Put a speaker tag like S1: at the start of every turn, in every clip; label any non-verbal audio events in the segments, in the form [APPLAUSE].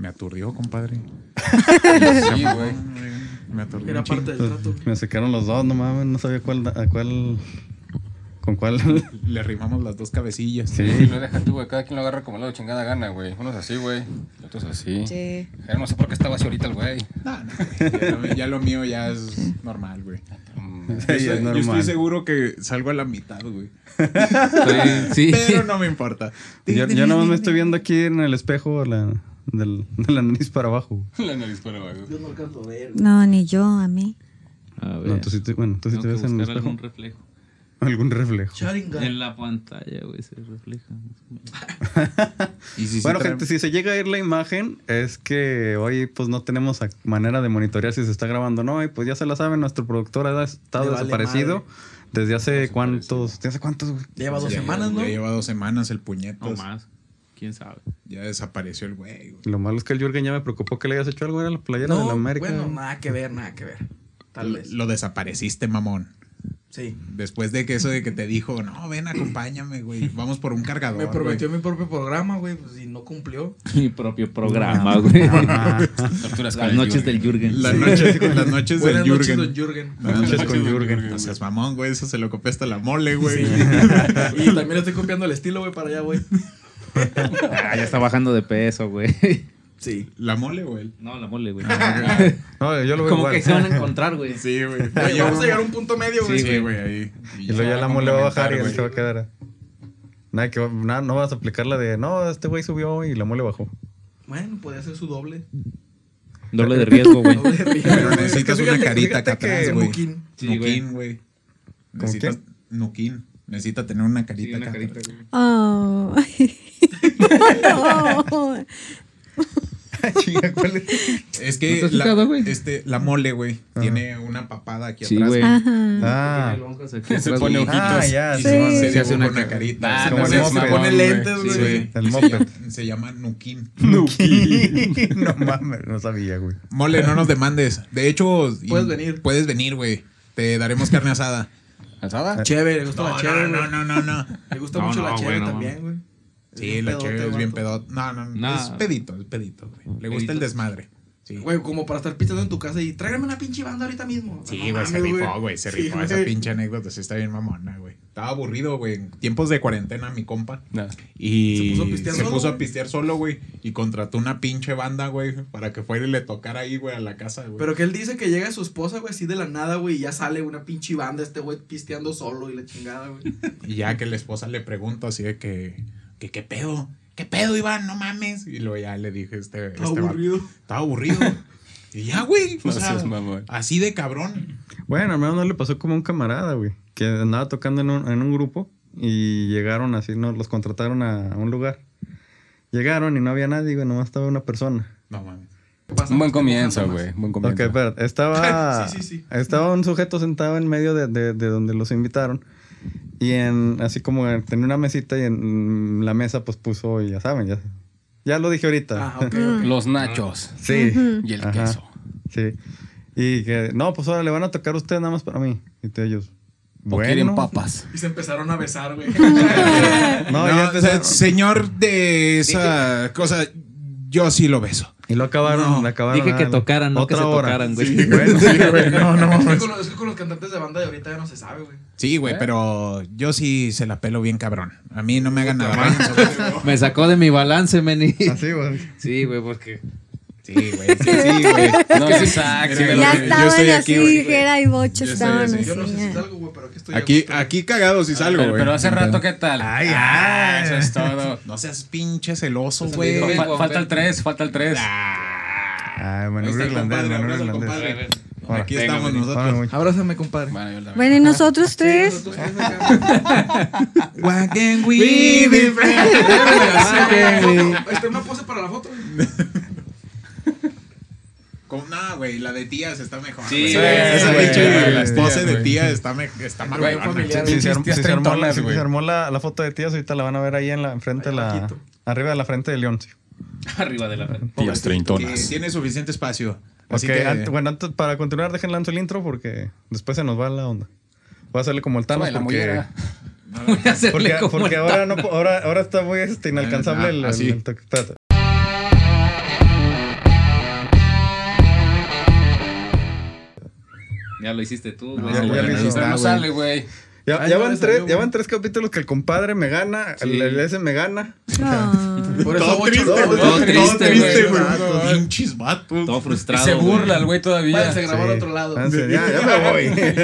S1: Me aturdió,
S2: [LAUGHS]
S1: compadre.
S3: Sí, güey.
S1: Me aturdió.
S2: Era
S1: un chingo.
S2: parte del trato.
S3: Pues, Me sacaron los dos, no mames, no sabía cuál, a cuál, con cuál. [LAUGHS]
S1: Le arrimamos las dos cabecillas.
S3: Sí,
S4: Y lo deja tú, güey. Cada quien lo agarra como le da chingada gana, güey. Unos así, güey. y Otros así.
S5: Sí.
S4: Pero no sé por qué estaba así ahorita el güey.
S3: [LAUGHS]
S1: No, no, güey, ya, lo- ya lo mío ya es normal, güey.
S4: Mm,
S1: Yo,
S3: es
S1: estoy- yo estoy
S3: normal.
S1: seguro que salgo a la mitad, güey.
S6: Sí.
S1: Pero no me importa.
S3: [LAUGHS] Yo, yo nomás me estoy viendo aquí en el espejo la, del- de la nariz para abajo.
S4: La nariz para abajo.
S2: Yo no alcanzo a ver.
S5: No, ni yo, a mí.
S6: A
S1: Oh,
S6: ver.
S3: No, tú sí te, bueno, tú sí
S6: Tengo
S3: te
S6: que
S3: ves en el
S6: buscar
S3: espejo.
S6: algún reflejo.
S3: Algún reflejo.
S2: Sharingan.
S6: En la pantalla, güey, se refleja.
S1: Y si sí
S3: bueno,
S1: trae-
S3: gente, si se llega a ir la imagen, es que hoy pues no tenemos ac- manera de monitorear si se está grabando o no. Y pues ya se la saben, nuestro productor ha estado
S2: Le vale
S3: desaparecido desde hace cuántos, ¿desde hace cuántos? güey?
S2: Lleva dos
S1: Ya-
S2: semanas, ¿no?
S1: Ya lleva dos semanas el puñetazo.
S6: No más. ¿Quién sabe?
S1: ya desapareció el güey, güey.
S3: Lo malo es que el Jürgen ya me preocupó que le hayas hecho algo, era la playera de la América.
S2: bueno, nada que ver, nada que ver. Tal vez.
S1: Lo desapareciste, mamón.
S2: Sí.
S1: Después de que eso de que te dijo, no, ven, acompáñame, güey. Vamos por un cargador.
S2: Me prometió
S1: güey".
S2: mi propio programa, güey, pues, y no cumplió.
S6: [LAUGHS] Mi propio programa,
S3: [LAUGHS]
S6: güey.
S3: Ah.
S2: [LAUGHS]
S4: Torturas con
S6: Las
S4: el
S6: noches
S4: Yuri.
S6: del Jürgen.
S1: Las noches, las noches del
S2: Buenas
S1: Jürgen.
S2: noches,
S1: [LAUGHS]
S2: don Jürgen.
S3: Las noches con Jürgen.
S1: No seas mamón, güey. Eso se lo copió hasta la mole, güey.
S2: Y también le estoy copiando el estilo, güey, para
S1: [LAUGHS]
S2: allá, güey.
S6: Ah, ya está bajando de peso, güey.
S2: [LAUGHS] Sí.
S1: ¿La mole o él?
S6: [LAUGHS] No, la mole,
S3: Ah,
S6: güey.
S3: No, yo lo veo
S6: Como
S3: igual.
S6: que se van a encontrar, güey.
S1: Sí, güey.
S2: Oye,
S1: Yo-
S2: vamos a llegar a un punto medio, güey.
S1: Sí, güey, güey,
S2: [LAUGHS]
S1: ahí.
S3: [LAUGHS] Y luego ya la mole va a bajar y así va a quedar. Nada, que va- nada, no vas a aplicar la de, no, este güey subió y la mole bajó. [LAUGHS]
S2: Bueno, podría ser su doble.
S6: Doble de riesgo, güey.
S2: Doble de riesgo,
S1: [LAUGHS] Pero
S2: güey.
S1: necesitas
S2: Es que
S1: una
S2: fíjate-
S1: carita acá
S2: fíjate que
S1: atrás, güey.
S2: Nuquín,
S6: Sí,
S1: Nuquín, güey. Necesitas Nuquín. Necesita tener una carita
S3: [LAUGHS]
S6: Sí, una
S1: acá
S6: carita,
S1: atrás.
S6: güey.
S5: Oh. [LAUGHS] No.
S3: Ah, Chinga, ¿cuál es?
S1: Es que
S6: ¿No te has
S1: la,
S6: fijado, güey?
S1: este, la mole, güey, tiene una papada aquí
S6: Sí,
S1: atrás.
S6: güey.
S5: Ajá.
S3: [LAUGHS] Ah, [LAUGHS]
S4: Se pone
S3: ah,
S4: ojitos.
S3: ya,
S1: Y
S3: sí,
S1: se,
S3: bueno.
S1: se
S6: Se hace
S1: dibuja
S6: una
S1: una
S6: ca-
S1: carita.
S4: Ah,
S1: se
S3: como
S1: pone-
S3: el
S1: se pone
S3: moped.
S2: Pone lentes,
S1: Sí,
S2: güey.
S1: güey.
S3: El
S1: se,
S3: moped. [LAUGHS]
S1: llama, se llama Nuquín.
S3: no mames, no sabía, güey.
S1: Mole,
S2: [LAUGHS]
S1: no nos demandes. De hecho, y-
S2: Puedes venir.
S1: Puedes venir, güey. Te daremos carne asada.
S4: ¿Alzada?
S2: Chévere, le gusta
S1: No,
S2: la
S1: no,
S2: chévere,
S1: no,
S2: güey.
S1: no, no, no.
S2: Le gusta
S6: No,
S2: mucho la
S6: no,
S2: chévere
S6: güey, no,
S2: también, güey.
S1: Sí,
S2: bien
S1: la
S2: pedote,
S1: chévere es
S2: vato.
S1: bien pedo. No, no, no.
S6: Nah.
S1: Es pedito, es pedito, güey. Le gusta
S6: Pedito.
S1: el desmadre. Sí,
S2: Güey, como para estar pisteando en tu casa y tráigame una pinche banda ahorita mismo. O sea,
S1: Sí,
S2: no
S1: güey, se
S2: mames,
S1: rifó, güey, se
S2: Sí,
S1: rifó. Esa
S2: güey.
S1: pinche anécdota sí está bien mamona, güey. Estaba aburrido, güey. En tiempos de cuarentena, mi compa.
S4: No.
S1: Y
S2: Se puso a pistear
S1: se
S2: solo,
S1: puso a
S2: güey.
S1: pistear solo, güey. Y contrató una pinche banda, güey, para que fuera y le tocara ahí, güey, a la casa, güey.
S2: Pero que él dice que llega su esposa, güey, así de la nada, güey, y ya sale una pinche banda, este güey pisteando solo y la chingada, güey.
S1: Y ya que la esposa le pregunta así de que, que, ¿qué pedo? ¿Qué pedo, Iván? No mames. Y luego ya le dije, este.
S2: Está
S1: este vato,
S2: aburrido.
S1: Estaba
S4: [LAUGHS]
S1: aburrido. y ya, güey. o
S4: No
S1: sea,
S4: seas mamón.
S1: así de cabrón.
S3: Bueno, al menos no le pasó como a un camarada, güey, que andaba tocando en un, en un grupo y llegaron así, no, los contrataron a, a un lugar. Llegaron y no había nadie, güey, nomás estaba una persona.
S1: No mames.
S2: Pasamos
S4: Un buen
S2: tiempo
S4: comienzo,
S2: juntos,
S4: güey.
S2: más.
S4: Buen
S3: Ok,
S4: comienzo.
S3: espérate. Estaba,
S2: Sí, sí, sí.
S3: estaba un sujeto sentado en medio de, de- de donde los invitaron. Y en, así como en- tenía una mesita y en la mesa pues puso, y ya saben, ya, ya lo dije ahorita.
S2: Ah, ok,
S5: Mm.
S2: ok.
S4: Los nachos
S3: Sí,
S4: y el
S3: Ajá.
S4: queso.
S3: sí. Y que, no, pues ahora le van a tocar a usted nada más para mí. Y te ellos,
S4: O
S3: bueno.
S4: quieren papas.
S2: Y se empezaron a besar, güey.
S3: No,
S1: No,
S3: ya
S1: o
S3: empezaron.
S1: sea, señor de esa cosa, yo sí lo beso.
S3: Y lo acabaron,
S1: No,
S3: acabaron.
S6: Dije que
S3: dando.
S6: tocaran, no que
S3: Otra
S6: se
S3: hora.
S6: tocaran, güey.
S3: Sí, bueno, sí, güey, no, no
S2: es, que
S3: mames.
S2: con los, es que con los cantantes de banda de ahorita ya no se sabe, güey.
S1: Sí,
S4: ¿Eh?
S1: güey, pero yo sí se la pelo bien cabrón. A mí no me hagan nada. Renzo, güey.
S6: [LAUGHS] Me sacó de mi balance, meni.
S3: Así, güey.
S6: Sí, güey, porque.
S1: Sí, güey, sí, sí, güey.
S4: No, exacto.
S1: Mira, güey,
S5: Ya
S1: yo
S5: estaban
S1: estoy
S5: así,
S1: aquí, güey.
S5: Jera y Bocho
S1: Yo estoy
S5: estaban
S1: así.
S5: así.
S2: Yo no sé si
S5: ya.
S2: salgo, güey, pero aquí estoy. a
S1: Aquí,
S2: gusto.
S1: aquí cagado si salgo,
S4: Pero,
S1: güey.
S4: pero hace rato, ¿qué tal?
S1: Ay,
S4: Ah,
S1: ay.
S4: Eso es todo.
S1: No seas pinche celoso,
S4: Fa-
S1: güey.
S4: fa- falta el 3, falta el
S1: Pues,
S4: 3.
S3: Ay,
S1: Ahí
S3: manubrio
S1: está el
S3: irlandés,
S1: compadre, abrazo
S3: manubrio
S1: al
S3: irlandés.
S1: compadre.
S3: Ahora.
S1: pues, Aquí
S4: Venga,
S1: estamos
S4: vení.
S3: Ahora,
S1: nosotros.
S3: güey.
S2: Abrázame, compadre.
S4: Bueno, yo la
S5: Bueno, ¿y Ah, nosotros tres?
S2: Nosotros tres acá.
S1: What can we be friends? [LAUGHS]
S2: Este, una pose para la foto.
S1: Con- No, güey, la de tías está mejor. güey.
S4: Sí, güey,
S1: Esa
S3: güey,
S1: pinche
S3: las tías,
S1: pose de
S4: güey.
S1: tía está, me- está más
S2: Güey,
S1: buena.
S2: familiar.
S3: Si se, arm-
S4: Chistes
S3: si se armó, la,
S4: trentones,
S3: si
S4: güey.
S3: se armó la, la foto de tías, ahorita la van a ver ahí en la enfrente
S2: Ahí
S3: de la.
S2: abajito.
S3: Arriba de la frente de León. sí.
S6: [LAUGHS] Arriba de la red.
S4: Tías
S1: Sí,
S4: treintonas.
S1: tiene suficiente espacio. Así
S3: Ok,
S1: que,
S3: ant- bueno, antes, para continuar, dejen lanzo el intro porque después se nos va la onda. Voy a hacerle como el Thanos
S4: Sube la
S3: porque,
S4: mollera.
S6: Voy a hacerle
S3: [LAUGHS] porque,
S6: como
S3: porque
S6: el
S3: ahora, no, po- ahora, ahora está muy este, inalcanzable
S1: Ah,
S3: el, el-
S1: así.
S3: el toque. Espérate.
S6: Ya lo hiciste tú,
S3: No,
S6: güey.
S3: ya
S6: Sí,
S3: lo
S6: güey.
S3: hice.
S4: Pero
S3: está,
S4: no
S3: güey.
S4: sale, güey.
S3: Ya,
S2: Ay,
S3: ya
S2: Ah, no
S3: van
S2: le
S3: tres,
S2: salió,
S3: ya
S2: güey.
S3: van tres capítulos que el compadre me gana, el, el ese me gana.
S5: [LAUGHS] No.
S2: Por
S1: Todo
S2: eso
S1: triste,
S2: bocho,
S1: güey.
S2: no,
S1: Todo triste,
S6: güey.
S1: güey.
S3: Vatos, güey.
S1: Pinches vatos.
S6: Todo frustrado.
S4: se
S6: güey.
S4: burla el Ah, güey
S2: Váyanse a
S4: todavía.
S2: grabar a
S3: Sí.
S2: otro lado. [LAUGHS]
S3: Entonces, ya, ya me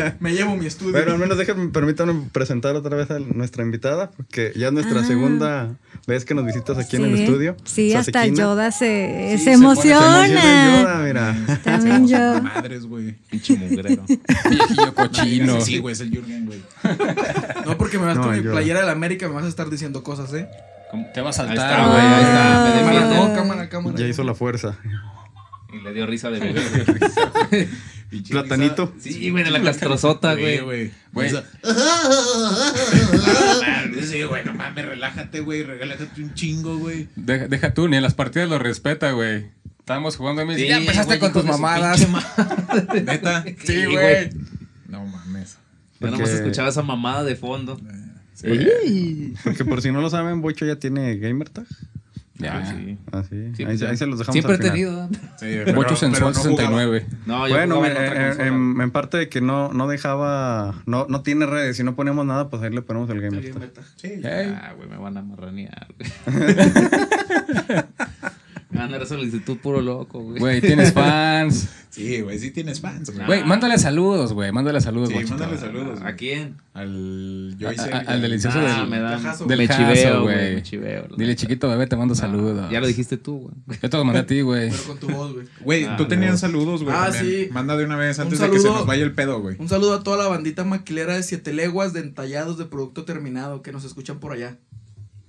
S3: voy.
S2: Me llevo mi estudio.
S3: Bueno, al menos déjenme, permítanme presentar otra vez a nuestra invitada, porque ya es nuestra
S5: Ah.
S3: segunda vez que nos visitas aquí en el
S5: Sí,
S3: estudio.
S5: Sí, hasta
S3: Sasekina.
S5: Yoda se,
S4: Sí,
S5: se
S4: se
S5: emociona.
S3: Se emociona Yoda, mira.
S5: También yo.
S1: Madres, güey.
S6: Pinche mugrero.
S4: Viejillo cochino.
S1: Sí, güey, es el Jürgen, güey.
S2: No, porque me vas
S3: No,
S2: con mi
S3: yo-
S2: playera de la América, me vas a estar diciendo cosas, ¿eh?
S4: ¿Cómo? Te va a
S6: Ahí
S4: saltar,
S6: está, güey. Ahí está. Me
S5: Ah.
S2: Cámara,
S6: defiende.
S2: no, cámara, cámara.
S3: Ya hizo la fuerza.
S6: Y le dio risa de bebé. güey.
S1: Pinche
S3: Platanito.
S6: Sí, güey, de la castrozota,
S1: Sí,
S6: güey.
S1: güey.
S4: Güey. [LAUGHS]
S1: Esa- Sí, güey, no mames, relájate, güey. Relájate un chingo, güey.
S4: Deja, deja tú, ni en las partidas lo respeta, güey. Estábamos jugando a mí.
S6: Sí,
S4: ya
S6: güey,
S4: empezaste con
S6: hijo
S4: tus
S6: de su
S4: mamadas.
S6: pinche [LAUGHS]
S4: [LAUGHS]
S1: Neta.
S4: Sí, güey.
S1: No mames.
S6: Yo nomás
S3: Porque-
S6: escuchaba esa mamada de fondo.
S3: Porque por si no lo saben, Bocho ya tiene gamer tag.
S4: Ya.
S3: Así.
S6: Sí,
S3: ahí,
S6: pues,
S3: se- ahí se los dejamos.
S6: Siempre
S3: al
S6: he
S3: final.
S6: tenido. ¿eh?
S1: Sí, pero-
S4: Bocho
S1: pero
S4: Sensual
S1: no
S4: 69.
S6: No, yo
S3: Bueno,
S6: jugaba
S3: eh, em, en,
S6: en otra
S3: en-
S6: consola.
S3: en- en parte de que no, no dejaba, no, no tiene redes, si no ponemos nada, pues ahí le ponemos el gamer.
S2: Sí,
S3: tag.
S2: meta.
S1: jugaba. Sí,
S4: Ey.
S6: Ah, güey, me van a marranear,
S3: [LAUGHS]
S6: güey. Me van a dar solicitud puro loco, güey.
S4: Güey, tienes fans.
S1: sí, güey, sí tienes fans, güey.
S4: Güey, mándale saludos, güey. Mándale saludos,
S1: Sí,
S4: Bochito.
S1: mándale saludos.
S6: ¿A quién?
S1: Al. Yo
S4: A-
S1: hice.
S4: a- al delicioso
S6: Ah,
S4: del-
S6: me da.
S2: Cajazo.
S4: del
S6: me
S4: caso,
S6: chiveo,
S4: güey.
S6: güey. Me chiveo. la
S4: Dile,
S6: neta.
S4: chiquito bebé, te mando
S6: Ah,
S4: saludos.
S6: Ya lo dijiste tú, güey.
S4: Yo te los mandé a ti, güey.
S2: Pero con tu voz,
S1: [LAUGHS]
S2: güey.
S1: Güey,
S6: Ah,
S1: tú tenías
S6: no.
S1: saludos, güey.
S2: Ah,
S1: también.
S2: sí.
S1: Manda de una vez
S2: Un
S1: antes de que se
S2: saludo.
S1: nos vaya el pedo, güey.
S2: Un saludo a toda la bandita maquilera de Siete Leguas de entallados de producto terminado que nos escuchan por allá.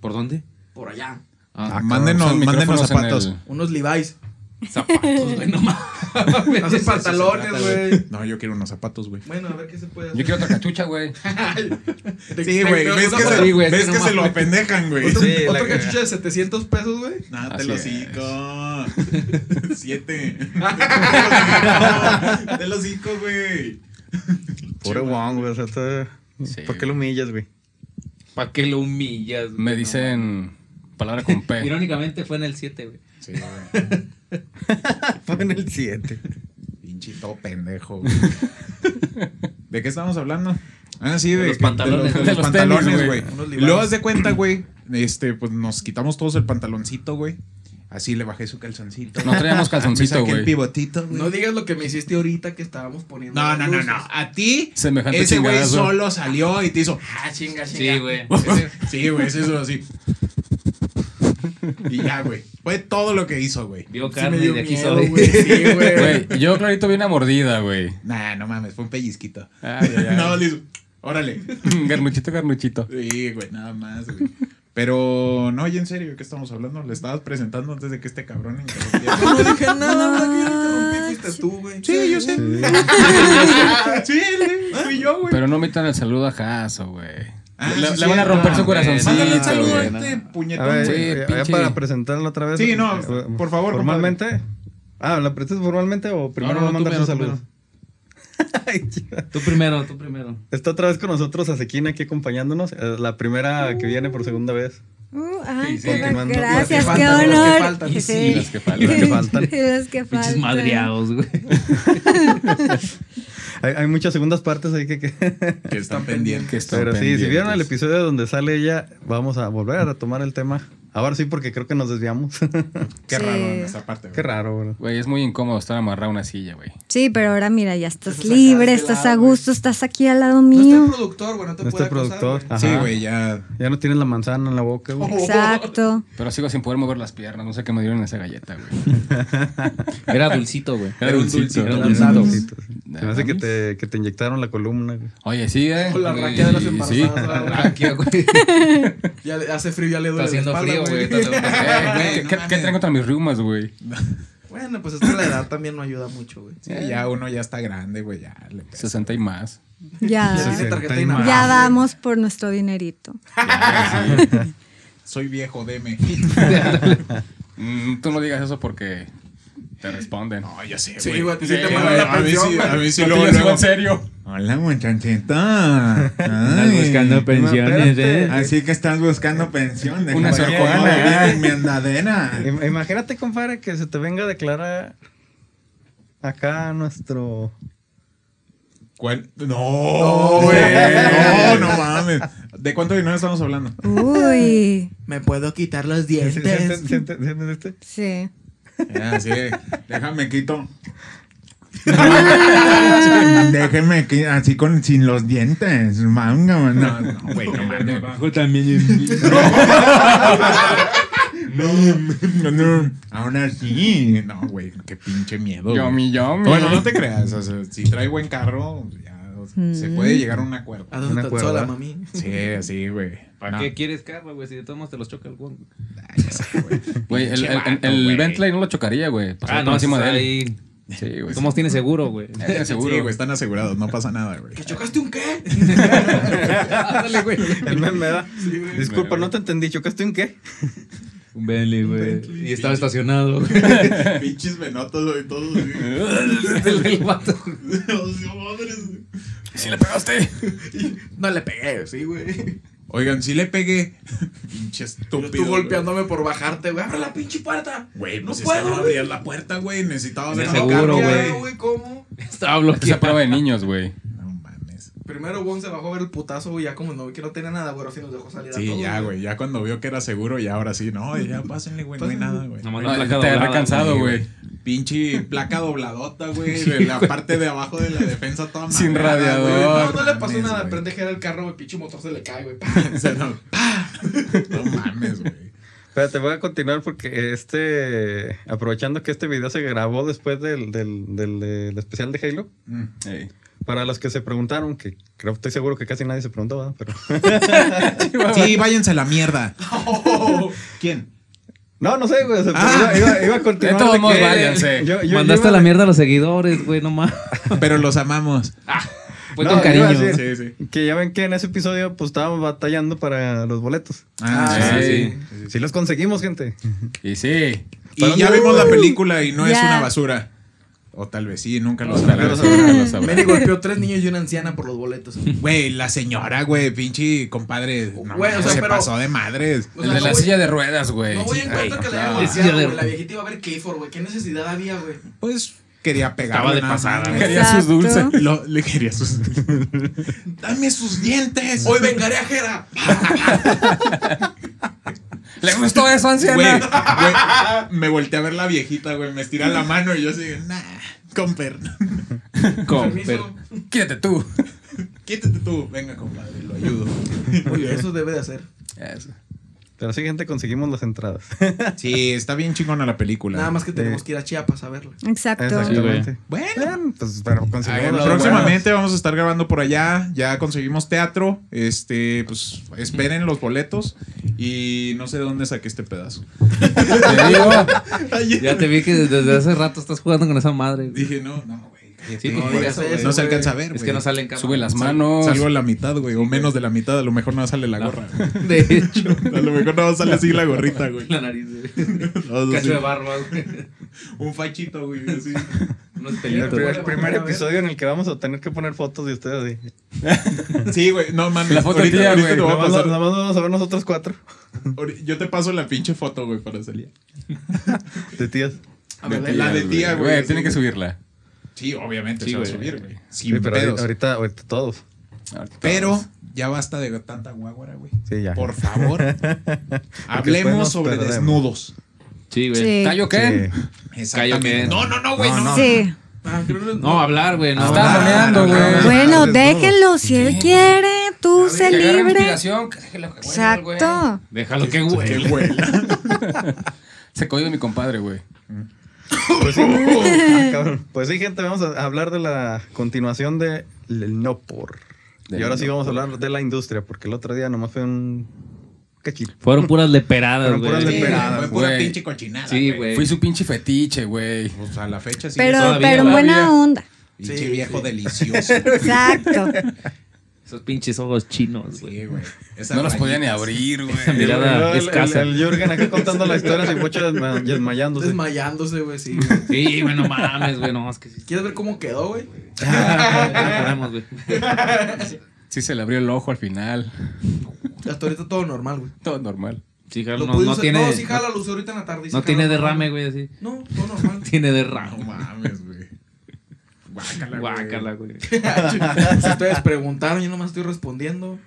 S6: ¿Por dónde?
S2: Por allá.
S1: Ah,
S6: Ah,
S1: mándenos,
S4: Usan
S1: mándenos
S4: micrófonos en
S1: zapatos.
S4: el-
S2: Unos Levi's. [LAUGHS]
S6: zapatos, güey, no
S1: [LAUGHS]
S6: mames.
S2: Hacen pantalones,
S1: Trata,
S2: güey.
S1: No, yo quiero unos zapatos, güey.
S2: Bueno, a ver qué se puede
S4: Yo
S2: hacer.
S4: quiero otra cachucha, güey.
S2: [LAUGHS] Te-
S1: Sí,
S2: te-
S1: güey.
S2: te-
S1: Ves
S2: una
S1: que,
S2: foto-
S1: se,
S6: Sí, güey, es
S1: ves
S6: que
S1: que
S6: no
S1: se lo
S6: mames.
S1: apendejan, güey.
S2: Otro,
S1: Sí.
S6: la
S2: otro
S6: cagada.
S2: cachucha de 700 pesos, güey.
S1: Nah, te
S4: Así
S1: lo
S4: es.
S1: hocico. Siete. Te lo hocico, güey.
S3: Pobre Wong, güey. o sea, está-
S4: Sí,
S3: ¿Por qué lo humillas, güey?
S6: ¿Para qué lo humillas, güey?
S4: Me
S6: No
S4: dicen palabra con
S1: [LAUGHS]
S6: mames.
S4: P.
S6: Irónicamente fue en el 7, güey.
S1: Sí, güey.
S3: Fue en el 7.
S1: Pinchito pendejo, güey. ¿De qué estamos hablando? Ah, sí, de,
S6: De los
S1: que-
S6: pantalones.
S1: de los,
S4: De los
S1: pantalones,
S4: tenis,
S1: güey.
S2: güey. Unos
S1: Y
S2: libanes.
S1: Luego haz de cuenta, güey. Este, pues nos quitamos todos el pantaloncito, güey. Así le bajé su calzoncito.
S4: No
S1: [LAUGHS]
S4: traíamos
S1: Me
S4: calzoncito,
S1: saqué el
S4: güey.
S1: pivotito, güey.
S2: No digas lo que me hiciste ahorita que estábamos poniendo.
S1: No,
S2: las
S1: no, no,
S2: luces.
S1: no. A ti,
S4: Semejante
S1: ese güey
S4: chingadazo.
S1: solo salió y te hizo.
S2: Ah, chinga, chinga.
S6: Sí,
S1: [LAUGHS]
S6: güey.
S1: Ese- Sí, güey, ese hizo así. Y ya, güey. Fue todo lo que hizo, güey.
S6: Vio
S2: Sí me
S6: carne y
S2: dio
S6: de aquí
S2: miedo,
S6: soy.
S2: güey. Sí,
S1: [LAUGHS]
S2: güey.
S4: Güey, yo clarito vi una mordida, güey. [LAUGHS]
S1: Nah, no mames, fue un pellizquito.
S4: Ay, ay,
S1: [LAUGHS]
S4: ay.
S1: No, le hizo. Órale.
S4: Garnuchito, garnuchito.
S1: Sí, güey, nada más, güey. Pero, no, y en serio, ¿qué estamos hablando? Le estabas presentando antes de que este cabrón interrumpiera.
S2: No dije nada, güey. Yo no [LAUGHS] interrumpí, fuiste tú,
S1: [LAUGHS]
S2: güey.
S1: Sí, yo sé. [LAUGHS] Sí, fui yo, güey.
S4: Pero no omitan el saludo a Jaso, güey.
S1: Ah,
S4: le,
S1: sí,
S4: le van a
S1: cierto.
S4: romper su
S6: güey.
S1: Mándale un
S4: corazoncito,
S1: saludo a
S4: güey.
S6: güey.
S1: este
S3: A
S1: puñetón,
S3: ver,
S1: güey.
S4: güey,
S3: eh, ya
S4: pinche-
S3: para presentarla otra vez.
S1: Sí, no,
S3: eh,
S1: por favor,
S3: ¿Formalmente? Ah, ¿la presentas formalmente o primero
S6: no,
S3: va a
S6: tú
S3: mandar su
S6: primero,
S3: saludo? Ay, chica.
S6: Tú primero, tú primero.
S3: Está otra vez con nosotros Asequina aquí acompañándonos. eh, La primera que viene por segunda vez.
S5: Uh, ay,
S4: Sí,
S5: qué
S4: sí.
S5: va-
S3: Continuando.
S5: gracias,
S2: Los que
S5: qué
S2: faltan, los que
S5: honor.
S2: faltan.
S5: Sí,
S4: Y las
S1: [LAUGHS]
S4: que faltan.
S3: que
S5: [LAUGHS]
S3: faltan.
S5: Los que
S6: Pinches
S5: faltan.
S6: madreados, güey.
S3: Hay, hay muchas segundas partes ahí que... [LAUGHS] que-
S1: Que están pendientes.
S4: Que están
S3: Pero sí, si
S4: pendientes.
S3: vieron el episodio donde sale ella, vamos a volver a retomar el tema. Ahora sí, porque creo que nos desviamos.
S1: Qué
S5: Sí.
S1: raro en esa parte, güey.
S3: Qué raro, bro.
S4: Güey, es muy incómodo estar amarrado a una silla, güey.
S5: Sí, pero ahora mira, ya
S2: Estás
S5: estás
S2: acá
S5: libre,
S2: de
S5: estás
S2: lado,
S5: a
S2: güey.
S5: gusto, estás aquí al lado
S2: No está el
S5: mío.
S2: productor, güey. No te
S3: No
S2: puede
S3: está el
S2: acosar,
S3: Este productor.
S2: güey.
S3: Ajá.
S1: Sí, güey, ya.
S3: Ya no tienes la manzana en la boca, güey.
S5: Oh, Exacto.
S4: Pero sigo sin poder mover las piernas. No sé qué me dieron en esa galleta, güey.
S6: Era dulcito, güey.
S1: Era un dulcito,
S6: Era
S1: era
S3: Los
S6: dulcito. [LAUGHS]
S3: labiositos. Se me hace que te, que te inyectaron la columna. güey.
S4: Oye, sí, eh.
S2: O la
S4: Güey,
S2: raquea de las
S4: Sí.
S2: embarazadas, güey.
S6: Raquia, Ah, güey.
S2: Ya le- hace frío, ya le
S6: Está
S2: duele
S6: haciendo
S2: la
S6: frío, güey.
S2: espalda,
S4: [LAUGHS] [LAUGHS] Eh,
S2: güey.
S4: güey,
S1: Güey, no
S4: ¿qué,
S1: mames.
S4: qué traen contra mis riumas, güey?
S2: [LAUGHS] Bueno, pues esta la edad también no ayuda mucho, güey.
S1: Sí, ya uno ya está grande, güey, ya. Le pesa.
S4: 60 y más.
S5: Ya,
S2: Ya tiene
S3: sí.
S2: tarjeta
S3: Ya
S2: inalámbrica.
S5: ya vamos por nuestro dinerito.
S1: Soy viejo, deme. [LAUGHS]
S4: Mm, tú no digas eso porque te responden.
S1: No, ya sé, güey.
S2: Sí, güey, a ti sí te
S1: Eh,
S2: mandan la
S1: a mí
S2: pensión,
S1: sí,
S2: güey.
S1: a mí sí,
S4: Yo
S1: luego,
S4: te digo
S1: luego.
S4: en serio.
S1: Hola, muchachita.
S6: Andas
S1: Ay,
S6: buscando pensiones,
S3: espérate.
S6: ¿eh?
S1: Así que estás buscando pensión. de
S4: Una
S1: compañía,
S4: sorcoana,
S1: ¿verdad? En mi andadera.
S3: [LAUGHS] Im- Imagínate, compadre, que se te venga a declarar acá nuestro
S1: ¿Cuál? No, güey. No, no mames. ¿De cuánto dinero estamos hablando?
S5: Uy,
S2: Me puedo quitar los dientes.
S3: ¿Sientes- sientes- sientes este?
S5: [LAUGHS] sí.
S1: Ya, sí. Eh, Déjame [LAUGHS] quito. Déjeme aquí, así con sin los dientes, manga, güey. no, no, güey, no mames.
S7: Bajo también.
S1: No, no, aún así, no, güey, qué pinche miedo. güey.
S4: Yomi, yomi.
S1: Bueno, no te creas, o sea, si trae buen carro, ya o sea, se
S5: Mm.
S1: puede llegar a un acuerdo.
S2: ¿A
S3: Una
S2: dónde estás
S3: cuerda.
S2: sola, mami?
S1: Sí, sí, güey.
S6: ¿Para
S1: No.
S6: qué quieres carro, güey? Si de todos modos te los choca el güey.
S1: Ay, ya sé, güey.
S4: Güey,
S1: [LAUGHS]
S4: el,
S1: Pinche
S4: el, el,
S1: vato,
S4: el
S1: güey. [LAUGHS]
S4: Bentley no lo chocaría, güey. Pasaría
S6: Ah,
S4: por
S6: no,
S4: encima de él. Pues.
S6: ahí.
S4: Sí, güey.
S6: Somos tiene seguro, güey.
S4: Eh, seguro.
S1: Sí, güey, están asegurados, no pasa nada,
S4: [LAUGHS]
S1: güey.
S2: ¿Que chocaste un qué?
S6: Ándale, güey.
S3: El meme, ¿verdad? Disculpa,
S4: güey.
S3: no te entendí. ¿Chocaste un qué?
S6: Un Bentley, güey. Y estaba estacionado, güey.
S1: Pinches venotos, güey, todos. güey.
S4: [LAUGHS]
S6: El del vato.
S1: Dios, madres, güey.
S4: Si le pegaste.
S2: No le pegué, sí, güey.
S1: Oigan, sí le pegué. Pinche estúpido.
S2: Pero tú
S1: güey.
S2: golpeándome por bajarte, güey. Abre la pinche puerta.
S1: Güey,
S2: no
S1: pues no
S2: puedo.
S1: no
S2: güey.
S1: abrías la puerta, güey. Necesitaba
S6: Ni
S1: ver
S2: No,
S6: seguro,
S2: cambia,
S6: güey.
S2: ¿Cómo?
S6: Estaba
S4: Esa
S6: bloqueado.
S4: prueba de niños, güey.
S1: No mames.
S2: Primero Wong se bajó a ver el putazo, güey. Ya como no, que no tenía nada, güey. Así nos dejó salir a
S1: Sí,
S2: todos.
S1: ya, güey. Ya cuando vio que era seguro, ya ahora sí. No, ya pásenle, güey. No hay nada, güey.
S6: Nomás
S4: No,
S6: la
S4: te
S6: placa doblada,
S4: agarré cansado,
S7: Ah,
S6: güey.
S4: güey.
S1: Pinche placa dobladota, güey. de la parte de abajo de la defensa toda
S4: Sin
S1: madreada,
S4: radiador.
S1: güey.
S2: No, no le pasó
S1: mames,
S2: nada.
S1: güey. Ah,
S2: Prendejera el carro, güey. Pinche motor se le cae, güey. pa.
S1: O sea, no, ¡pah! No mames, güey.
S3: Espérate, voy a continuar porque este. Aprovechando que este video se grabó después del, del, del- del especial de Halo.
S1: Mm.
S4: Ey.
S3: Para los que se preguntaron, que creo estoy seguro que casi nadie se preguntó, ¿verdad? Pero. [LAUGHS]
S1: Sí, váyanse a la mierda. ¿Quién?
S3: No, no sé, güey. o sea,
S1: Ah.
S3: iba, iba- iba a continuar.
S4: De todos
S3: que-
S4: modos, váyanse.
S3: Yo- yo-
S6: Mandaste
S3: yo
S6: a
S3: iba-
S6: la mierda a los seguidores, güey, no más.
S1: Pero los amamos.
S6: Fue
S3: No,
S6: con
S3: iba a
S6: cariño.
S3: decir-
S1: Sí, sí.
S3: Que ya ven que en ese episodio pues estábamos batallando para los boletos.
S1: Ah,
S4: Ah,
S1: sí.
S4: sí.
S3: Sí los conseguimos, gente.
S4: Y sí.
S1: Y ya vimos la película y no es
S5: Ya.
S1: una basura. O tal vez sí, nunca lo
S4: Ojalá
S1: sabremos.
S4: lo sabrá, lo sabrá.
S2: Mary golpeó tres niños y una anciana por los boletos.
S1: Güey, la señora, güey, pinche compadre. No,
S2: Güey, o sea,
S1: se
S2: pero-
S1: pasó de madres.
S2: O
S4: El
S2: sea,
S4: de
S2: no
S4: la
S2: voy-
S4: silla de ruedas, güey.
S2: No voy a encontrar que le hayan
S4: claro.
S2: golpeado,
S6: Sí,
S2: güey.
S6: sí,
S2: La viejita iba a ver Clifford, güey. ¿Qué necesidad había, güey?
S1: Pues quería
S6: Estaba
S1: pegarle.
S6: de
S1: nada más.
S6: pasada, güey.
S4: Quería sus dulces.
S5: Exacto.
S1: Lo- le quería sus. [LAUGHS] Dame sus dientes.
S2: Hoy vengaré a Jera.
S4: ¿Le gustó eso,
S1: Güey,
S4: anciana?
S1: güey, me volteé a ver la viejita, güey. Me estira la mano y yo así, nah, comper.
S6: Con-
S2: Permiso.
S4: Quédate tú.
S1: Quítate tú. Venga, compadre, lo ayudo.
S2: Muy bien, eso debe de hacer.
S4: Eso.
S3: Pero sí, gente, conseguimos las entradas. [LAUGHS]
S1: Sí, está bien chingona la película.
S2: Nada más que tenemos que ir a Chiapas a verlo.
S5: Exacto.
S3: Exactamente.
S1: Bueno.
S3: Bueno, pues pero
S1: Ahí,
S3: conseguimos
S1: bueno,
S3: las
S1: próximamente vamos a estar grabando por allá. Ya conseguimos teatro. Este, pues esperen los boletos. Y no sé de dónde saqué este pedazo.
S4: Te digo.
S1: [LAUGHS]
S6: Ya te vi que desde hace rato estás jugando con esa madre. güey.
S1: Dije, no, no, güey. cállate.
S6: Sí,
S1: no,
S6: no digas eso,
S1: eso, güey,
S6: güey.
S1: no se alcanza a ver,
S6: Es
S1: güey.
S6: que no sale en cámara. [LAUGHS]
S4: Sube las
S1: Sal-
S4: manos.
S1: Salgo a la mitad, güey. O menos de la mitad. A lo mejor no sale la gorra. güey.
S6: De hecho,
S1: A lo mejor no sale así la gorrita,
S7: [LAUGHS]
S1: güey.
S6: la nariz, güey.
S1: No,
S6: Un
S1: no,
S6: cacho
S1: sí.
S6: de barba, güey.
S1: Un fachito, güey. así.
S6: Unos
S3: El,
S6: pelitos.
S3: pri-
S6: güey.
S3: el primer episodio en el que vamos a tener que poner fotos de ustedes así.
S1: [LAUGHS] Sí, güey. No mames.
S4: La foto
S1: ahorita,
S4: tía,
S1: ahorita
S4: güey.
S1: te voy a
S3: Nada más,
S1: pasar.
S3: nada más vamos a ver nosotros cuatro
S1: Ahori- Yo te paso la pinche foto, güey, para salir.
S3: de tías.
S2: A ver,
S1: la de tía, güey, sí.
S4: Tiene que subirla.
S1: Sí, obviamente
S6: Sí,
S1: se va a
S6: güey.
S1: subir, güey. Sin
S3: Sí, pero
S1: pedos.
S3: ahorita, ahorita, ahorita todos.
S1: Pero ya basta de tanta guaguara, güey.
S3: Sí, ya.
S1: Por favor,
S3: después
S1: hablemos
S3: nos
S1: sobre
S3: perdemos.
S1: desnudos.
S6: Sí, güey.
S5: Sí.
S4: ¿Tallo qué?
S3: Sí.
S6: Cállate.
S1: Exactamente. No, no, no, güey. No,
S5: Sí.
S2: Ah,
S6: No, hablar, güey. No,
S4: Está
S6: hablar.
S4: bromeando, güey.
S5: Bueno,
S3: Desnudos.
S5: déjenlo si él quiere, tú
S4: Que
S5: sé
S4: agarre
S5: libre.
S4: inspiración, que deje lo que huela, güey.
S5: Exacto.
S6: Déjalo que güey.
S4: Se cogió de mi compadre, güey.
S3: Pues sí. Ah, cabrón. Pues sí, gente, vamos a hablar de la continuación de El No Por.
S4: Del
S3: y ahora sí
S4: No
S3: vamos a hablar de la industria, porque el otro día nomás fue un cachito.
S6: Fueron puras leperadas,
S3: Fueron puras
S1: Sí,
S6: güey.
S3: Desesperada,
S1: Fue pura
S4: güey.
S1: pinche cochinada.
S6: Sí, güey.
S4: Fui su pinche fetiche, güey.
S1: O sea, la fecha sí.
S5: Pero,
S6: todavía,
S5: pero en buena onda.
S1: Pinche
S2: Sí,
S1: viejo
S2: [LAUGHS]
S1: delicioso.
S5: [LAUGHS] Exacto.
S6: Esos pinches ojos chinos, güey.
S1: Sí, güey. Esa
S4: No los podía ni
S6: [LAUGHS]
S1: rayita.
S4: abrir, güey.
S6: Esa mirada
S3: el, el,
S6: escasa.
S3: el Jürgen acá contando la historia sin mucho desma- desmayándose.
S2: Desmayándose, güey, sí. güey.
S6: Sí, güey, no mames, güey. No, es [LAUGHS] que sí.
S2: ¿Quieres ver cómo quedó, güey?
S6: No podemos, güey.
S4: Sí se le abrió el ojo al final.
S2: Hasta ahorita todo normal, güey.
S4: Todo normal.
S6: Sí,
S2: Lo
S6: claro, no,
S2: pude
S6: no
S2: usar-
S6: tiene.
S2: No, sí jala luz ahorita en la tarde. y sí
S6: no
S2: jala
S6: tiene
S2: normal. [LAUGHS]
S6: derrame, güey, así.
S2: No, todo normal.
S6: Tiene
S1: No
S6: derrame.
S1: mames, güey. Guácala, güey.
S7: Guácala, güey.
S2: Si ustedes preguntaron, yo nomás estoy respondiendo.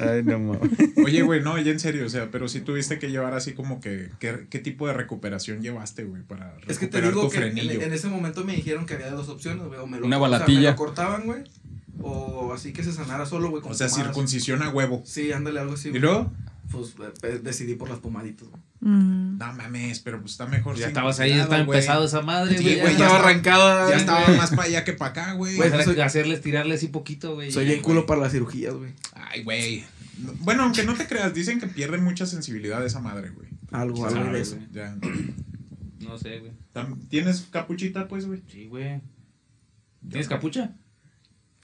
S3: Ay, no mames.
S1: Oye, güey, no, ya en serio, o sea, pero si tuviste que llevar así como que, ¿qué, qué tipo de recuperación llevaste, güey, para recuperar
S2: Es que te digo
S1: tu
S2: que en,
S1: frenillo?
S2: en ese momento me dijeron que había dos opciones, güey. o me lo-
S4: Una
S2: o sea, me
S4: balatilla.
S2: lo cortaban, güey. O así que se sanara solo, güey. con
S1: O sea,
S2: pomadas.
S1: circuncisión a huevo.
S2: Sí, ándale algo así.
S1: ¿Y
S2: güey.
S1: luego?
S2: Pues eh, eh, decidí por las pomaditas, güey.
S5: Mm.
S1: No mames, pero pues está mejor.
S6: Ya
S1: sin
S6: estabas ahí, ya
S1: cuidado,
S6: estaba
S1: güey.
S6: empezado esa madre,
S1: Sí,
S6: güey.
S1: güey,
S6: ya pues,
S1: ya- estaba-
S2: arrancada.
S1: Ya
S2: güey.
S1: estaba más para allá que para acá, güey.
S2: Güey,
S6: Hacer-
S2: soy-
S6: Hacerles tirarle así poquito, güey.
S2: Soy
S6: ya,
S2: bien culo
S6: güey.
S2: para las cirugías, güey.
S1: Ay, güey. No- Bueno, aunque no te creas, dicen que pierde mucha sensibilidad esa madre, güey.
S2: Algo,
S1: O sea,
S2: algo de
S1: güey,
S2: eso.
S1: ya.
S6: No sé, güey.
S1: Tam- ¿Tienes capuchita, pues, güey?
S6: Sí, güey. ¿Tienes capucha?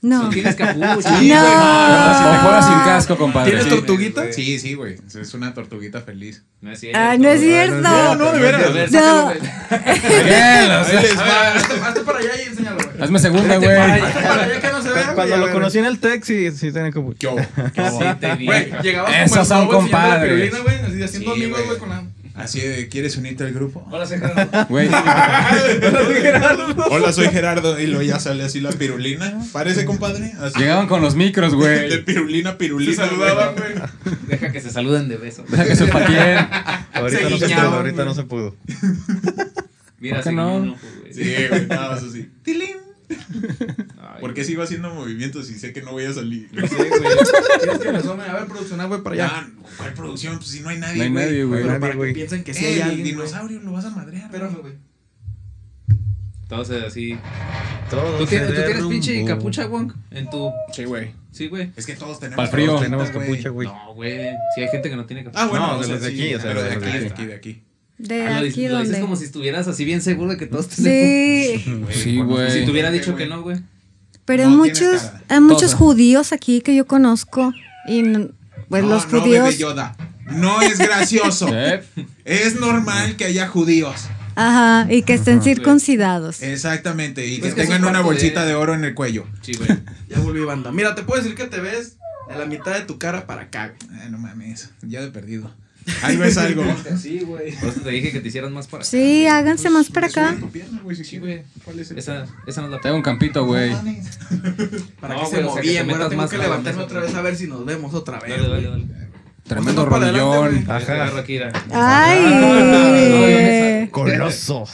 S5: No.
S6: ¿Tienes
S5: [LAUGHS]
S6: capucha?
S5: Sí, No. güey, no,
S4: Si te fueras
S5: Ah.
S4: sin casco, compadre.
S2: ¿Tienes tortuguita?
S1: Sí, sí, güey. Es una tortuguita feliz.
S6: No es cierto.
S5: Ay, Ah, no es cierto.
S1: No, no, de veras.
S6: A ver,
S5: No.
S6: sácalo, güey.
S4: Miguel,
S1: Ahí les va.
S2: Hazte hazte para allá y enséñalo, güey.
S4: hazme segunda,
S6: Vete para allá.
S4: güey.
S2: Hazte para allá que no se vea. güey,
S3: Cuando
S2: a
S3: lo
S2: ver.
S3: conocí en el tech, sí, sí tenía como...
S1: Yo.
S6: Sí, te vi.
S2: Güey, llegaba como el
S4: Esos son
S2: globo enseñando la
S4: compadres.
S2: pirulina, güey, así haciendo
S6: Sí,
S2: amigos, güey,
S6: güey.
S2: con la.
S1: Así de, ¿quieres unirte al grupo?
S6: Hola, Sergio.
S4: Güey,
S1: Hola, soy Gerardo. Y luego ya sale así la pirulina. Parece, compadre. Así.
S4: llegaban con los micros,
S1: De
S4: güey.
S1: pirulina, pirulina.
S2: Se saludaban,
S1: güey.
S2: güey.
S6: Deja que se saluden de beso.
S4: Deja que sepa quién.
S3: Ahorita no se pudo,
S2: guiñaban,
S3: ahorita
S2: güey.
S3: no se pudo.
S6: Mira,
S4: ¿Por qué
S6: se
S4: no?
S6: guiñó un ojo, güey.
S1: Sí, güey, nada más así. Tilín.
S6: Ay,
S1: ¿Por qué sigo haciendo movimientos y sé que no voy a salir?
S2: [LAUGHS] Es que me asomen, a ver, producción, güey, para allá.
S1: Ya, ¿cuál producción? Pues si no hay nadie,
S4: No hay nadie, güey.
S2: Pero
S3: nadie,
S2: para que
S3: güey.
S2: piensen que sí hay
S1: Eh, el
S2: alguien, güey.
S1: dinosaurio lo vas a madrear.
S2: Espérame, güey.
S6: Entonces, así.
S3: Todo
S6: ¿Tú
S3: se
S6: tienes, ¿tú tienes
S3: derrumbó.
S6: pinche capucha, Wong? En tu.
S1: Sí, güey.
S6: Sí, güey.
S1: Es que todos tenemos
S4: Pa'l frío.
S1: capucha,
S3: Tenemos
S1: güey.
S3: capucha, güey.
S6: No, güey. Si hay gente que no tiene capucha.
S1: Ah, bueno,
S3: No,
S1: o
S3: de
S1: sea,
S3: los de
S1: sí,
S3: aquí, o sea,
S1: pero de
S3: de los
S1: aquí,
S3: de
S1: de
S3: aquí.
S1: aquí, de aquí.
S5: De
S6: Ah, lo, dices-
S5: aquí
S6: lo dices
S5: donde.
S6: como si estuvieras así bien seguro de que todos tenemos.
S5: Sí,
S4: Sí,
S6: Como
S4: güey.
S6: Si te hubiera
S1: Sí,
S6: dicho
S1: güey.
S6: que no, güey.
S5: pero
S1: No,
S5: hay
S1: tiene
S5: muchos,
S1: cara.
S5: hay muchos
S6: Todo.
S5: judíos aquí que yo conozco y n- pues
S1: No,
S5: los
S1: no,
S5: judíos,
S1: bebé Yoda. No es [LAUGHS] gracioso.
S4: Eh,
S1: es normal que haya judíos.
S5: ajá, y que estén circuncidados.
S1: Eh, Exactamente. Y
S6: Pues
S1: que
S6: que
S1: tengan
S6: son
S1: una
S6: parte
S1: bolsita
S6: de-
S1: de oro en el cuello.
S6: Sí, güey.
S2: Ya volví banda. Mira, te puedo decir que te ves de la mitad de tu cara para acá, güey.
S1: Ah, no mames. Ya de perdido. Algo
S5: [LAUGHS]
S1: es algo.
S6: Sí, güey. Por eso te dije que te hicieras más para.
S5: Sí,
S1: pues,
S5: háganse más para acá.
S1: Tu pierna, güey, si
S6: Sí,
S1: quieres.
S6: güey.
S1: ¿Cuál es el-
S6: Esa, esa no es la
S4: Tengo un campito, güey.
S1: No mames.
S2: Para
S6: No,
S2: que se
S6: güey, o sea, que te
S2: movían, güey. Ahora
S6: metas
S2: tengo
S6: más
S2: que
S6: para
S2: levantarme
S6: adelante.
S2: otra vez a ver si nos vemos otra vez.
S6: Dale, dale,
S2: güey.
S6: dale.
S4: Tremendo
S2: Ponte para adelante,
S4: rodillón.
S2: güey.
S6: Te agarro
S3: Ajá.
S6: aquí, mira.
S5: Ah.
S1: Ah,
S5: Ay,
S3: Colosos.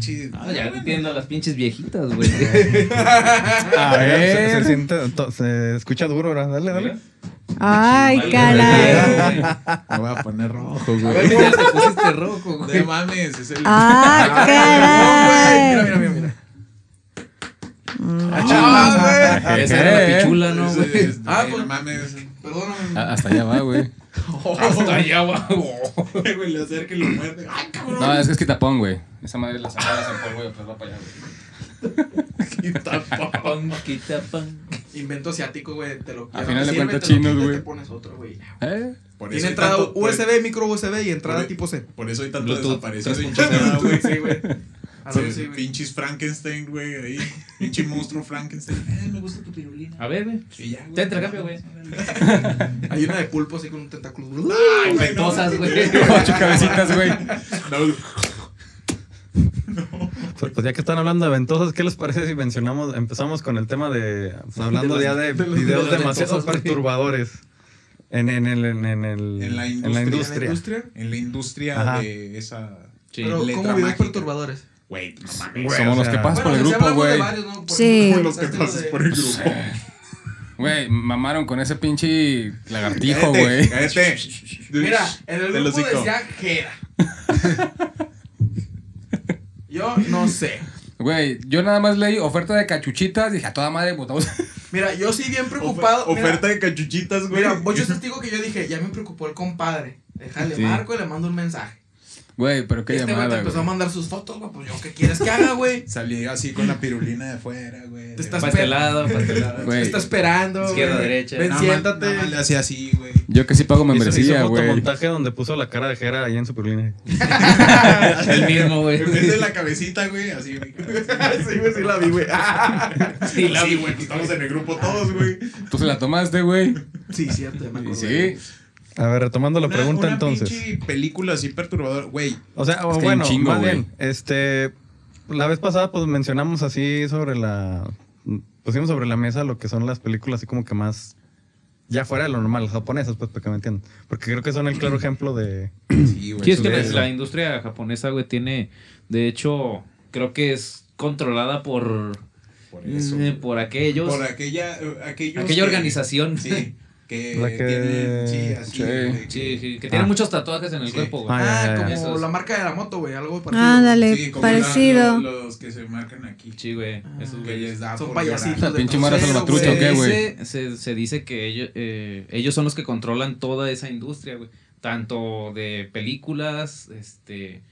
S1: Sí.
S6: Ah, ya entiendo a las pinches viejitas,
S7: [LAUGHS]
S6: güey.
S4: A
S3: Ah, Se, se
S4: ver.
S3: siente, to- se escucha duro, ahora. Dale,
S6: [LAUGHS]
S3: dale.
S5: ay, caray.
S1: Me voy a poner rojo,
S6: A
S1: [LAUGHS] güey.
S6: ver, ya te pusiste rojo, güey.
S1: No mames, es el.
S5: Ah,
S2: Ay,
S5: caray.
S2: Mira, mira, mira, mira.
S6: Esa era la
S4: Eh,
S6: pichula, ¿no,
S1: Es-
S6: güey?
S1: es-
S2: Ah,
S1: güey,
S2: pues-
S1: no mames.
S2: Perdóname.
S4: Ah, Hasta allá va, güey.
S6: Hasta allá abajo.
S1: [LAUGHS] Güey, le acerca y lo muerde. ¡Ay, cabrón!
S4: No, es que es quitapón, güey. Esa madre la sacas en polvo y después va para allá, güey.
S7: [LAUGHS]
S6: Pon, quita, pon.
S2: Invento asiático, güey. Te lo
S4: Al final de
S2: Sírvete,
S4: cuentas,
S2: te lo
S4: chinos,
S2: quitas,
S4: güey.
S2: Te pones otro, güey.
S4: ¿Eh?
S1: Por
S2: Tiene
S1: hay
S2: entrada
S1: tanto- por-
S2: USB, micro USB y entrada
S1: por-
S2: tipo C.
S1: Por eso hay tanto
S6: Bluetooth
S1: desaparecido.
S2: [LAUGHS]
S6: 3.0,
S1: güey.
S2: Sí, güey. A ver, sí, güey.
S1: Pinches Frankenstein, güey, ahí. Pinche monstruo Frankenstein.
S2: Eh,
S1: Ay, me gusta tu pirulina.
S6: A ver, güey.
S1: Y ya, güey.
S6: Te intercambio, güey.
S2: Hay una de pulpo así con un tentáculo.
S1: Ay, güey, no.
S6: Ventosas, güey.
S4: Ocho cabecitas, güey.
S1: No,
S3: Pues, pues ya que están hablando de ventosas, ¿qué les parece si mencionamos, empezamos con el tema de, pues, hablando ya de
S2: de los- de
S3: videos
S2: las
S3: demasiado
S6: ventosas, güey.
S3: perturbadores en, en, el, en, en el-
S1: En la
S3: en
S1: industria.
S3: industria?
S2: industria.
S1: En la industria
S3: Ajá.
S1: de esa.
S6: Sí.
S2: Pero
S1: letra
S2: como videos
S1: mágica.
S2: perturbadores.
S1: Güey, no mames.
S3: Güey,
S4: Somos
S3: o
S4: los
S3: sea,
S4: que pasan por el
S2: sí
S4: grupo,
S2: hablamos de
S4: güey.
S2: varios, ¿no? Por
S5: Sí.
S2: ejemplo,
S1: Los que
S2: pensaste lo
S1: pasas
S2: de-
S1: por el grupo.
S4: Güey, mamaron con ese pinche lagartijo,
S1: Cállate,
S4: güey.
S1: cállate.
S2: Mira, en el
S1: Del
S2: grupo
S1: hocico.
S2: decía Jera. Yo no sé.
S4: Güey, yo nada más leí oferta de cachuchitas. Dije, a toda madre, [LAUGHS] pues vamos.
S2: Mira, yo sí bien
S1: Ofe-
S2: preocupado. mira,
S1: Oferta de cachuchitas, güey.
S2: Mira, Bocho es testigo que yo dije, ya me preocupó el compadre. Déjale,
S4: Sí.
S2: marco y le mando un mensaje.
S4: Güey, pero qué
S2: este güey te
S4: llamada,
S2: empezó a
S4: güey.
S2: mandar sus fotos, güey. Pues yo, ¿qué quieres que haga, güey?
S1: Salí así con la pirulina de afuera, güey.
S2: Te
S1: De-
S2: estás
S6: Pastelado, pastelado.
S4: [LAUGHS]
S2: Te
S4: Güey,
S2: está esperando.
S6: Izquierda,
S2: güey.
S6: derecha.
S2: Ven,
S1: Nada más-
S2: siéntate.
S1: nada más
S2: [LAUGHS]
S1: le hacía así, güey.
S4: yo que sí pago
S3: Hizo- hizo
S4: membresía, güey.
S3: fotomontaje donde puso la cara de Jera ahí en su perlina.
S6: [LAUGHS] El mismo, güey.
S1: En vez de la cabecita, güey,
S7: [LAUGHS]
S1: así, güey.
S2: sí, güey, sí la vi, güey. Ah.
S6: Sí, la
S1: Sí,
S6: vi,
S1: güey, pues estamos en el grupo todos, güey.
S4: Tú se la tomaste, güey.
S2: sí, cierto, ya me
S4: Y
S2: acuerdo.
S4: sí.
S3: A ver, retomando la
S1: Una-
S3: pregunta
S1: una
S3: entonces.
S1: pinche película así perturbadora, güey.
S3: O sea, o
S4: Es que hay un
S3: bueno,
S4: chingo,
S3: más
S4: güey.
S3: bien, este, la vez pasada pues mencionamos así sobre la... Pusimos sobre la mesa lo que son las películas así como que más... Ya fuera de lo normal, las japonesas, pues, para que me entiendan. Porque creo que son el claro ejemplo de...
S1: Sí, güey.
S7: Sí, es Mm. que
S3: Eso
S7: la,
S3: es.
S7: la industria japonesa, güey, tiene. De hecho, creo que es controlada por.
S1: Por
S7: mm,
S1: eso.
S7: eh, Por aquellos.
S1: Por aquella, eh, aquellos
S7: aquella
S1: que-
S7: organización.
S1: Sí. Que,
S3: [LAUGHS] La que-
S1: tienen- Sí, así.
S4: Sí.
S1: de que-
S7: [LAUGHS] Sí, sí, que tiene
S3: Ah.
S7: muchos tatuajes en el
S1: Sí.
S7: cuerpo, güey.
S3: Ah, ya,
S2: Ah,
S3: ya, ya.
S2: como la marca de la moto, güey, algo parecido.
S5: Ah, dale,
S1: Sí, como
S5: parecido.
S1: la- lo- los que se marcan aquí.
S7: Sí, güey.
S6: Ah.
S7: Esos
S1: Que
S7: güeyes.
S1: les da
S2: Ah, Son
S1: por
S2: payasitos.
S1: llorar.
S4: La pinche Mara
S2: trasero,
S4: Salvatrucha,
S2: güey.
S4: ¿o qué, güey?
S7: Dice- Se, se dice que ellos, eh, ellos son los que controlan toda esa industria, güey. Tanto de películas, este. eh,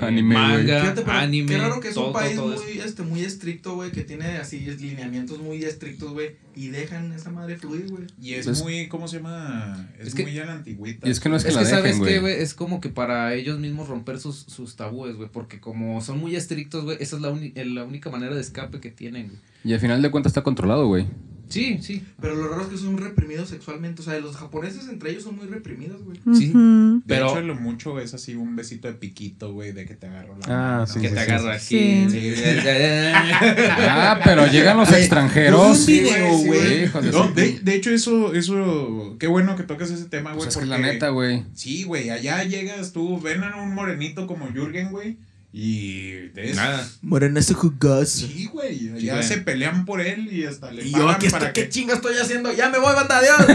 S4: Anime, güey.
S7: manga,
S2: Fíjate, pero
S7: anime.
S2: qué raro que es
S7: todo,
S2: un país
S7: todo, todo eso.
S2: muy, este, muy estricto, güey, que tiene así lineamientos muy estrictos, güey, y dejan esa madre fluir, güey.
S1: Y es
S4: Pues-
S1: muy, ¿cómo se llama? Es,
S7: Es que-
S1: muy a la antigüita.
S4: Y es que no es
S7: Es
S4: que
S7: que,
S4: la
S7: sabes
S4: dejen,
S7: que,
S4: güey.
S7: güey, es como que para ellos mismos romper sus, sus tabúes, güey, porque como son muy estrictos, güey, esa es la, uni- eh, la única manera de escape que tienen, güey.
S4: Y al final de cuentas está controlado, güey.
S7: Sí, sí.
S2: Pero lo raro es que son reprimidos sexualmente, o sea, los japoneses entre ellos son muy reprimidos, güey.
S7: Sí.
S5: Ujú.
S1: De
S7: Pero-
S1: hecho, lo mucho es así un besito de piquito, güey, de que te agarró la
S3: Ah,
S1: mano.
S3: sí,
S7: que
S3: sí,
S7: te
S3: sí,
S7: agarra
S5: sí.
S7: aquí. [LAUGHS]
S1: Sí.
S4: [LAUGHS] Ah, pero llegan los
S1: Pues Un
S4: extranjeros.
S1: video,
S2: Sí,
S1: güey.
S4: hijo de
S1: No,
S4: su-
S1: de, de hecho, eso, eso, qué bueno que tocas ese tema, güey.
S4: Pues es que es la
S1: porque-
S4: neta, güey.
S1: Sí, güey, allá llegas tú, ven a un morenito como Jürgen, güey, y te es-
S7: Nada.
S2: Morenazo jugoso.
S1: Sí, güey, allá
S7: güey.
S1: se pelean por él y hasta le
S2: Y
S1: pagan
S2: yo aquí estoy,
S1: para
S2: [LAUGHS] ¿qué
S1: que
S2: chinga estoy haciendo? Ya me voy, banda, adiós.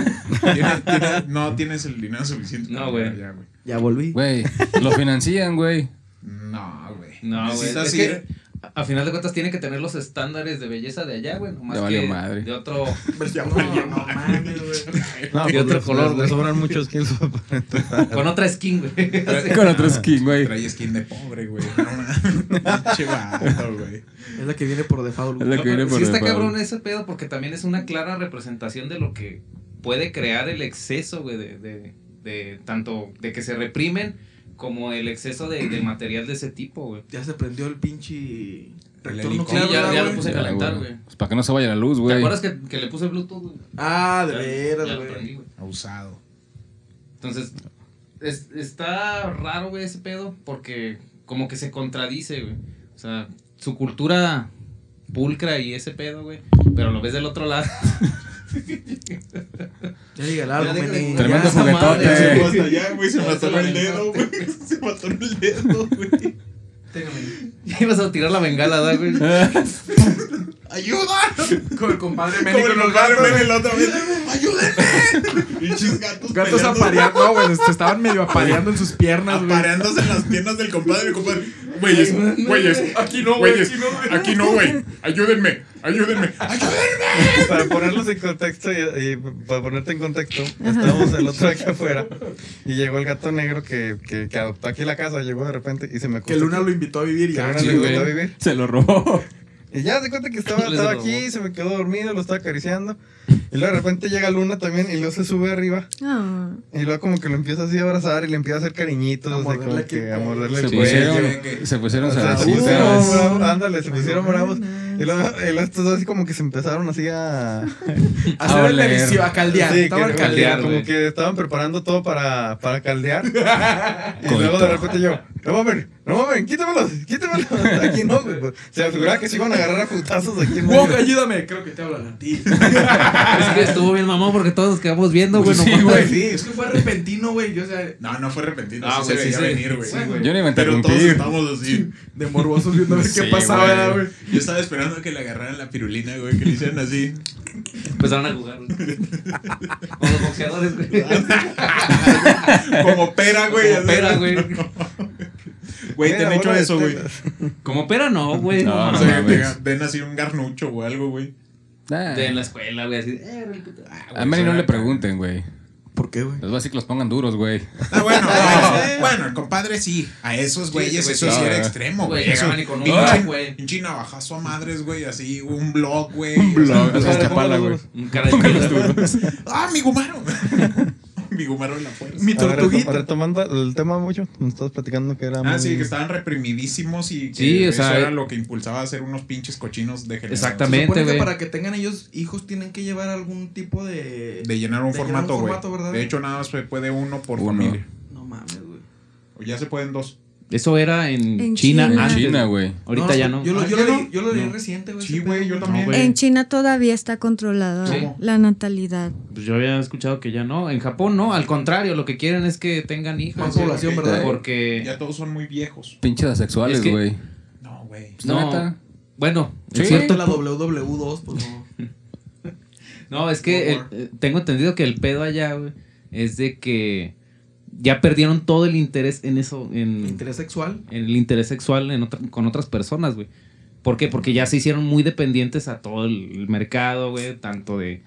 S1: tienes- tienes- no tienes el dinero suficiente.
S7: No,
S1: para
S7: güey.
S1: allá, güey.
S2: [LAUGHS] ya volví.
S4: Güey, lo financian, güey.
S1: No, güey.
S7: No, güey.
S1: Necesitas
S7: Es
S1: ir-
S7: que, a- a final de cuentas tienen que tener los estándares de belleza de allá, güey. Nomás
S4: Ya valió
S7: que
S4: madre.
S7: de otro.
S2: [LAUGHS] No, no mames, güey.
S3: No,
S7: De
S3: pues,
S7: otro
S3: les-
S7: color,
S3: les-
S7: güey.
S3: Les sobran muchos kills para entrar.
S7: con otra skin, güey.
S4: [LAUGHS] Con otro skin, güey.
S1: Trae skin de pobre, güey. No, mames. Pinche vato, güey.
S2: Es la que viene por default,
S4: Es la
S2: güey.
S7: No,
S4: que viene
S7: pero
S4: por
S7: sí está
S4: default.
S7: cabrón ese pedo porque también es una clara representación de lo que puede crear el exceso, güey, de, de- de- tanto de que se reprimen como el exceso de, de material de ese tipo, güey.
S2: Ya se prendió el pinche reactor
S1: helicóptero.
S2: nuclear,
S7: Sí, ya-
S2: ¿verdad,
S7: ya lo
S2: güey?
S7: puse. a
S4: Ya,
S7: calentar,
S4: güey.
S7: güey.
S4: Pues para que no se vaya la luz,
S7: ¿Te
S4: güey.
S7: acuerdas que, que le puse Bluetooth? güey?
S2: Ah, de
S7: Ya- ya
S2: veras,
S7: lo prendí,
S2: güey.
S7: güey.
S1: Abusado.
S7: Entonces, es- está raro, güey, ese pedo porque como que se contradice, güey. O sea, su cultura pulcra y ese pedo, güey, pero lo ves del otro lado.
S2: Ya llega el álbum,
S7: Ya deja de-
S2: nene,
S4: Tremendo
S2: ya esa
S4: juguetote.
S2: madre.
S1: Se fue hasta allá, güey. Se
S7: Ya se
S1: mató el
S7: lo
S1: dedo, güey. [LAUGHS] Se mató el dedo, güey.
S2: Téngame.
S7: Ya [LAUGHS] ibas a tirar la bengala,
S4: [LAUGHS]
S7: ¿verdad, güey?
S1: ¡Ayuda!
S2: [LAUGHS] Con el compadre Meni,
S1: Como
S2: con
S1: los
S2: los
S1: padres
S2: gatos.
S1: ven el otro vez. ¡Ayúdenme! Pinches gatos.
S2: Gatos
S1: peleando-
S2: apareando, no, güey, se estaban medio apareando en sus piernas, güey.
S1: Apareándose en las piernas del compadre, mi compadre. Güeyes, güeyes. Aquí no, güeyes. Aquí no, güey. Ayúdenme, ayúdenme. ¡Ayúdenme!
S3: Para ponerlos en contexto y, y
S4: pues,
S3: para ponerte en contexto, estábamos el otro aquí afuera y llegó el gato negro que, que, que adoptó aquí la casa, llegó de repente y se me
S2: Que Luna lo invitó a vivir y
S3: que
S2: ya.
S3: Luna
S4: Sí,
S3: lo
S4: güey.
S3: invitó a vivir.
S4: Se lo robó.
S3: Y ya se cuenta que estaba,
S7: Les
S3: estaba
S7: robó.
S3: aquí, se me quedó dormido, lo estaba acariciando. Y luego de repente llega Luna también y luego se sube arriba.
S5: Ah.
S3: Y luego como que lo empieza así a abrazar y le empieza a hacer cariñitos,
S2: A
S3: así
S2: morderle
S3: como
S2: aquí
S3: que a
S2: el
S3: morderle
S4: Se
S3: el cuello.
S1: que-
S4: pusieron, se pusieron
S3: O sea, se
S4: salsitas.
S3: pusieron
S5: sí,
S3: bravos, ándale, se pusieron bravos.
S5: no.
S3: Y luego, y luego estos dos así como que se empezaron
S2: [LAUGHS]
S3: así a...
S2: A hacer el
S4: oler.
S2: delicioso, a caldear.
S3: Sí,
S2: Estaban
S3: que-
S7: caldear,
S3: Como
S7: güey.
S3: que estaban preparando todo para, para
S2: [LAUGHS]
S3: caldear. y
S4: Coito.
S3: luego de repente yo, no mames, no mames, quítamelos, quítamelos. [LAUGHS] Aquí no, güey. pues, Se aseguraba que se iban a agarrar a putazos aquí en
S2: Wong,
S3: medio.
S2: ayúdame. Creo que te hablan a ti.
S7: Es que estuvo bien mamón porque todos nos quedamos viendo, güey.
S4: Pues sí,
S7: [LAUGHS] nomás.
S4: güey.
S2: Sí, es que fue repentino, güey. Yo, o sea,
S1: No, no fue repentino.
S7: Ah,
S1: sí
S7: güey,
S1: se
S7: sí,
S1: veía
S7: sí.
S1: venir, güey.
S7: Sí, güey.
S4: Yo ni me
S1: Pero todos
S4: interrumpí.
S1: estábamos así.
S2: de morbosos
S4: [LAUGHS]
S2: viendo a ver qué
S4: Sí,
S2: pasaba,
S4: güey.
S2: güey.
S1: Yo estaba esperando que le agarraran la pirulina, güey, que le hicieran así.
S7: Empezaron a jugar,
S4: [LAUGHS]
S7: güey. Como los boxeadores, güey.
S1: [LAUGHS]
S4: Ah,
S1: Como pera, güey.
S7: Como pera, güey.
S4: [LAUGHS]
S1: Güey, te
S3: Mira,
S1: han hecho
S3: ahora
S1: eso, güey.
S3: este-
S7: Como pera no, güey.
S4: No,
S7: No,
S1: O
S7: mames.
S1: sea, que
S4: mames.
S1: te den así un garnucho o algo, güey.
S4: Ah,
S7: De en la escuela, güey, así. de, "Eh, güey, puto". Ah,
S4: A Mary no le pregunten, güey.
S2: ¿Por qué, güey?
S4: Les voy a decir que los pongan duros, güey.
S1: Ah, bueno, bueno, bueno, el compadre sí. A esos güeyes,
S7: ese
S1: eso
S7: güey
S4: sí.
S1: sí era
S4: Ah,
S1: extremo,
S7: güey,
S1: güey. Eso,
S7: llegaban y con un
S1: pinche-
S7: block, güey.
S1: Pinche navajazo a madres, güey. Así, un blog, güey.
S4: Un blog,
S1: O sea,
S4: hasta pala, güey.
S7: Ah, Un cara de pila, güey.
S1: ¡Ah, mi gumaro! [LAUGHS] mi gumaro en la fuerza.
S2: Mi
S3: A ver,
S2: tortuguita.
S3: retom- retomando el tema mucho, nos estabas platicando que era
S1: Ah,
S3: muy-
S1: sí, que estaban reprimidísimos y que
S7: Sí, o
S1: eso
S7: sea, eh,
S1: era lo que impulsaba a hacer unos pinches cochinos de generados.
S7: Exactamente.
S2: Se supone que
S7: güey.
S2: para que tengan ellos hijos tienen que llevar algún tipo de...
S1: De llenar un
S2: De llenar un
S1: formato,
S2: formato,
S1: güey.
S2: ¿verdad?
S1: De hecho, nada más se puede uno por
S4: Uno.
S1: familia.
S2: No mames, güey.
S1: O ya se pueden dos.
S7: Eso era en,
S5: En
S7: China,
S5: China.
S7: antes.
S4: China, güey.
S7: Ahorita ya no.
S2: Yo lo,
S1: Ah,
S2: yo
S1: ¿ya
S2: lo
S1: no?
S2: leí, yo lo leí
S1: No.
S2: reciente, güey.
S1: Sí,
S2: ese
S1: güey,
S2: pedo.
S1: yo también.
S7: güey.
S5: En China todavía está controlada
S8: Sí.
S5: la natalidad.
S7: Pues yo había escuchado que ya no. En Japón no. Al contrario, lo que quieren es que tengan
S2: Más
S7: hijos. güey.
S2: población, ¿verdad?
S7: Porque.
S1: Ya todos son muy viejos.
S4: Pinches asexuales,
S7: Es que-
S4: güey.
S1: No, güey.
S4: no.
S7: No.
S4: Neta.
S7: Bueno, en
S4: Sí.
S7: cierto
S2: La WW2, pues
S7: [LAUGHS]
S2: no.
S7: No, es que el- eh, tengo entendido que el pedo allá, güey, es de que ya perdieron todo el interés en eso, en,
S2: Interés sexual.
S7: en el interés sexual en otra- con otras personas, güey. ¿Por qué? Porque ya se hicieron muy dependientes a todo el, el mercado, güey, tanto de,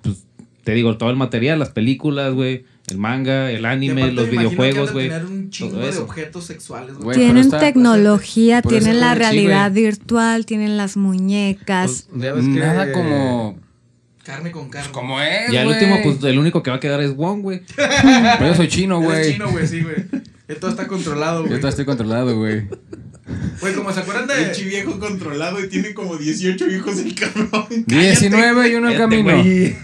S7: pues, te digo, todo el material, las películas, güey, el manga, el
S2: Y
S7: anime,
S2: aparte
S7: los
S2: me imagino que han
S7: videojuegos,
S2: de
S7: güey.
S2: Tener un chingo
S7: todo
S2: de
S7: eso.
S2: objetos sexuales, güey.
S4: Güey, pero
S5: tienen
S4: está-
S5: tecnología,
S4: pero está
S5: tienen la
S4: como chido,
S5: realidad virtual, tienen las muñecas.
S3: Pues, ya ves que-
S4: Nada como.
S2: [LAUGHS] Carne con carne.
S1: Pues,
S4: Como es.
S7: Ya el
S4: güey.
S7: último, pues, el único que va a quedar es
S1: [LAUGHS]
S7: Wong, güey.
S4: Pero yo soy chino,
S2: Eres
S4: güey.
S2: chino, güey, sí, güey. Esto está controlado,
S4: Yo
S2: güey.
S4: todavía estoy controlado, güey.
S2: Güey, como se acuerdan
S1: Pinche
S2: de.
S1: viejo controlado y tiene como 18 hijos el
S7: [LAUGHS]
S1: cabrón.
S4: 19 y uno en
S7: Cállate,
S4: camino.
S7: güey.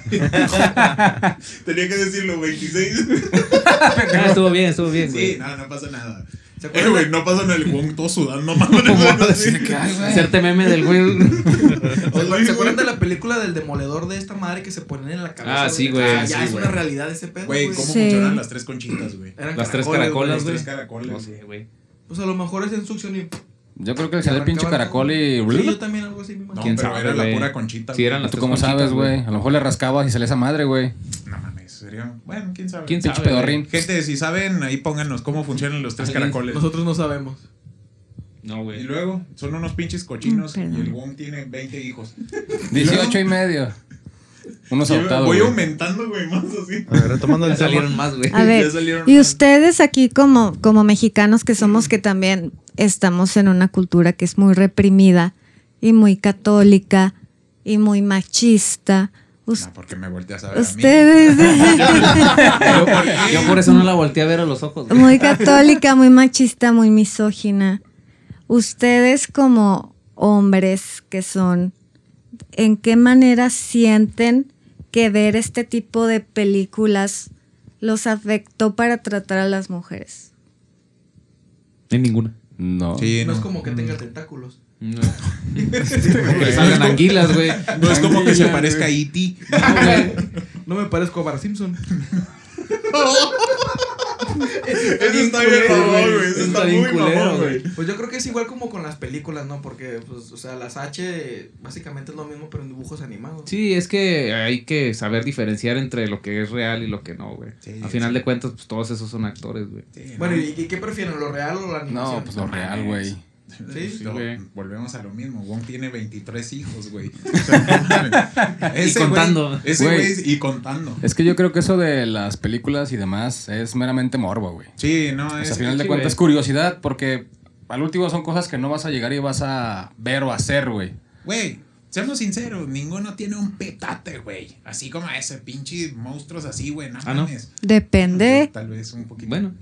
S1: Tenía que decirlo, 26.
S7: Ah, estuvo bien, estuvo bien, güey.
S1: Sí, no, no pasa nada.
S2: ¿Se
S1: Eh,
S2: acuerdan
S1: güey,
S2: de-
S1: no pasa nada. El Wong todo
S7: [LAUGHS]
S1: sudando, mames. Sí.
S4: Ay, güey.
S7: Hacerte meme del güey.
S2: ¿Se acuerdan-
S1: Ay,
S2: ¿se acuerdan
S1: güey.
S2: de la película del demoledor de esta madre que se ponen en la cabeza?
S7: Ah, sí, güey,
S2: Ah,
S7: sí,
S2: ya es
S7: güey.
S2: una realidad ese pedo.
S1: Güey, ¿cómo
S5: Sí.
S1: funcionan [LAUGHS] las tres conchitas, güey?
S2: Eran
S7: Las tres
S1: Los
S7: caracolas,
S1: tres
S7: güey.
S1: caracoles.
S7: No sé, güey.
S2: Pues a lo mejor es en succión y.
S4: Yo creo que le
S2: se
S4: salió el pinche
S2: arrancaban
S4: caracol y.
S2: todo. Sí, yo también algo así me
S1: No,
S2: imagino.
S7: ¿Quién
S1: pero
S7: sabe,
S1: era la
S7: güey?
S1: pura conchita.
S7: Sí,
S1: güey.
S7: eran las
S4: ¿Tú
S7: tres
S4: cómo
S7: conchitas,
S4: sabes, güey? A lo mejor le rascabas y sale esa madre, güey.
S1: No mames, sería. Bueno, quién sabe.
S7: ¿Quién
S4: Pinche
S7: sabe, güey?
S4: pedorrín.
S1: Gente, si saben, ahí pónganos cómo funcionan los tres
S7: Alguien-
S1: caracoles.
S2: Nosotros no sabemos.
S7: No,
S1: Y
S7: güey.
S1: luego, son unos pinches cochinos
S5: Mm, perdón.
S1: y el Wong tiene 20 hijos.
S4: 18 y medio. Unos
S1: Sí,
S4: adoptados.
S1: voy
S4: güey.
S1: aumentando, güey, más así.
S3: A ver,
S4: [LAUGHS]
S3: retomando el
S7: Ya
S3: tema.
S7: salieron
S1: [LAUGHS]
S7: más, güey.
S5: A ver,
S1: Ya salieron
S5: y
S1: más.
S5: ustedes aquí como, como mexicanos que somos, que también estamos en una cultura que es muy reprimida y muy católica y muy machista. Us-
S1: No, porque me volteas a ver [LAUGHS]
S5: Pues, ustedes,
S7: Yo por, yo por eso no la volteé a ver a los ojos. güey.
S5: muy católica, muy machista, muy misógina. Ustedes como hombres que son, ¿en qué manera sienten que ver este tipo de películas los afectó para tratar a las mujeres?
S7: En ninguna.
S4: No.
S1: a mí. Sí, Mm.
S2: No es como que tenga tentáculos.
S7: No. Que salgan anguilas, güey.
S1: No es como que se
S7: Anguila,
S1: parezca a E E.T.
S7: güey.
S2: No, güey. No me parezco a
S1: [LAUGHS]
S2: Bar Simpson.
S1: Eso está bien
S7: culero,
S1: mamón,
S7: güey.
S1: güey. Eso
S7: Eso
S1: está
S7: está bien
S1: muy
S7: culero,
S1: mamón,
S7: güey.
S1: güey.
S2: Pues yo creo que es igual como con las películas, ¿no? Porque, pues, o sea, las H básicamente es lo mismo, pero en dibujos animados.
S7: Sí, es que hay que saber diferenciar entre lo que es real y lo que no, güey.
S1: Sí,
S7: a final
S1: sí.
S7: de cuentas, pues todos esos son actores, güey.
S1: Sí,
S2: Bueno,
S1: no.
S2: ¿y qué, qué prefieren? ¿Lo real o la animación?
S4: No, pues lo real, güey.
S2: Sí,
S1: Sí, lo-
S7: güey.
S1: volvemos a lo mismo. Wong tiene 23 hijos, güey. O sea,
S7: Y contando.
S1: güey- ese
S4: Güey.
S1: güey es- y contando.
S4: Es que yo creo que eso de las películas y demás es meramente morbo, güey.
S1: Sí, no,
S4: O
S1: es.
S4: sea, al final de
S7: sí,
S4: cuentas
S7: güey.
S4: es curiosidad porque al último son cosas que no vas a llegar y vas a ver o hacer, güey.
S1: Güey, seamos sinceros, ninguno tiene un petate, güey. Así como ese pinche monstruos así, güey. No
S7: Ah, ¿no?
S1: mames.
S5: Depende.
S1: Tal vez un poquito. [LAUGHS]
S7: Bueno,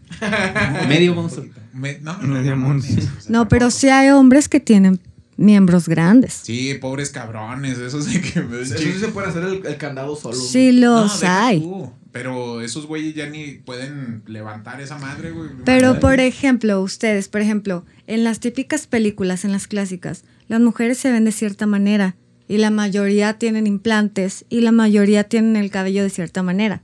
S7: medio
S1: Un
S7: monstruo.
S1: poquito. Me- no, no, no,
S3: Medio
S1: no,
S3: monstruo.
S1: mames, o sea,
S5: No, pero
S1: tampoco.
S5: sí hay hombres que tienen miembros grandes.
S1: Sí, pobres cabrones, esos de que me
S2: Eso sí se puede hacer el, el candado solo. güey.
S5: Sí
S1: No,
S5: los
S1: deja
S5: hay.
S1: tú. Pero esos güeyes ya ni pueden levantar esa madre, güey.
S5: Pero
S1: Madre.
S5: por ejemplo, ustedes, por ejemplo, en las típicas películas, en las clásicas, las mujeres se ven de cierta manera y la mayoría tienen implantes y la mayoría tienen el cabello de cierta manera.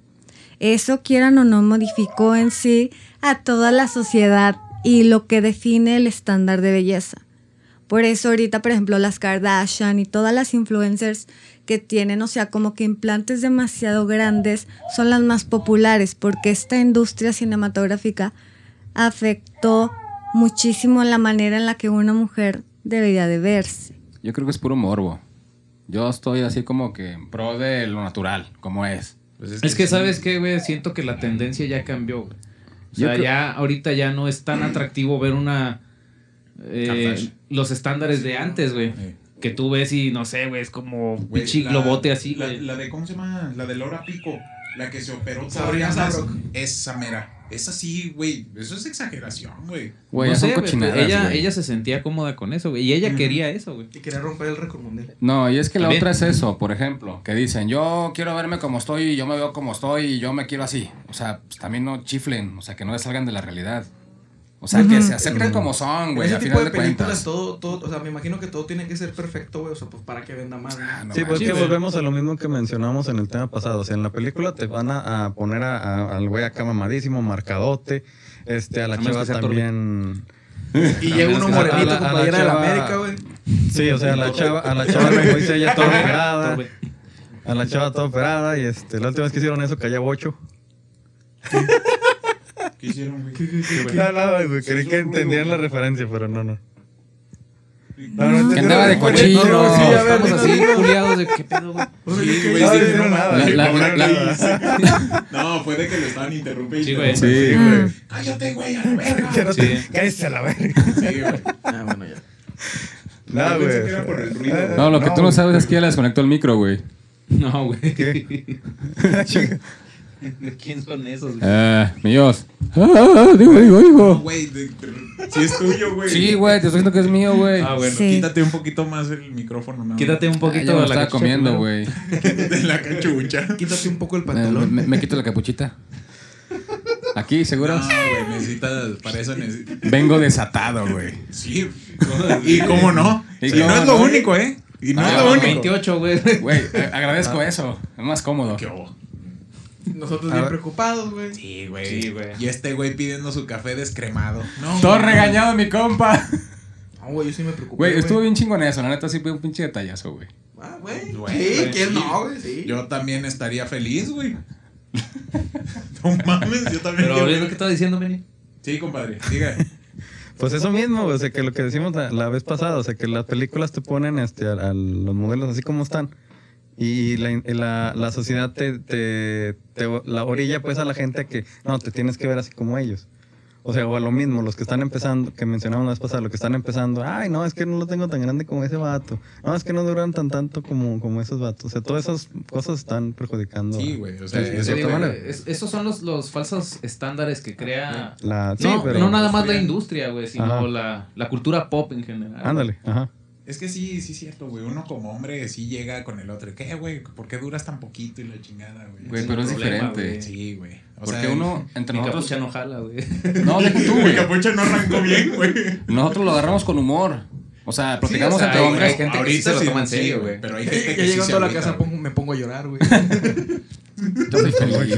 S5: Eso, quieran o no, modificó en sí a toda la sociedad y lo que define el estándar de belleza. Por eso ahorita, por ejemplo, las Kardashian y todas las influencers que tienen, o sea, como que implantes demasiado grandes son las más populares, porque esta industria cinematográfica afectó muchísimo la manera en la que una mujer debería de verse.
S4: Yo creo que es puro morbo. Yo estoy así como que en pro de lo natural, como es.
S1: Pues
S7: Es que,
S1: sí.
S7: ¿sabes qué, güey? Siento que la tendencia ya cambió, güey. O
S4: Yo
S7: sea,
S4: creo-
S7: ya ahorita ya no es tan atractivo ver una... eh,
S1: Kardashian.
S7: los estándares de antes, güey.
S1: Eh,
S7: Que tú ves y no sé, güey, es como un
S1: güey,
S7: pinche
S1: la-
S7: globote así,
S1: La,
S7: güey.
S1: la de, ¿cómo se llama? La de Laura Pico. La que se operó
S2: Sabrina
S1: todavía más.
S2: Sabrok.
S1: Esa mera. Esa sí, güey. Eso es exageración, güey.
S4: Güey, pues ya
S7: no sé,
S4: son
S7: güey,
S4: cochinadas,
S7: ella,
S4: güey.
S7: ella se sentía cómoda con eso, güey. Y ella
S1: Ujú.
S7: quería eso, güey.
S2: Y quería romper el récord mundial.
S4: No, y es que la
S7: También.
S4: otra es eso, por ejemplo, que dicen, yo quiero verme como estoy y yo me veo como estoy y yo me quiero así. O sea, pues, también no chiflen, o sea, que no les salgan de la realidad. O O sea, que se aceptan como son, güey.
S2: ese
S4: A
S2: tipo
S4: final
S2: de,
S4: de
S2: películas,
S4: cuentas.
S2: todo, todo, o sea, me imagino que todo tiene que ser perfecto, güey, o sea, pues para que venda más. ¿no?
S4: Ah, no
S3: Sí, pues
S4: manches.
S3: es que volvemos a lo mismo que mencionamos en el tema pasado. O sea, en la película te van a, a poner a- a- al güey acá mamadísimo, marcadote, este, a la
S7: A menos
S3: chava
S7: que sea Torbi.
S3: también.
S2: Y llega uno
S3: A la- a la-
S2: morenito
S3: a la
S2: con playera de la
S3: chava-
S2: América, güey.
S3: Sí, o sea, a la chava, a la chava, como dice ella,
S7: [LAUGHS]
S3: toda operada. A la chava toda operada. Y este, la última vez que hicieron eso, callaba ocho.
S1: [LAUGHS] ¿Qué hicieron, güey?
S3: No, no, güey, creí que entendían la referencia, pero no, no. No, no
S4: Que andaba de cochino.
S2: No, no, Pues sí, a ver,
S4: Estamos
S2: dinos,
S4: así,
S2: dinos.
S4: culiados de qué pedo, güey.
S2: Órale, ¿qué
S1: güey,
S2: hizo?
S1: sí,
S3: no,
S1: no,
S3: no,
S1: nada,
S3: la-
S1: güey,
S4: la-
S1: ahora
S4: la-
S1: sí. No, fue de que lo estaban interrumpiendo.
S7: Sí, güey.
S3: Sí,
S5: Ah.
S1: Cállate, güey, a la verga.
S3: Que no te-
S7: Sí.
S3: Cállese a la verga.
S1: Sí, güey.
S2: Ah, bueno, ya.
S3: No,
S1: Yo pensé
S3: güey.
S1: que era por el ruido, güey.
S4: No, lo que tú no
S3: güey.
S4: sabes es que ya le desconectó el micro, güey.
S7: No, güey.
S3: ¿Qué?
S7: ¿De [LAUGHS] quién son esos, güey?
S4: Eh, míos. Ah, ah, digo, digo,
S1: No,
S4: digo.
S1: güey. de- de- Sí es tuyo, güey.
S4: Sí, güey, te estoy diciendo que es mío, güey.
S7: Ah, bueno.
S5: Sí.
S1: Quítate un poquito más el micrófono, me
S7: Quítate un
S4: Ah,
S7: poquito
S4: yo me lo
S7: de la
S4: estaba
S7: cachucha
S4: comiendo,
S7: primero.
S1: [LAUGHS]
S4: güey.
S1: de la
S7: [LAUGHS]
S1: cachucha.
S2: Quítate un poco el
S4: Me,
S2: pantalón.
S4: me- me quito la [LAUGHS] capuchita. Aquí, seguro.
S1: No, güey, necesitas, para eso necesitas.
S4: Vengo desatado, güey.
S1: Sí. Y cómo no.
S4: Y
S1: Y
S4: cómo
S1: no es lo
S4: no.
S1: único, ¿eh? Y no
S4: Ah,
S1: es
S4: no,
S1: lo único.
S7: 28, güey.
S4: Güey, eh, agradezco eso. Es más cómodo.
S1: Qué bobo.
S2: Nosotros
S3: A
S2: bien
S3: ver.
S2: preocupados, güey.
S1: Sí, güey.
S7: Sí, güey.
S1: Y este güey pidiendo su café descremado. No,
S4: Todo
S1: güey.
S4: regañado, mi compa.
S2: No, güey, yo sí me preocupé.
S4: Güey, estuvo bien chingón eso. La neta sí fue un pinche detallazo, güey.
S2: Ah, güey.
S1: Güey,
S2: Sí,
S1: güey,
S2: ¿quién
S1: sí.
S2: no, güey? Sí.
S1: Yo también estaría feliz, güey. [LAUGHS] No mames, yo también.
S7: Pero es lo que estaba diciendo, Benny.
S1: Sí, compadre, diga.
S3: Pues eso mismo, güey, o sea, que lo que decimos la, la vez pasada, o sea, que las películas te ponen este, a, a los modelos así como están. Y la, la- la sociedad te, te- te- la orilla pues a la gente a que no, te tienes que ver así como ellos. O sea, o a lo mismo, los que están empezando, que mencionamos la vez pasada, los que están empezando, ay, no, es que no lo tengo tan grande como ese vato. No, es que no duran tan tanto como, como esos vatos. O sea, todas esas cosas están perjudicando.
S1: Sí,
S3: a-
S1: güey. O sea,
S3: Sí, sí,
S1: es
S3: sí,
S7: Te digo,
S1: otra manera.
S3: manera.
S7: es- esos son los, los falsos estándares que crea.
S3: La, Ah, sí,
S7: no,
S3: pero...
S7: no nada más la industria, güey,
S3: Ajá.
S7: sino la, la cultura pop en general.
S3: Ándale, ajá.
S1: Es que sí, sí es cierto, güey. Uno como hombre sí llega con el otro. ¿Qué, güey? ¿Por qué duras tan poquito y la chingada, güey?
S4: Güey,
S1: Sí,
S4: pero es
S7: problema,
S4: diferente.
S7: güey.
S1: Sí, güey. O
S4: Porque
S1: sea, [LAUGHS]
S4: uno, entre
S7: Mi
S4: nosotros.
S7: capucha no jala, güey.
S4: No, deja tú,
S1: Mi
S4: güey. [LAUGHS]
S1: capucha no arrancó bien, güey.
S4: Nosotros lo agarramos con humor. O sea, platicamos
S7: o sea,
S4: entre
S7: hay-
S4: hombres.
S7: hay gente que
S1: Ahorita
S7: sí se lo
S1: sí,
S7: toma en
S1: sí,
S7: serio, güey.
S1: Pero
S2: [LAUGHS]
S1: hay gente
S2: Ya
S1: que sí se
S2: llegando a la
S1: agüita,
S2: casa
S1: güey.
S2: pongo- me pongo a llorar, güey.
S4: Yo soy feliz.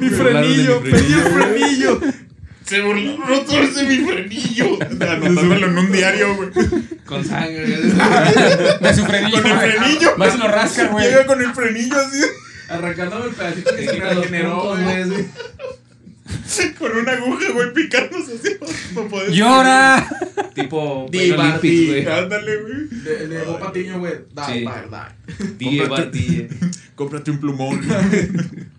S2: Mi
S7: frenillo,
S2: frenillo, pedí el frenillo.
S1: Se burló rotorse mi frenillo. Anotármelo en un diario, güey.
S7: Con
S4: [LAUGHS]
S7: sangre.
S4: De su frenillo.
S1: Con el
S4: güey.
S1: frenillo.
S4: Vas y lo rasca, güey.
S1: Llega con el frenillo así, [LAUGHS]
S2: Arrancándome el pedacito que se
S7: quita los puntos,
S2: güey.
S1: con una aguja, güey, picándose así. [LAUGHS] No poder.
S4: ¡Llora!
S7: tipo
S2: Di
S7: Bueno Olympics, güey.
S1: Ándale, güey.
S2: Le le llegó Patiño, güey. Dale,
S7: Sí.
S2: dale, dale.
S7: Die,
S1: Cómprate-
S7: va, die.
S1: Cómprate un plumón. [LAUGHS]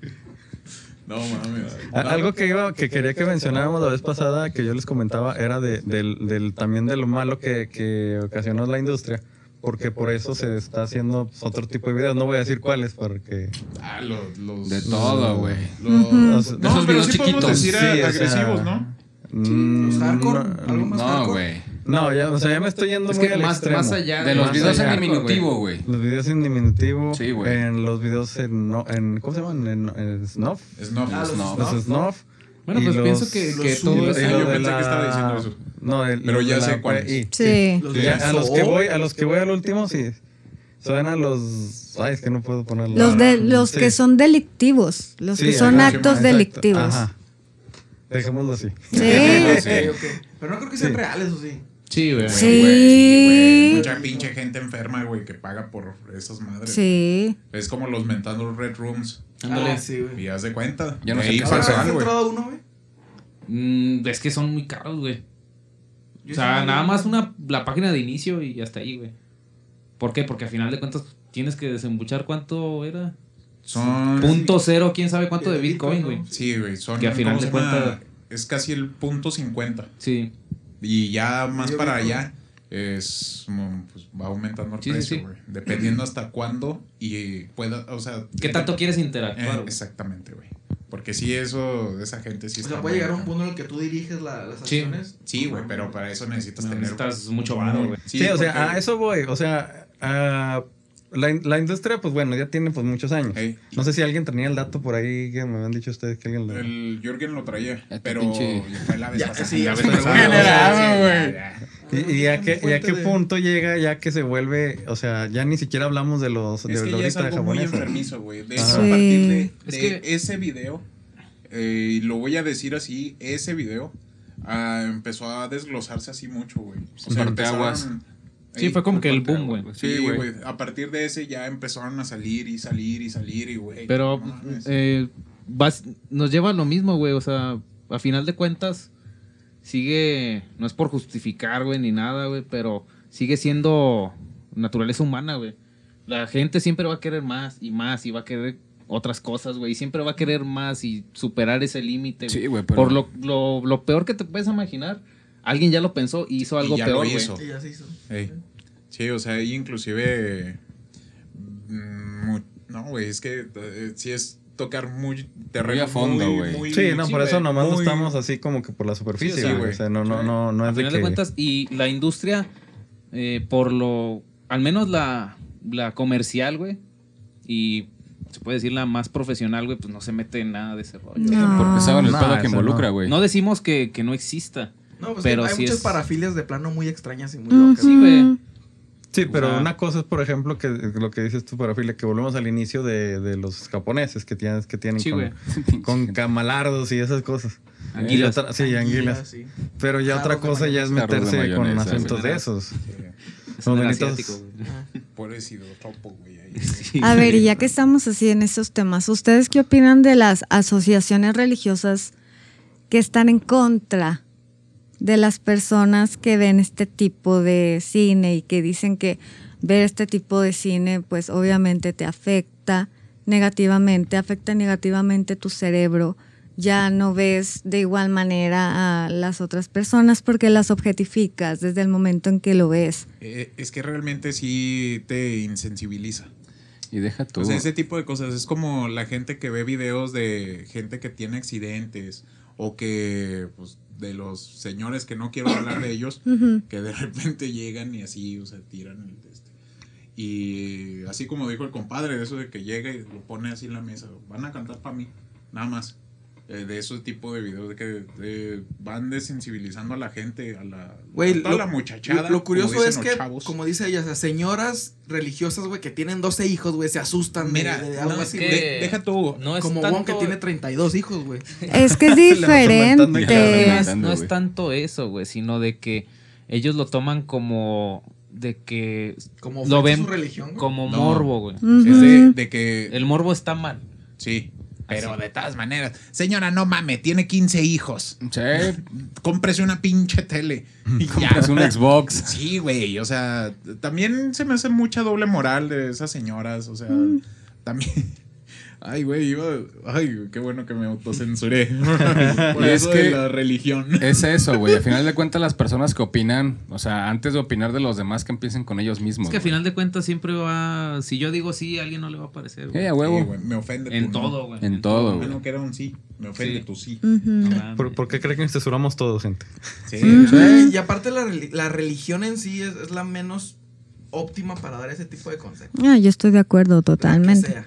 S1: no mames.
S3: A- Algo que iba, que quería que mencionáramos la vez pasada, que yo les comentaba, era de- del, del- también de lo malo que, que ocasionó la industria, porque por eso se está haciendo pues, otro tipo de videos. No voy a decir cuáles, porque...
S1: Ah, los. los
S4: De todo, güey.
S1: los-
S4: Mm.
S5: Ujú.
S3: los-
S1: No, pero
S4: Esos videos
S1: sí podemos
S4: chiquitos.
S1: decir a-
S3: Sí, o sea,
S1: agresivos, ¿no?
S3: mm,
S2: los hardcore,
S3: no,
S2: algo más
S4: No,
S2: hardcore.
S4: güey.
S3: No, ya, o sea, ya me estoy yendo
S7: Es
S3: muy
S7: que
S3: al
S7: más,
S3: extremo.
S7: más allá
S4: De los
S7: más
S4: videos en
S7: allá,
S4: diminutivo, güey.
S3: Los videos en diminutivo,
S4: Sí, güey.
S3: en los videos en, no- en- ¿Cómo se llaman? En, en snuff.
S1: Snuff.
S2: Ah, los
S4: No.
S2: no.
S3: Los snuff.
S7: Bueno,
S3: y
S7: pues
S3: los-
S7: pienso que,
S2: los
S7: que todo
S3: y lo-
S1: eso.
S3: y
S1: Ah, yo
S3: lo de
S1: pensé que estaba diciendo eso.
S3: No, el-
S1: Pero
S3: lo
S1: ya
S3: de
S1: sé
S3: la-
S1: cuáles.
S3: y-
S5: Sí.
S2: Los
S3: Sí,
S2: de
S3: a los
S2: Sol.
S3: que voy, a los que voy al último, sí. Suena a los. Ay, es que no puedo ponerlo.
S5: Los, de, los
S3: Sí.
S5: que son delictivos, los
S3: Sí,
S5: que son
S3: ajá,
S5: actos
S3: exacto.
S5: delictivos.
S3: Ajá. Dejémoslo así.
S5: Sí.
S4: Sí.
S2: Ok, ok. Pero no creo que sean
S3: Sí.
S2: reales, o sí.
S7: Sí, güey.
S5: Sí.
S1: güey. Mucha pinche gente enferma, güey, que paga por esas madres.
S5: Sí.
S1: Es como los mentando Red Rooms.
S7: Ándale.
S2: Ah, sí, güey.
S1: Y haz de cuenta.
S4: Ya no
S1: De
S4: sé
S1: ahí
S4: qué
S2: Ahora,
S1: pasó
S4: pasar,
S2: ¿Has
S1: algo, güey.
S2: entrado a uno, güey?
S7: Mm, es que son muy caros, güey.
S2: Yo
S7: O
S2: sí,
S7: sea,
S2: güey.
S7: nada más una, la página de inicio y hasta ahí, güey. ¿Por qué? Porque al final de cuentas tienes que desembuchar cuánto era.
S1: Son.
S7: Punto cero, quién sabe cuánto de
S2: El
S7: Bitcoin,
S2: Bitcoin,
S7: güey.
S2: ¿no?
S1: Sí, güey. Son.
S7: Que a final
S1: ¿cómo
S7: de
S1: se llama?
S7: cuenta-
S1: Es casi el punto 50.
S7: Sí.
S1: Y ya más
S2: Yo
S1: para
S2: creo-
S1: allá es mm, pues, va aumentando el
S7: Sí, sí,
S1: precio,
S7: sí.
S1: güey. Dependiendo hasta cuándo y pueda, o sea,
S7: ¿Qué tanto quieres
S1: Eh,
S7: interactuar? güey?
S1: exactamente, güey. Porque sí eso esa gente sí
S2: O
S1: está
S2: sea, puede
S1: muy
S2: llegar a un
S1: acá.
S2: punto en el que tú diriges la- las
S7: Sí.
S2: acciones.
S1: Sí, güey, pero para eso necesitas
S7: No,
S1: tener
S7: necesitas mucho varo, güey.
S3: Sí, o sea, a eso voy. O sea, a- la, in- la industria, pues bueno, ya tiene pues muchos años.
S1: Ey.
S3: No sé si alguien tenía el dato por ahí que me habían dicho ustedes que alguien lo...
S1: El Jürgen lo traía,
S4: Este
S1: pero
S4: pinche-
S1: fue la vez
S2: Ya,
S1: pasada.
S2: sí, ya
S1: la
S2: ves,
S1: pasada.
S2: güey.
S1: Generaba, güey.
S3: ¿Y, y a qué, y a
S2: Fuente
S3: qué
S2: de-
S3: punto llega ya que se vuelve, o sea, ya ni siquiera hablamos de los
S1: Es
S3: de
S1: que
S3: la
S1: ya es
S3: ahorita de
S1: algo muy
S3: japonesa?
S1: enfermizo, güey. De
S3: Ajá.
S1: hecho, a partir de,
S7: Es
S1: de
S7: que-
S1: ese video, eh, y lo voy a decir así, ese video ah, empezó a desglosarse así mucho, güey. O sea,
S4: Parteaguas.
S1: empezaron-
S7: Sí,
S1: Ey,
S7: fue como que el boom, güey.
S1: Sí,
S4: Sí, güey.
S1: güey. A partir de ese ya empezaron a salir y salir y salir y, güey.
S7: Pero
S1: no mames.
S7: eh, vas- nos lleva a lo mismo, güey. O sea, a final de cuentas, sigue. No es por justificar, güey, ni nada, güey. Pero sigue siendo naturaleza humana, güey. La gente siempre va a querer más y más y va a querer otras cosas, güey. Y siempre va a querer más y superar ese límite.
S4: Sí,
S7: güey.
S4: güey, pero-
S7: Por lo, lo, lo peor que te puedes imaginar, alguien ya lo pensó y hizo
S1: Y
S7: algo
S1: ya lo
S7: peor, güey.
S1: hizo.
S2: Y ya se hizo.
S1: Ey. Sí, o sea, ahí inclusive. mm, mu- No, güey, es que eh, sí es tocar muy terreno
S4: a fondo,
S1: muy-
S4: güey.
S1: muy-
S3: Sí, no,
S1: sí,
S3: por eso
S1: güey,
S3: nomás no
S1: muy-
S3: estamos así como que por la superficie,
S1: Sí, sí,
S3: güey.
S1: güey.
S3: O sea, no, no,
S1: Sí.
S3: no, no
S7: Al
S3: es de
S7: final
S3: que...
S7: de cuentas, y la industria, eh, por lo. Al menos la, la comercial, güey. Y se puede decir la más profesional, güey, pues no se mete en nada de ese rollo.
S5: No.
S4: Porque saben el
S3: No,
S4: pedo que
S3: eso no.
S4: involucra, güey.
S7: No decimos que, que no exista.
S2: No, pues
S7: Pero
S2: hay
S7: sí
S2: muchas
S7: es-
S2: parafilias de plano muy extrañas y muy
S5: Ujú.
S2: locas.
S7: Sí, güey.
S3: Sí, pero
S7: O sea-
S3: una cosa es, por ejemplo, que lo que dices tú, parafilia, que volvemos al inicio de, de los japoneses que tienen, que tienen
S7: Sí, güey.
S3: con, con camalardos y esas cosas. Y
S7: Anguilas.
S3: otra- sí, anguilas.
S2: Sí.
S3: Pero ya
S2: Jarros
S3: otra
S2: de
S3: cosa ya es
S4: mayonesa. Jarros de
S3: meterse con
S4: mayonesa,
S3: asuntos
S7: güey.
S3: de esos.
S7: Es
S3: Los
S7: en el
S3: bonitos-
S7: asiático,
S2: [LAUGHS]
S7: güey.
S1: Pobrecito topo, güey. ahí.
S5: A ver, y ya que estamos así en estos temas, ¿ustedes qué opinan de las asociaciones religiosas que están en contra de las personas que ven este tipo de cine y que dicen que ver este tipo de cine pues obviamente te afecta negativamente, afecta negativamente tu cerebro, ya no ves de igual manera a las otras personas porque las objetificas desde el momento en que lo ves?
S1: Eh, es que realmente sí te insensibiliza.
S4: Y deja tú.
S1: O sea, ese tipo de cosas. Es como la gente que ve videos de gente que tiene accidentes o que, pues, de los señores que no quiero hablar de ellos,
S5: Ujú.
S1: que de [LAUGHS] repente llegan y así, o sea, tiran el de este. Y así como dijo el compadre, de eso de que llega y lo pone así en la mesa, van a cantar para mí, nada más. Eh, de ese tipo de videos de que eh, van desensibilizando a la gente, a la,
S2: Güey,
S1: a toda
S2: lo-
S1: la muchachada.
S2: Lo, lo curioso
S1: como dicen
S2: es
S1: los
S2: que,
S1: chavos.
S2: como dice ella, o sea, señoras religiosas, güey, que tienen 12 hijos, güey, se asustan de-
S1: Mira,
S2: de, de
S1: no,
S2: algo
S1: es
S2: así,
S1: que-
S2: güey.
S1: de- deja tú.
S7: No es
S2: Como
S7: tanto,
S2: Wong que tiene 32 hijos, güey.
S5: Es que es
S3: Le vas aumentando y cada vez
S5: diferente.
S4: más.
S7: es- no es
S4: güey.
S7: tanto eso, güey, sino de que ellos lo toman como. De que.
S2: Como
S7: Lo
S2: ofrece
S7: ven
S2: su religión. güey.
S7: Como
S1: No.
S7: morbo, güey.
S5: Ujú.
S1: Es de, de que
S7: El morbo está mal.
S1: Sí. Pero de todas maneras, señora, no mame, tiene 15 hijos.
S4: Sí,
S1: Cómprese una pinche [LAUGHS] tele. Y ya.
S4: es un Xbox.
S1: Sí, güey. O sea, también se me hace mucha doble moral de esas señoras. O sea,
S4: Mm.
S1: también. [LAUGHS] Ay, güey, iba. Ay, qué bueno que me
S4: [LAUGHS]
S1: autocensuré. Por
S4: Y
S1: eso
S4: es
S1: de
S4: que-
S1: la religión.
S4: Es eso, güey. Al final de cuentas, las personas que opinan, o sea, antes de opinar de los demás, que empiecen con ellos mismos.
S7: Es que al
S4: güey.
S7: final de cuentas siempre va. Si yo digo sí, a alguien no le va a parecer. güey.
S4: Eh, a
S1: Sí,
S4: huevo.
S1: güey, me ofende.
S7: en
S1: tu
S7: todo, güey.
S4: en todo,
S1: No.
S4: güey.
S1: Bueno, que era un sí. Me ofende
S7: Sí.
S1: tu sí.
S5: Ujú.
S7: No mames.
S3: ¿Por, por qué creen que nos censuramos todo, gente?
S1: Sí.
S2: Sí, Eh, Y aparte la, reli- la religión en sí es, es la menos óptima para dar ese tipo de consejos.
S5: Ah, yo estoy de acuerdo
S2: La que
S5: totalmente.
S2: sea.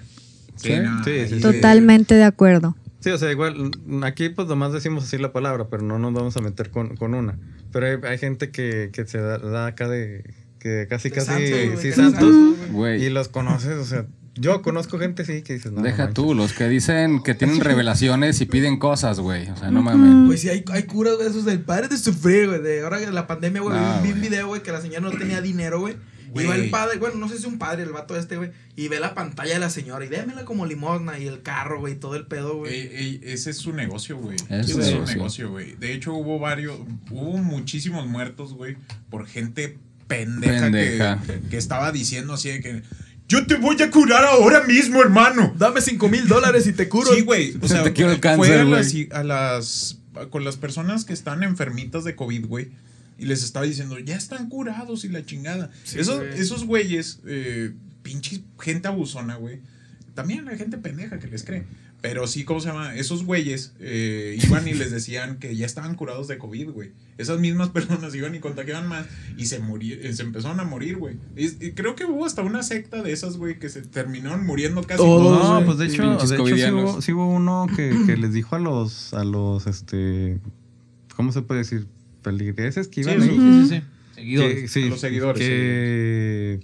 S1: Sí, no,
S3: Sí, sí,
S1: ahí-
S3: sí.
S5: Totalmente de acuerdo.
S3: Sí, o sea, igual, mm, aquí pues nomás decimos así la palabra, pero no nos vamos a meter con, con una. Pero hay, hay gente que, que se da, da acá de... que casi,
S2: De
S3: casi...
S2: santos, güey,
S3: sí,
S2: que
S3: santos.
S2: güey.
S4: Güey,
S3: Y los conoces, o sea, yo conozco gente sí que dices, no,
S4: deja
S3: no
S4: tú, los que dicen que tienen revelaciones y piden cosas, güey. O sea, no
S5: Ujú.
S4: mames.
S2: Pues sí, hay, hay curas, güey, esos del padre de sufrir, güey. De ahora que la pandemia, güey,
S4: Ah,
S2: vi- vi un
S4: güey.
S2: video, güey, que la señora no tenía dinero, güey. Y
S1: Güey.
S2: va el padre, bueno, no sé si un padre, el vato este, güey, y ve la pantalla de la señora y démela como limosna y el carro, güey, y todo el pedo,
S3: Eh.
S2: güey.
S1: Ey, ey, Eh, ese es su negocio, güey.
S4: Es
S1: Ese
S4: su
S1: es su
S4: negocio.
S1: negocio, güey. De hecho, hubo varios, hubo muchísimos muertos, güey, por gente pendeja,
S4: Pendeja.
S1: Que, que estaba diciendo así de que yo te voy a curar ahora mismo, hermano.
S2: Dame cinco mil dólares y te curo.
S1: Sí, güey. O sea,
S4: Te quiero el
S1: fue
S4: cáncer,
S1: a
S4: güey.
S1: las, a las- con las personas que están enfermitas de COVID, güey. Y les estaba diciendo, ya están curados y la chingada.
S2: Sí,
S1: esos,
S2: güey.
S1: esos güeyes, eh, pinches gente abusona, güey. También la gente pendeja que les cree. Pero sí, ¿cómo se llama? Esos güeyes eh, iban y les decían que ya estaban curados de COVID, güey. Esas mismas [LAUGHS] personas iban y contagiaban más y se muri- eh, se empezaron a morir, güey. Y, y creo que hubo hasta una secta de esas, güey, que se terminaron muriendo casi
S2: Todos,
S1: todos.
S3: No,
S2: güey.
S3: pues de hecho,
S4: Pinches
S3: de hecho sí,
S4: covidianos.
S3: hubo, sí hubo uno que, que les dijo a los, a los, este, ¿cómo se puede decir? Peligreses que iban
S1: Sí,
S3: ahí.
S5: Ujú.
S3: Que- sí,
S1: a los seguidores,
S3: Que...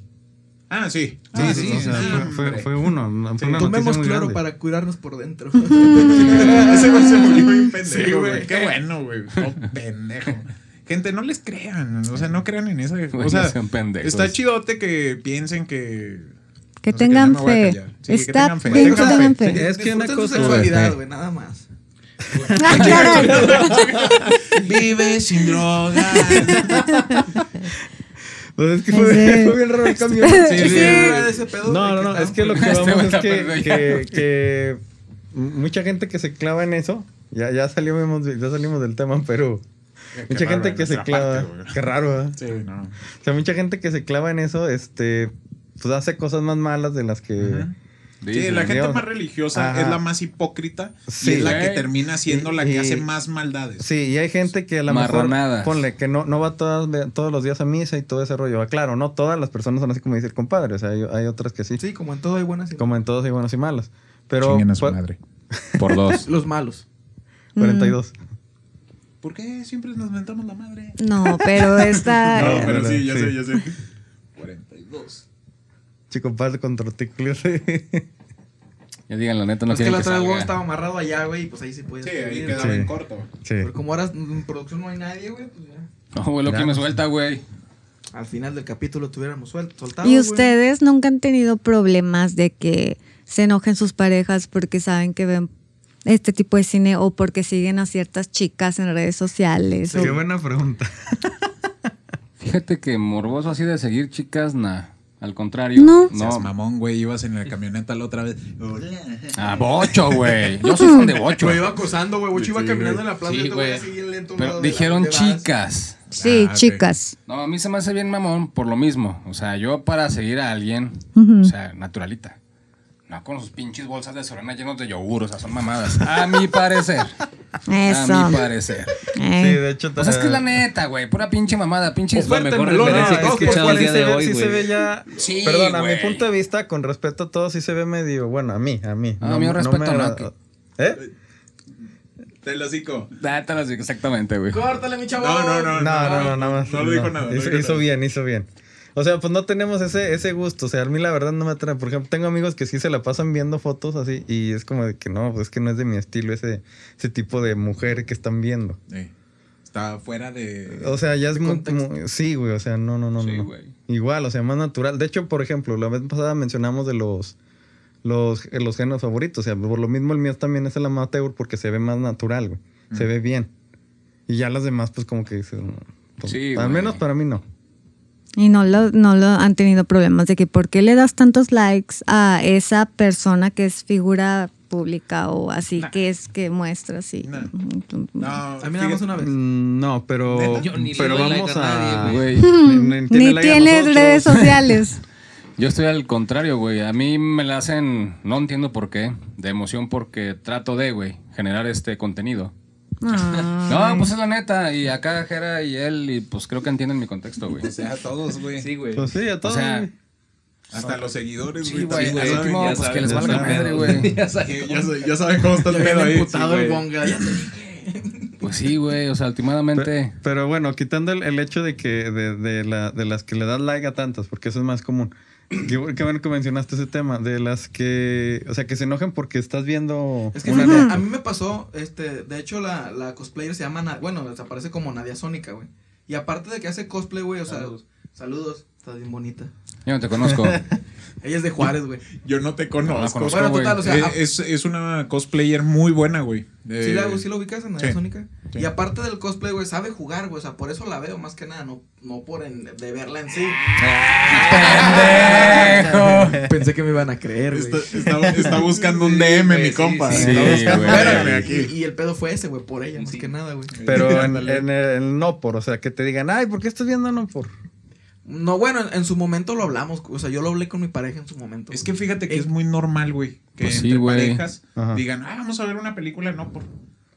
S1: Ah, sí. Sí,
S2: Ah,
S1: sí.
S3: o sea,
S1: sí,
S3: fue- fue,
S1: hombre.
S3: fue uno. no, Fue una noticia
S2: Tomemos
S3: muy
S2: cloro
S3: grande.
S2: para curarnos por
S3: [LAUGHS]
S2: dentro.
S1: [LAUGHS] Ese güey se murió bien pendejo,
S2: Sí, güey.
S1: güey. Qué bueno, güey. Todo pendejo. Gente, no les crean. O sea, no crean en esa.
S4: Güey,
S1: o sea,
S4: no sean pendejos.
S1: está chidote que piensen que.
S5: Que
S1: no sé qué,
S5: tengan
S1: ya me voy a
S5: fe.
S1: callar. Sí, que
S5: Está
S1: tengan fe.
S5: bien que
S2: Tengan
S5: tengan
S1: fe.
S5: [LAUGHS] fe.
S3: Es que una
S2: Disfruten su
S3: cosa-
S2: sexualidad,
S3: Sí.
S2: güey, nada más.
S5: Ah, caray.
S1: Vive sin droga. [LAUGHS]
S3: Pues es que
S5: Sí.
S3: fue, fue bien raro el cambio.
S5: Sí,
S2: Sí,
S5: sí.
S2: era ese pedo de
S3: No, no, no,
S2: estaban
S3: es que lo que
S4: Este
S3: vamos
S4: güey
S3: es
S4: está
S3: que,
S4: perdido
S3: que, que mucha gente que se clava en eso, ya, ya, salimos, ya salimos del tema, pero mucha gente que se clava, qué raro, ¿verdad?
S1: Sí, no.
S3: O sea, mucha gente que se clava en eso, este, pues hace cosas más malas de las que...
S1: Ajá. Sí, la
S3: Dios.
S1: gente más religiosa
S3: Ajá.
S1: es la más hipócrita
S3: Sí.
S1: y es la que
S4: Güey.
S1: termina siendo la que
S3: Y-
S1: hace más maldades.
S3: Sí, y hay gente que a lo mejor,
S4: Marranadas.
S3: ponle, que no, no va todas, todos los días a misa y todo ese rollo. Ah, Claro, no todas las personas son así como dice el compadre, o sea, hay, hay otras que sí,
S2: Sí, como en todo hay buenas y
S3: como en todos hay buenos y malos. Pero...
S1: Chinguen a su
S3: cua-
S1: madre.
S4: Por dos.
S2: los malos.
S3: 42.
S1: ¿Por qué siempre nos mentamos la madre?
S5: Mm, No, pero
S4: Ah,
S1: [LAUGHS]
S5: esta.
S1: No, pero
S3: no,
S1: sí, ya
S3: sí.
S1: sé, ya sé. 42.
S3: Chico, padre con tortículos.
S4: Ya digan, la neta, no
S2: es que
S4: quieren
S2: la
S4: que
S2: otra vez
S4: salga.
S2: estaba amarrado allá, güey, y pues ahí sí podía
S1: Sí, ahí
S2: escribir.
S1: quedaba
S3: Sí.
S1: en corto.
S3: [LAUGHS] sí.
S2: Pero como ahora en producción no hay nadie, güey, pues ya.
S4: No, güey, lo que me suelta, güey.
S2: Al final del capítulo tuviéramos suelto, soltado.
S5: ¿Y
S2: güey.
S5: ustedes nunca han tenido problemas de que se enojen sus parejas porque saben que ven este tipo de cine o porque siguen a ciertas chicas en redes sociales? o-
S3: Qué buena pregunta.
S4: Fíjate que morboso así de seguir chicas, nah. Al contrario.
S5: No.
S1: Seas mamón, güey, ibas en la camioneta la otra vez.
S4: Ah, bocho, güey. Yo soy fan de bocho.
S2: Güey, iba acosando, güey. Bocho iba caminando en la plaza
S4: Sí,
S2: y
S4: güey.
S2: así bien lento. a un
S4: Pero
S2: lado de la-
S4: dijeron
S2: de Vals.
S4: chicas.
S5: Sí,
S1: Ah, ok.
S5: chicas.
S4: No, a mí se me hace bien mamón por lo mismo. O sea, yo para seguir a alguien,
S5: Ujú.
S4: o sea, naturalita. No con sus pinches bolsas de sorana llenos de yogur, o sea, son mamadas. A mi parecer. A
S5: [LAUGHS]
S1: Ah,
S5: Eso.
S4: mi parecer.
S3: Sí,
S5: Eh.
S3: de hecho.
S4: O sea, es que es la
S3: ta-
S4: neta, güey. Pura pinche mamada, pinches.
S3: Fuerte
S6: Pues mejor
S3: melón,
S6: referencia que he
S3: no,
S6: escuchado
S3: porque
S6: al día
S3: sí
S6: de
S3: se ve-
S6: hoy,
S3: sí se
S6: güey.
S3: ve ya.
S4: Sí,
S3: Perdón, a mi
S4: güey.
S3: punto de vista, con respeto a todo, sí se ve medio. Bueno, a mí, a mí.
S6: Ah,
S4: No, a mí respeto no,
S3: agrada-
S4: que-
S3: ¿Eh?
S1: Te lo hocico.
S4: Dátalas, exactamente, güey.
S2: Córtale, mi chavo.
S1: No, no, no.
S3: No, no, no, nada más.
S1: No lo dijo nada. no
S3: Hizo,
S1: dijo
S3: hizo
S1: nada.
S3: bien, hizo bien. O sea, pues no tenemos ese, ese gusto. O sea, a mí la verdad no me atrae. Por ejemplo, tengo amigos que sí se la pasan viendo fotos así y es como de que no, pues es que no es de mi estilo ese, ese tipo de mujer que están viendo.
S1: Sí. Está fuera de.
S3: O sea, ya es muy,
S2: contexto.
S3: muy- Sí, güey, o sea, no, no, no.
S4: Sí,
S3: no.
S4: güey.
S3: Igual, o sea, más natural. De hecho, por ejemplo, la vez pasada mencionamos de los, los, eh, los géneros favoritos. O sea, por lo mismo el mío también es el amateur porque se ve más natural, güey. Se ve bien. Y ya las demás, pues como que dices... no, pues,
S4: Sí,
S3: al
S4: güey.
S3: menos para mí no.
S5: Y no lo, no lo han tenido problemas de que por qué le das tantos likes a esa persona que es figura pública o así que es que muestra así.
S1: Nah.
S5: Entonces,
S1: No,
S2: A mí nada más
S1: fíjate-
S2: una vez.
S3: Mm, No, pero.
S1: ¿Neta?
S6: Yo ni le
S3: pero
S6: doy like
S3: vamos
S6: a
S3: a.
S6: nadie,
S4: güey.
S3: [LAUGHS] Ni, ni tiene
S5: mm, Ni
S3: like a
S5: tienes
S3: nosotros. [LAUGHS]
S5: redes sociales.
S4: Yo estoy al contrario, güey. A mí me la hacen, no entiendo por qué, de emoción porque trato de, güey, generar este contenido.
S5: Ah.
S1: Mm.
S4: No, pues es la neta. Y acá Jera y él, y pues creo que entienden mi contexto, güey.
S1: O sea, a todos, güey.
S6: Sí,
S3: [LAUGHS]
S6: güey.
S3: Pues sí, a
S4: O
S3: todos.
S4: sea,
S1: Hasta los seguidores,
S4: sí,
S1: güey.
S4: güey.
S1: también,
S4: al
S1: ya
S4: último,
S1: saben,
S4: pues que les
S3: ya
S4: valga
S3: saben.
S4: madre, güey.
S6: Ya sabes
S1: que-
S6: cómo.
S1: ya saben- ya saben cómo está [LAUGHS] el pedo ahí.
S2: Emputado
S1: Sí,
S2: el
S1: güey.
S2: bonga. ya te dije.
S4: Pues sí, güey. O sea,
S3: Pe-
S4: últimamente.
S3: pero bueno, quitando el, el hecho de que de, de la- de las que le das like a tantas, porque eso es más común. [CLEARS THROAT] Qué, bu- qué bueno que mencionaste ese tema. De las que. O sea, que se enojan porque estás viendo.
S2: Es que
S3: una
S2: fíjate,
S3: nota.
S2: a mí me pasó, este, de hecho la, la cosplayer se llama, Na- bueno, se aparece como Nadia Sónica, güey. Y aparte de que hace cosplay, güey, o sea, saludos. estás bien bonita.
S4: Yo no
S1: [LAUGHS]
S4: te conozco.
S2: Ella es de Juárez, güey.
S1: Yo no te
S4: No la
S1: conozco.
S4: conozco, ah.
S2: Bueno,
S4: güey.
S2: total, o sea,
S1: Eh,
S2: a-
S1: es, es una cosplayer muy buena, güey.
S2: ¿Sí,
S1: Eh,
S2: la, sí la ubicas en Nadia
S1: sí,
S2: Sónica.
S1: sí.
S2: Y aparte del cosplay, güey, sabe jugar, güey, o sea, por eso la veo más que nada, no, no por en- de verla en sí.
S4: ¡Pendejo!
S2: Pensé que me iban a creer,
S1: Está, está-
S4: [LAUGHS]
S1: está buscando un DM, mi
S6: sí,
S1: compa.
S6: sí,
S1: está
S4: sí,
S1: buscando un
S4: güey.
S1: DM
S2: Y,
S1: aquí.
S2: y el pedo fue ese, güey, por ella, más que nada, güey.
S3: [LAUGHS] Pero en, en el no por, o sea, que te digan, ay, ¿por qué estás viendo no por?
S2: No, bueno, en, en su momento lo hablamos. O sea, yo lo hablé con mi pareja en su momento.
S1: Es que fíjate que es muy normal, güey, que
S4: Pues sí,
S1: entre
S4: güey.
S1: parejas
S3: Ajá.
S1: digan, ah, vamos a ver una película, no por.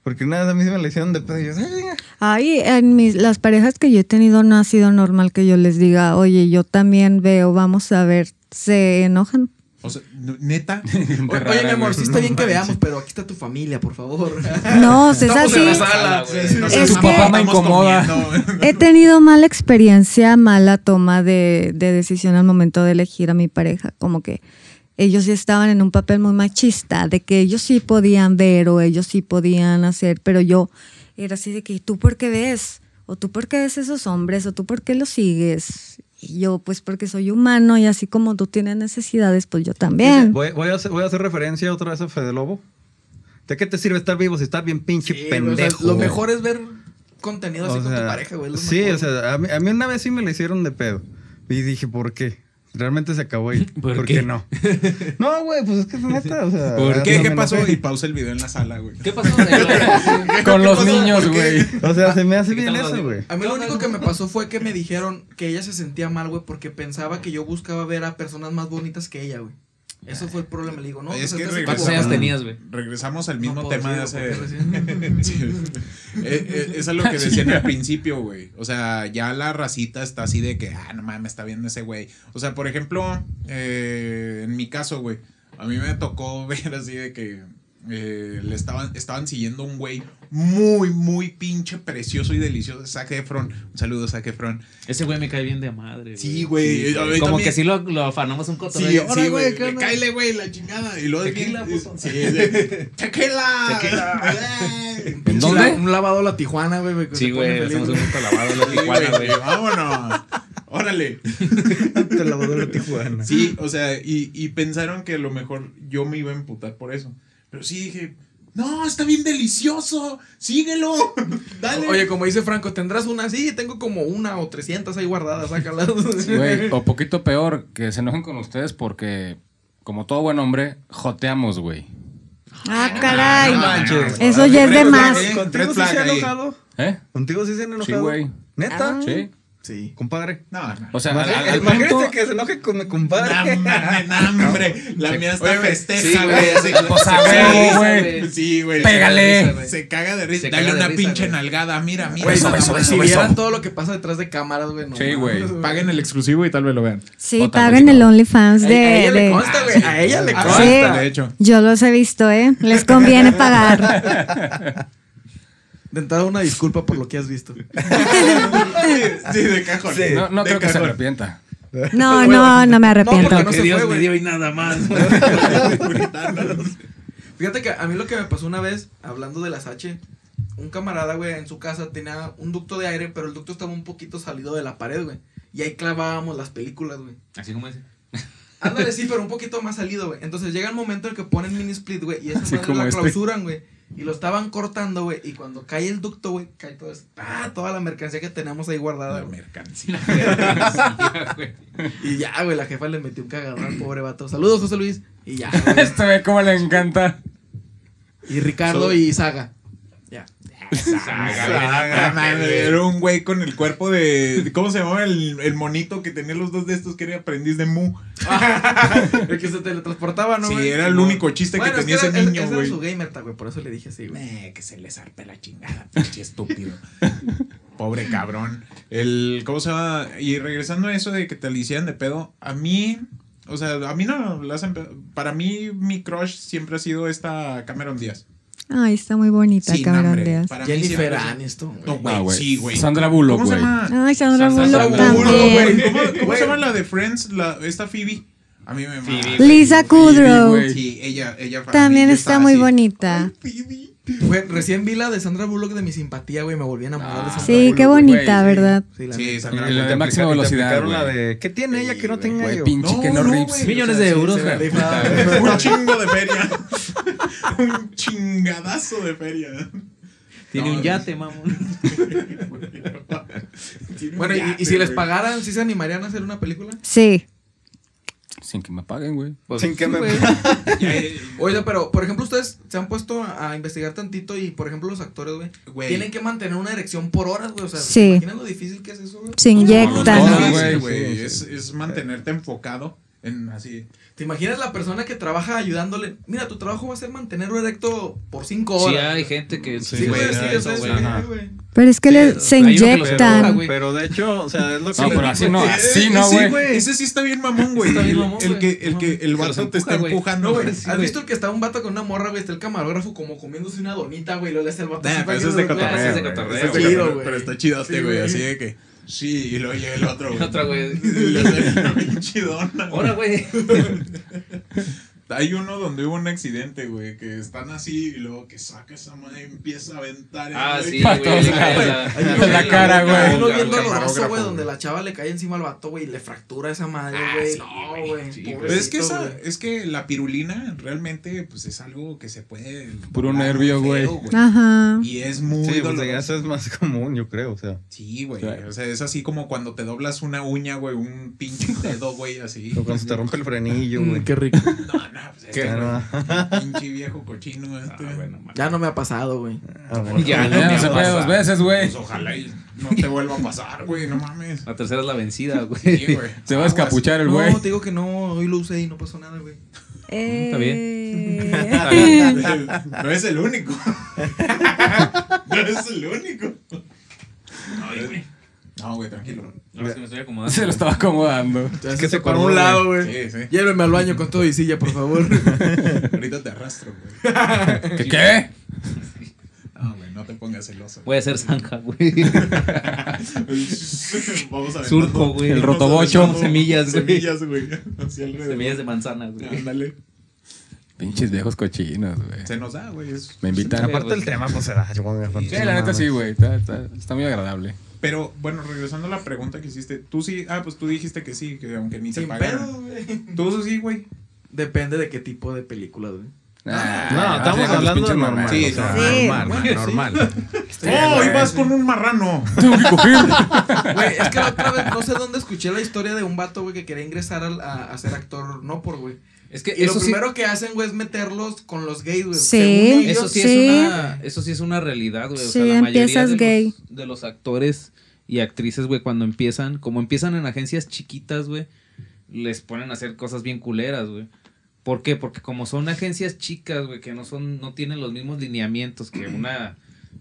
S3: Porque una vez a mí se me le hicieron de pedo y yo, "Ay, venga".
S5: Ay, en mis, las parejas que yo he tenido no ha sido normal que yo les diga, oye, yo también veo, vamos a ver, se enojan.
S1: O sea, n- neta.
S2: Oye,
S4: rara,
S2: mi amor,
S4: güey.
S2: sí está bien que veamos, pero aquí está tu familia, por favor.
S5: No, es
S2: Estamos en
S5: así.
S2: la sala, güey.
S1: No
S5: Es
S1: su
S5: que-
S1: papá me
S4: Estamos
S1: incomoda.
S5: [LAUGHS] He tenido mala experiencia, mala toma de, de decisión al momento de elegir a mi pareja. Como que ellos sí estaban en un papel muy machista, de que ellos sí podían ver o ellos sí podían hacer, pero yo era así de que, "¿Y ¿tú por qué ves? ¿O tú por qué ves esos hombres? ¿O tú por qué los sigues? Y yo, pues porque soy humano y así como tú tienes necesidades, pues yo también.
S3: Voy, voy a hacer, voy a hacer referencia otra vez a Fede Lobo. ¿De qué te sirve estar vivo si estás bien
S2: Sí,
S3: pinche
S2: güey, o sea,
S3: pendejo?
S2: lo
S3: güey?
S2: mejor es ver contenido así
S3: O
S2: con tu
S3: sea,
S2: pareja, güey. es lo
S3: Sí,
S2: mejor.
S3: o sea, a mí, a mí una vez sí me la hicieron de pedo. Y dije, ¿por qué? Realmente se acabó
S1: [LAUGHS]
S3: y
S6: ¿Por
S3: ¿por,
S6: qué?
S3: qué? no? No, güey, pues es que es neta, o
S1: [LAUGHS]
S3: sea...
S1: ¿Por
S3: hasta
S1: qué? ¿Qué
S3: me
S1: pasó?
S3: enojé.
S1: Y pausa el video en la sala, güey.
S7: ¿Qué pasó? Ahí,
S4: [LAUGHS]
S7: güey?
S4: Con los
S2: pasó?
S4: niños,
S2: ¿Por qué?
S4: güey.
S3: O sea, se me hace
S7: ¿Qué
S3: bien
S7: tal,
S3: eso,
S7: Rodrigo?
S3: güey.
S2: A mí
S7: No,
S2: lo
S7: no,
S2: único
S7: no.
S2: que me pasó fue que me dijeron que ella se sentía mal, güey, porque pensaba que yo buscaba ver a personas más bonitas que ella, güey. Eso fue el problema. Le digo, no,
S1: Es
S2: pues,
S1: que
S2: estás
S1: regresa-
S7: ¿Cuántos
S1: Regresamos.
S7: años
S2: equivocado.
S7: tenías, güey?
S1: Regresamos al
S2: No
S1: mismo
S2: puedo
S1: tema de hace.
S2: decirlo,
S1: [LAUGHS]
S2: porque recién- Ah,
S1: Sí. Eh, eh, es a
S2: [LAUGHS]
S1: lo que decían al principio, güey. O sea, ya la racita está así de que, ah, no mames, está viendo ese güey. O sea, por ejemplo, eh, en mi caso, güey, a mí me tocó [LAUGHS] ver así de que eh, le estaban, estaban siguiendo un güey muy, muy pinche precioso y delicioso. Zac Efron. Un saludo, Zac Efron.
S7: Ese güey me cae bien de madre.
S1: Sí, güey. A mí
S7: Como
S1: también.
S7: que sí lo, lo afanamos un cotorreo.
S1: Sí,
S7: Ahora,
S1: sí, güey.
S7: ¿qué onda?
S1: Cáile, güey, la chingada. Y luego es bien.
S7: Tequila, puto.
S1: Sí,
S7: [LAUGHS]
S1: de- Tequila. Ay.
S4: ¿En dónde?
S2: Un lavado a la Tijuana, güey. que
S7: Sí,
S2: se pone feliz,
S7: güey. Hacemos un
S2: güey.
S7: puto lavado en la
S1: Sí,
S7: Tijuana,
S1: güey,
S7: güey.
S1: Vámonos. Órale.
S3: Te la voy a dar a Tijuana.
S1: Sí, o sea, y, y pensaron que a lo mejor yo me iba a emputar por eso. Pero sí dije, no, está bien delicioso. Síguelo. [LAUGHS] Dale.
S2: Oye, como dice Franco, tendrás una. Sí, tengo como una o 300
S1: [LAUGHS]
S2: ahí guardadas, sácalas.
S4: Güey, o poquito peor, que se enojen con ustedes porque, como todo buen hombre, joteamos, güey.
S5: Ah, caray.
S1: No manches.
S5: Eso ya es de
S1: Red
S5: más.
S1: flag, eh.
S3: [LAUGHS] ¿Contigo
S1: Red
S3: sí
S1: flag
S3: se han
S1: ahí.
S3: enojado?
S4: ¿Eh?
S3: ¿Contigo sí se han enojado?
S4: Sí, güey.
S3: ¿Neta?
S4: Sí.
S2: Sí.
S3: Compadre.
S1: No, no.
S4: O sea, al, al- al
S3: Imagínate
S4: punto...
S3: que se enoje con mi
S1: No,
S3: compadre.
S1: mames, no, hombre. La mía está
S2: Oye, güey,
S1: festeja,
S7: sí,
S1: güey.
S7: güey,
S1: así.
S4: Pues
S1: Se
S4: a huevo,
S1: caga de
S4: güey.
S1: risa, Sí, güey.
S4: Pégale.
S1: Se caga de risa.
S7: Se caga
S1: Dale
S7: de
S1: una
S7: risa,
S1: pinche
S7: güey.
S1: nalgada. Mira, mira.
S2: Güey,
S7: oh,
S1: nada
S2: no,
S1: más.
S2: si vieran todo lo que pasa detrás de cámaras, güey. no
S4: Sí, güey.
S2: mames,
S1: Paguen el exclusivo y tal vez lo vean.
S5: Sí,
S4: O tal vez
S5: paguen
S4: no.
S5: el OnlyFans
S2: A
S5: de...
S2: a ella le
S5: de-
S2: consta, güey. A ella le
S1: Ah,
S2: consta.
S5: Sí.
S1: de hecho.
S5: Yo los he visto, ¿eh? Les conviene pagar.
S2: De entrada, una disculpa por lo que has visto.
S1: [LAUGHS] Sí, de cajón.
S4: No, no
S1: De
S4: creo que se
S1: cajón.
S4: arrepienta.
S5: [LAUGHS]
S4: [LAUGHS]
S5: No, no, no me arrepiento.
S2: porque no se
S7: Que Dios
S2: fue,
S7: me
S2: güey.
S7: dio y nada más.
S1: [LAUGHS]
S2: Fíjate que a mí lo que me pasó una vez, hablando de las H, un camarada, güey, en su casa tenía un ducto de aire, pero el ducto estaba un poquito salido de la pared, güey. Y ahí clavábamos las películas, güey.
S7: Así como dice.
S2: Ándale, sí, pero un poquito más salido, güey. Entonces llega el momento en el que ponen mini split, güey, y esa
S4: Así
S2: madre
S4: como
S2: la
S4: este.
S2: clausuran, güey. Y lo estaban cortando, güey. Y cuando cae el ducto, güey, cae todo eso. ¡Ah! Toda la mercancía que tenemos ahí guardada,
S1: La
S2: güey.
S1: mercancía. [LAUGHS]
S2: Y ya, güey, la jefa le metió un cagadón al pobre vato. Saludos, José Luis. Y ya, güey.
S4: Este ve cómo le encanta.
S2: Y Ricardo y Saga. Ya.
S1: Ah, madre, Era un güey con el cuerpo de. ¿Cómo se llamaba el, el monito que tenía los dos de estos que era aprendiz de Mu?
S2: El que se teletransportaba, ¿no?
S1: Sí,
S2: güey?
S1: era el único chiste
S2: Bueno,
S1: que
S2: es
S1: tenía
S2: era-
S1: ese niño,
S2: era
S1: güey.
S2: su gamer tag, güey, por eso le dije así, güey.
S1: Eh, que se le zarpe la chingada, [LAUGHS] pinche estúpido. Pobre cabrón. El, ¿Cómo se llama? Y regresando a eso de que te le hicieran de pedo, a mí. O sea, a mí no la hacen. pe- Para mí, mi crush siempre ha sido esta Cameron Díaz.
S5: Ay, está muy bonita,
S1: Sin
S5: cabrón.
S1: hambre.
S5: Díaz.
S1: Para mí
S2: Jennifer
S1: siempre ha sido-
S2: Aniston,
S1: No,
S2: güey.
S1: güey,
S4: No, Ah, güey.
S1: sí, güey.
S4: Sandra Bullock,
S1: ¿Cómo se
S4: güey.
S1: llama?
S5: Ay, Sandra
S7: Sandra
S5: Bullock
S7: Bullock,
S5: también.
S1: ¿Cómo, cómo
S2: Güey.
S1: se llama la de Friends? La, esta Phoebe. A mí me mama.
S7: Phoebe.
S5: Lisa Kudrow.
S4: güey.
S1: Sí, ella, ella para
S5: También
S1: mí
S5: está
S1: estaba
S5: muy
S1: así.
S5: bonita.
S1: Phoebe.
S2: Güey, recién vi la de Sandra Bullock de mi simpatía, güey. Me volví a enamorar de
S4: Ah,
S2: Sandra
S5: Sí,
S2: Bullock.
S5: qué
S4: güey,
S5: bonita,
S4: sí.
S5: ¿verdad?
S2: Sí, la
S1: Sí,
S2: neta.
S1: Sandra
S4: Y la
S1: Bullock.
S4: de máxima
S3: Y te
S4: velocidad,
S3: aplicaron la
S4: güey.
S3: de, ¿qué tiene ella que no
S1: Sí,
S3: tenga
S4: Güey,
S3: yo?
S4: pinche
S1: No,
S4: que no,
S1: no,
S4: rips.
S1: güey.
S7: Millones
S1: O sea,
S7: de
S1: sí,
S7: euros,
S1: se la
S7: güey.
S2: [LAUGHS]
S1: rifa. Un chingo de feria. Un chingadazo de feria.
S7: Tiene
S1: No,
S7: un yate, mamón.
S1: Tiene un
S2: Bueno, y- y,
S1: yate,
S2: si les
S1: güey.
S2: pagaran, ¿sí se animarían a hacer una película?
S5: Sí.
S4: sin que me paguen, güey.
S6: Pues,
S3: Sin que
S6: sí,
S3: me-
S6: güey.
S2: Oiga, pero por ejemplo, ustedes se han puesto a a investigar tantito y por ejemplo los actores, güey,
S1: Güey.
S2: tienen que mantener una erección por horas, güey. O sea,
S5: Sí.
S2: ¿imaginan lo difícil que es eso, güey?
S5: Se
S4: Como
S5: inyectan.
S4: los
S1: güey,
S4: Sí,
S1: güey.
S3: sí,
S1: Es, es mantenerte enfocado en así.
S2: ¿Te imaginas la persona que trabaja ayudándole? Mira, tu trabajo va a ser mantenerlo erecto por cinco
S7: Sí,
S2: horas.
S7: hay gente que
S3: Sí,
S2: Sí, güey,
S3: güey,
S2: sí,
S3: ah,
S2: yo
S7: eso,
S2: sé,
S7: güey.
S2: sí,
S3: ajá.
S2: güey.
S5: Pero es que le-
S7: Sí,
S5: se
S7: hay uno que lo
S3: Pero,
S5: inyectan.
S7: güey.
S3: pero de hecho, o sea, es lo que.
S4: No,
S3: le-
S4: pero así no, así
S1: Eh,
S4: no,
S1: sí,
S4: güey.
S1: Ese sí está bien mamón, güey.
S7: Está bien mamón,
S1: el que,
S7: güey.
S1: el que el
S7: Que los
S1: vato te está
S7: empuja, güey.
S1: empujando,
S2: No, güey,
S1: güey.
S7: Sí,
S2: ¿has
S7: güey.
S2: visto el que está un vato con una morra, güey? Está el camarógrafo como comiéndose una donita, güey, y lo le hace el vato.
S1: Nah,
S2: así
S1: pero
S2: para
S1: eso
S2: que
S1: es de
S2: lo-
S1: cotorreo,
S7: Ah, ese es de
S1: güey.
S7: cotorreo,
S1: Ese es de
S2: güey.
S1: cotorreo,
S2: güey.
S1: Pero está chidote,
S2: Sí,
S1: güey.
S2: güey.
S1: Así de que. Sí, y luego llega el otro, güey.
S7: Otra, güey.
S1: [LAUGHS] Y le hace una pinche chidona,
S7: [LAUGHS]
S1: güey.
S7: Ahora, güey.
S1: Hay uno donde hubo un accidente, güey, que están así y luego que saca esa madre y empieza a aventar.
S7: Ah,
S1: güey.
S7: sí, güey. le cae
S4: güey.
S7: la-
S2: Hay uno
S4: En la
S2: bien-
S4: cara,
S2: hay
S4: güey.
S2: Uno bien
S7: El
S2: doloroso,
S1: camarógrafo,
S2: güey, donde
S1: güey.
S2: la chava le cae encima al vato, güey, y le fractura esa madre, güey. no, güey.
S1: [LAUGHS] Pero es que esa,
S2: pobrecito, güey.
S1: es que la pirulina realmente, pues es algo que se puede.
S4: Puro
S1: doblar muy
S4: nervio, güey.
S1: feo,
S5: Ah. Ajá.
S1: Y es muy
S3: Sí, pues,
S1: doloroso.
S3: eso es más [LAUGHS] común, yo creo, o sea.
S1: Sí, güey.
S4: Claro.
S1: O sea, es así como cuando te doblas una uña, güey, un
S4: [LAUGHS]
S1: pinche dedo, güey, así.
S3: O cuando se te rompe el frenillo,
S1: Mm,
S3: güey.
S6: rico.
S1: No, no, pues
S3: Ah,
S1: este,
S3: no.
S1: güey, pinche viejo
S4: Ah,
S1: cochino este.
S2: [LAUGHS] Ya no me ha pasado, güey.
S3: Ah, bueno.
S7: Ya,
S4: Ya no se puede
S7: pasa.
S4: dos veces, güey.
S1: Pues ojalá y no te vuelva a pasar, güey, no
S4: [LAUGHS]
S1: mames.
S7: La tercera es la vencida, güey.
S1: [LAUGHS] Sí, güey.
S4: Se va a escapuchar el
S2: No,
S4: güey.
S2: te
S4: [LAUGHS]
S2: digo que no, hoy lo usé y no pasó nada, güey.
S7: Está
S5: [LAUGHS]
S7: Está
S5: Eh,
S7: bien.
S1: No es el único. [LAUGHS] No es el único.
S9: Ay, güey.
S1: No, güey, tranquilo.
S9: No, es que me estoy acomodando.
S4: Se lo estaba acomodando.
S2: Es
S3: que se
S2: por
S3: paró,
S2: un
S3: güey.
S2: lado, güey.
S1: Sí, sí.
S2: Llévenme al baño con todo y silla, por favor.
S1: [LAUGHS] Ahorita te arrastro, güey.
S4: ¿Qué qué?
S1: No, güey, no te pongas celoso.
S7: Puede ser zanja, güey.
S1: [LAUGHS] Vamos a
S7: Surco,
S1: [LAUGHS]
S7: güey.
S4: El rotobocho.
S7: Semillas, güey.
S1: Semillas, güey. Hacia alrededor.
S7: Semillas de manzana, güey.
S1: Ándale.
S4: Pinches viejos cochinos, güey.
S1: Se nos da, güey. es-
S4: Me invitan.
S3: Aparte el tema, pues se da. yo, güey, aparte,
S4: Sí,
S3: no
S4: la neta
S3: mames.
S4: sí, güey. Está, está- está muy agradable.
S1: Pero bueno, regresando a la pregunta que hiciste, tú sí, ah, pues tú dijiste que sí, que aunque ni te
S2: [LAUGHS] Sin
S1: pagaran.
S2: pedo, güey.
S1: Tú eso sí, güey.
S2: Depende de qué tipo de películas, güey.
S4: Ah,
S3: No,
S4: sí,
S3: estamos
S4: con los
S3: hablando de
S4: pinches
S3: normal.
S4: mamadas.
S1: Sí,
S3: o sea,
S5: sí.
S3: normal, normal.
S1: ¡Oh, ibas con un marrano!
S2: Güey, es que la otra vez no sé dónde escuché la historia de un vato, güey, que quería ingresar al- a, a ser actor no por, güey.
S7: Es que
S2: Y
S7: eso
S2: lo
S7: sí,
S2: primero que hacen, güey, es meterlos con los gays, güey.
S5: Sí.
S2: Según ellos,
S7: eso sí,
S5: Sí.
S7: es una, eso sí es una realidad, güey. o sea,
S5: Sí,
S7: la mayoría
S5: empiezas
S7: de
S5: gay.
S7: Los, de los actores y actrices, güey, cuando empiezan, como empiezan en agencias chiquitas, güey, les ponen a hacer cosas bien culeras, güey. ¿Por qué? Porque como son agencias chicas, güey, que no son, no tienen los mismos
S5: [CLEARS THROAT]
S7: lineamientos que una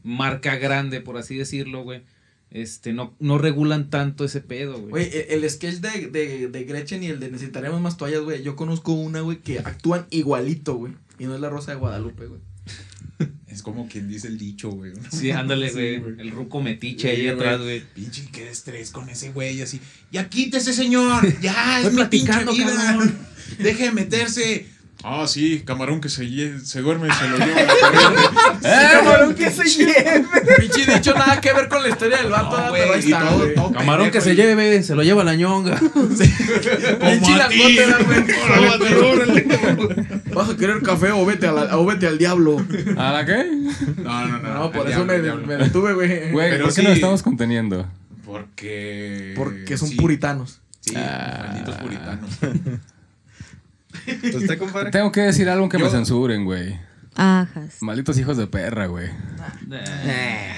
S7: marca grande, por así decirlo, güey. Este, no, no regulan tanto ese pedo, güey.
S2: Güey, e, el el sketch de, de, de Gretchen y el de Necesitaremos más toallas, güey. Yo conozco una, güey, que actúan igualito, güey. Y no es la Rosa de Guadalupe, güey.
S1: Es como quien dice el dicho, güey. ¿no?
S7: Sí, ándale,
S1: Sí,
S7: güey.
S1: güey.
S7: el ruco metiche
S1: Sí,
S7: ahí
S1: güey.
S7: atrás, güey.
S1: Pinche, qué estrés con ese güey así. ¡Ya quítese,
S4: [LAUGHS]
S1: señor! ¡Ya! ¡Es
S7: Estoy
S1: mi pinche
S7: platicando,
S1: vida!
S7: cabrón.
S1: [LAUGHS] ¡Deje de meterse! Ah, sí, camarón que se, lle- se duerme, se [LAUGHS] lo lleva. la corriente.
S2: camarón que se lleve. [LAUGHS] Pinche dicho nada que ver con la historia del vato,
S1: No,
S2: ¿verdad?
S1: güey,
S2: pero ahí
S1: y
S2: está,
S1: todo,
S2: güey.
S1: todo
S7: Camarón que
S1: pendejo,
S7: se
S1: y-
S7: lleve, se lo lleva
S1: [LAUGHS]
S7: la ñonga.
S1: Como a ti.
S2: chilangote, ¿verdad,
S1: [LAUGHS]
S2: güey?
S1: Órale, perro.
S2: Vas a querer café o vete, a la- o vete al diablo.
S4: ¿A la qué?
S1: No, no, no.
S2: No, por
S1: al diablo,
S2: eso me,
S1: al diablo.
S2: me detuve, güey.
S4: Güey,
S1: Pero
S4: ¿por qué
S1: sí.
S4: nos estamos conteniendo?
S1: Porque.
S2: Porque son
S1: Eh, sí,
S2: puritanos.
S1: Sí,
S4: Ah.
S1: malditos puritanos.
S3: ¿Usted, compadre?
S4: Tengo que decir algo que
S1: Yo-
S4: me censuren, güey.
S5: Ajas.
S4: Malditos hijos de perra, güey.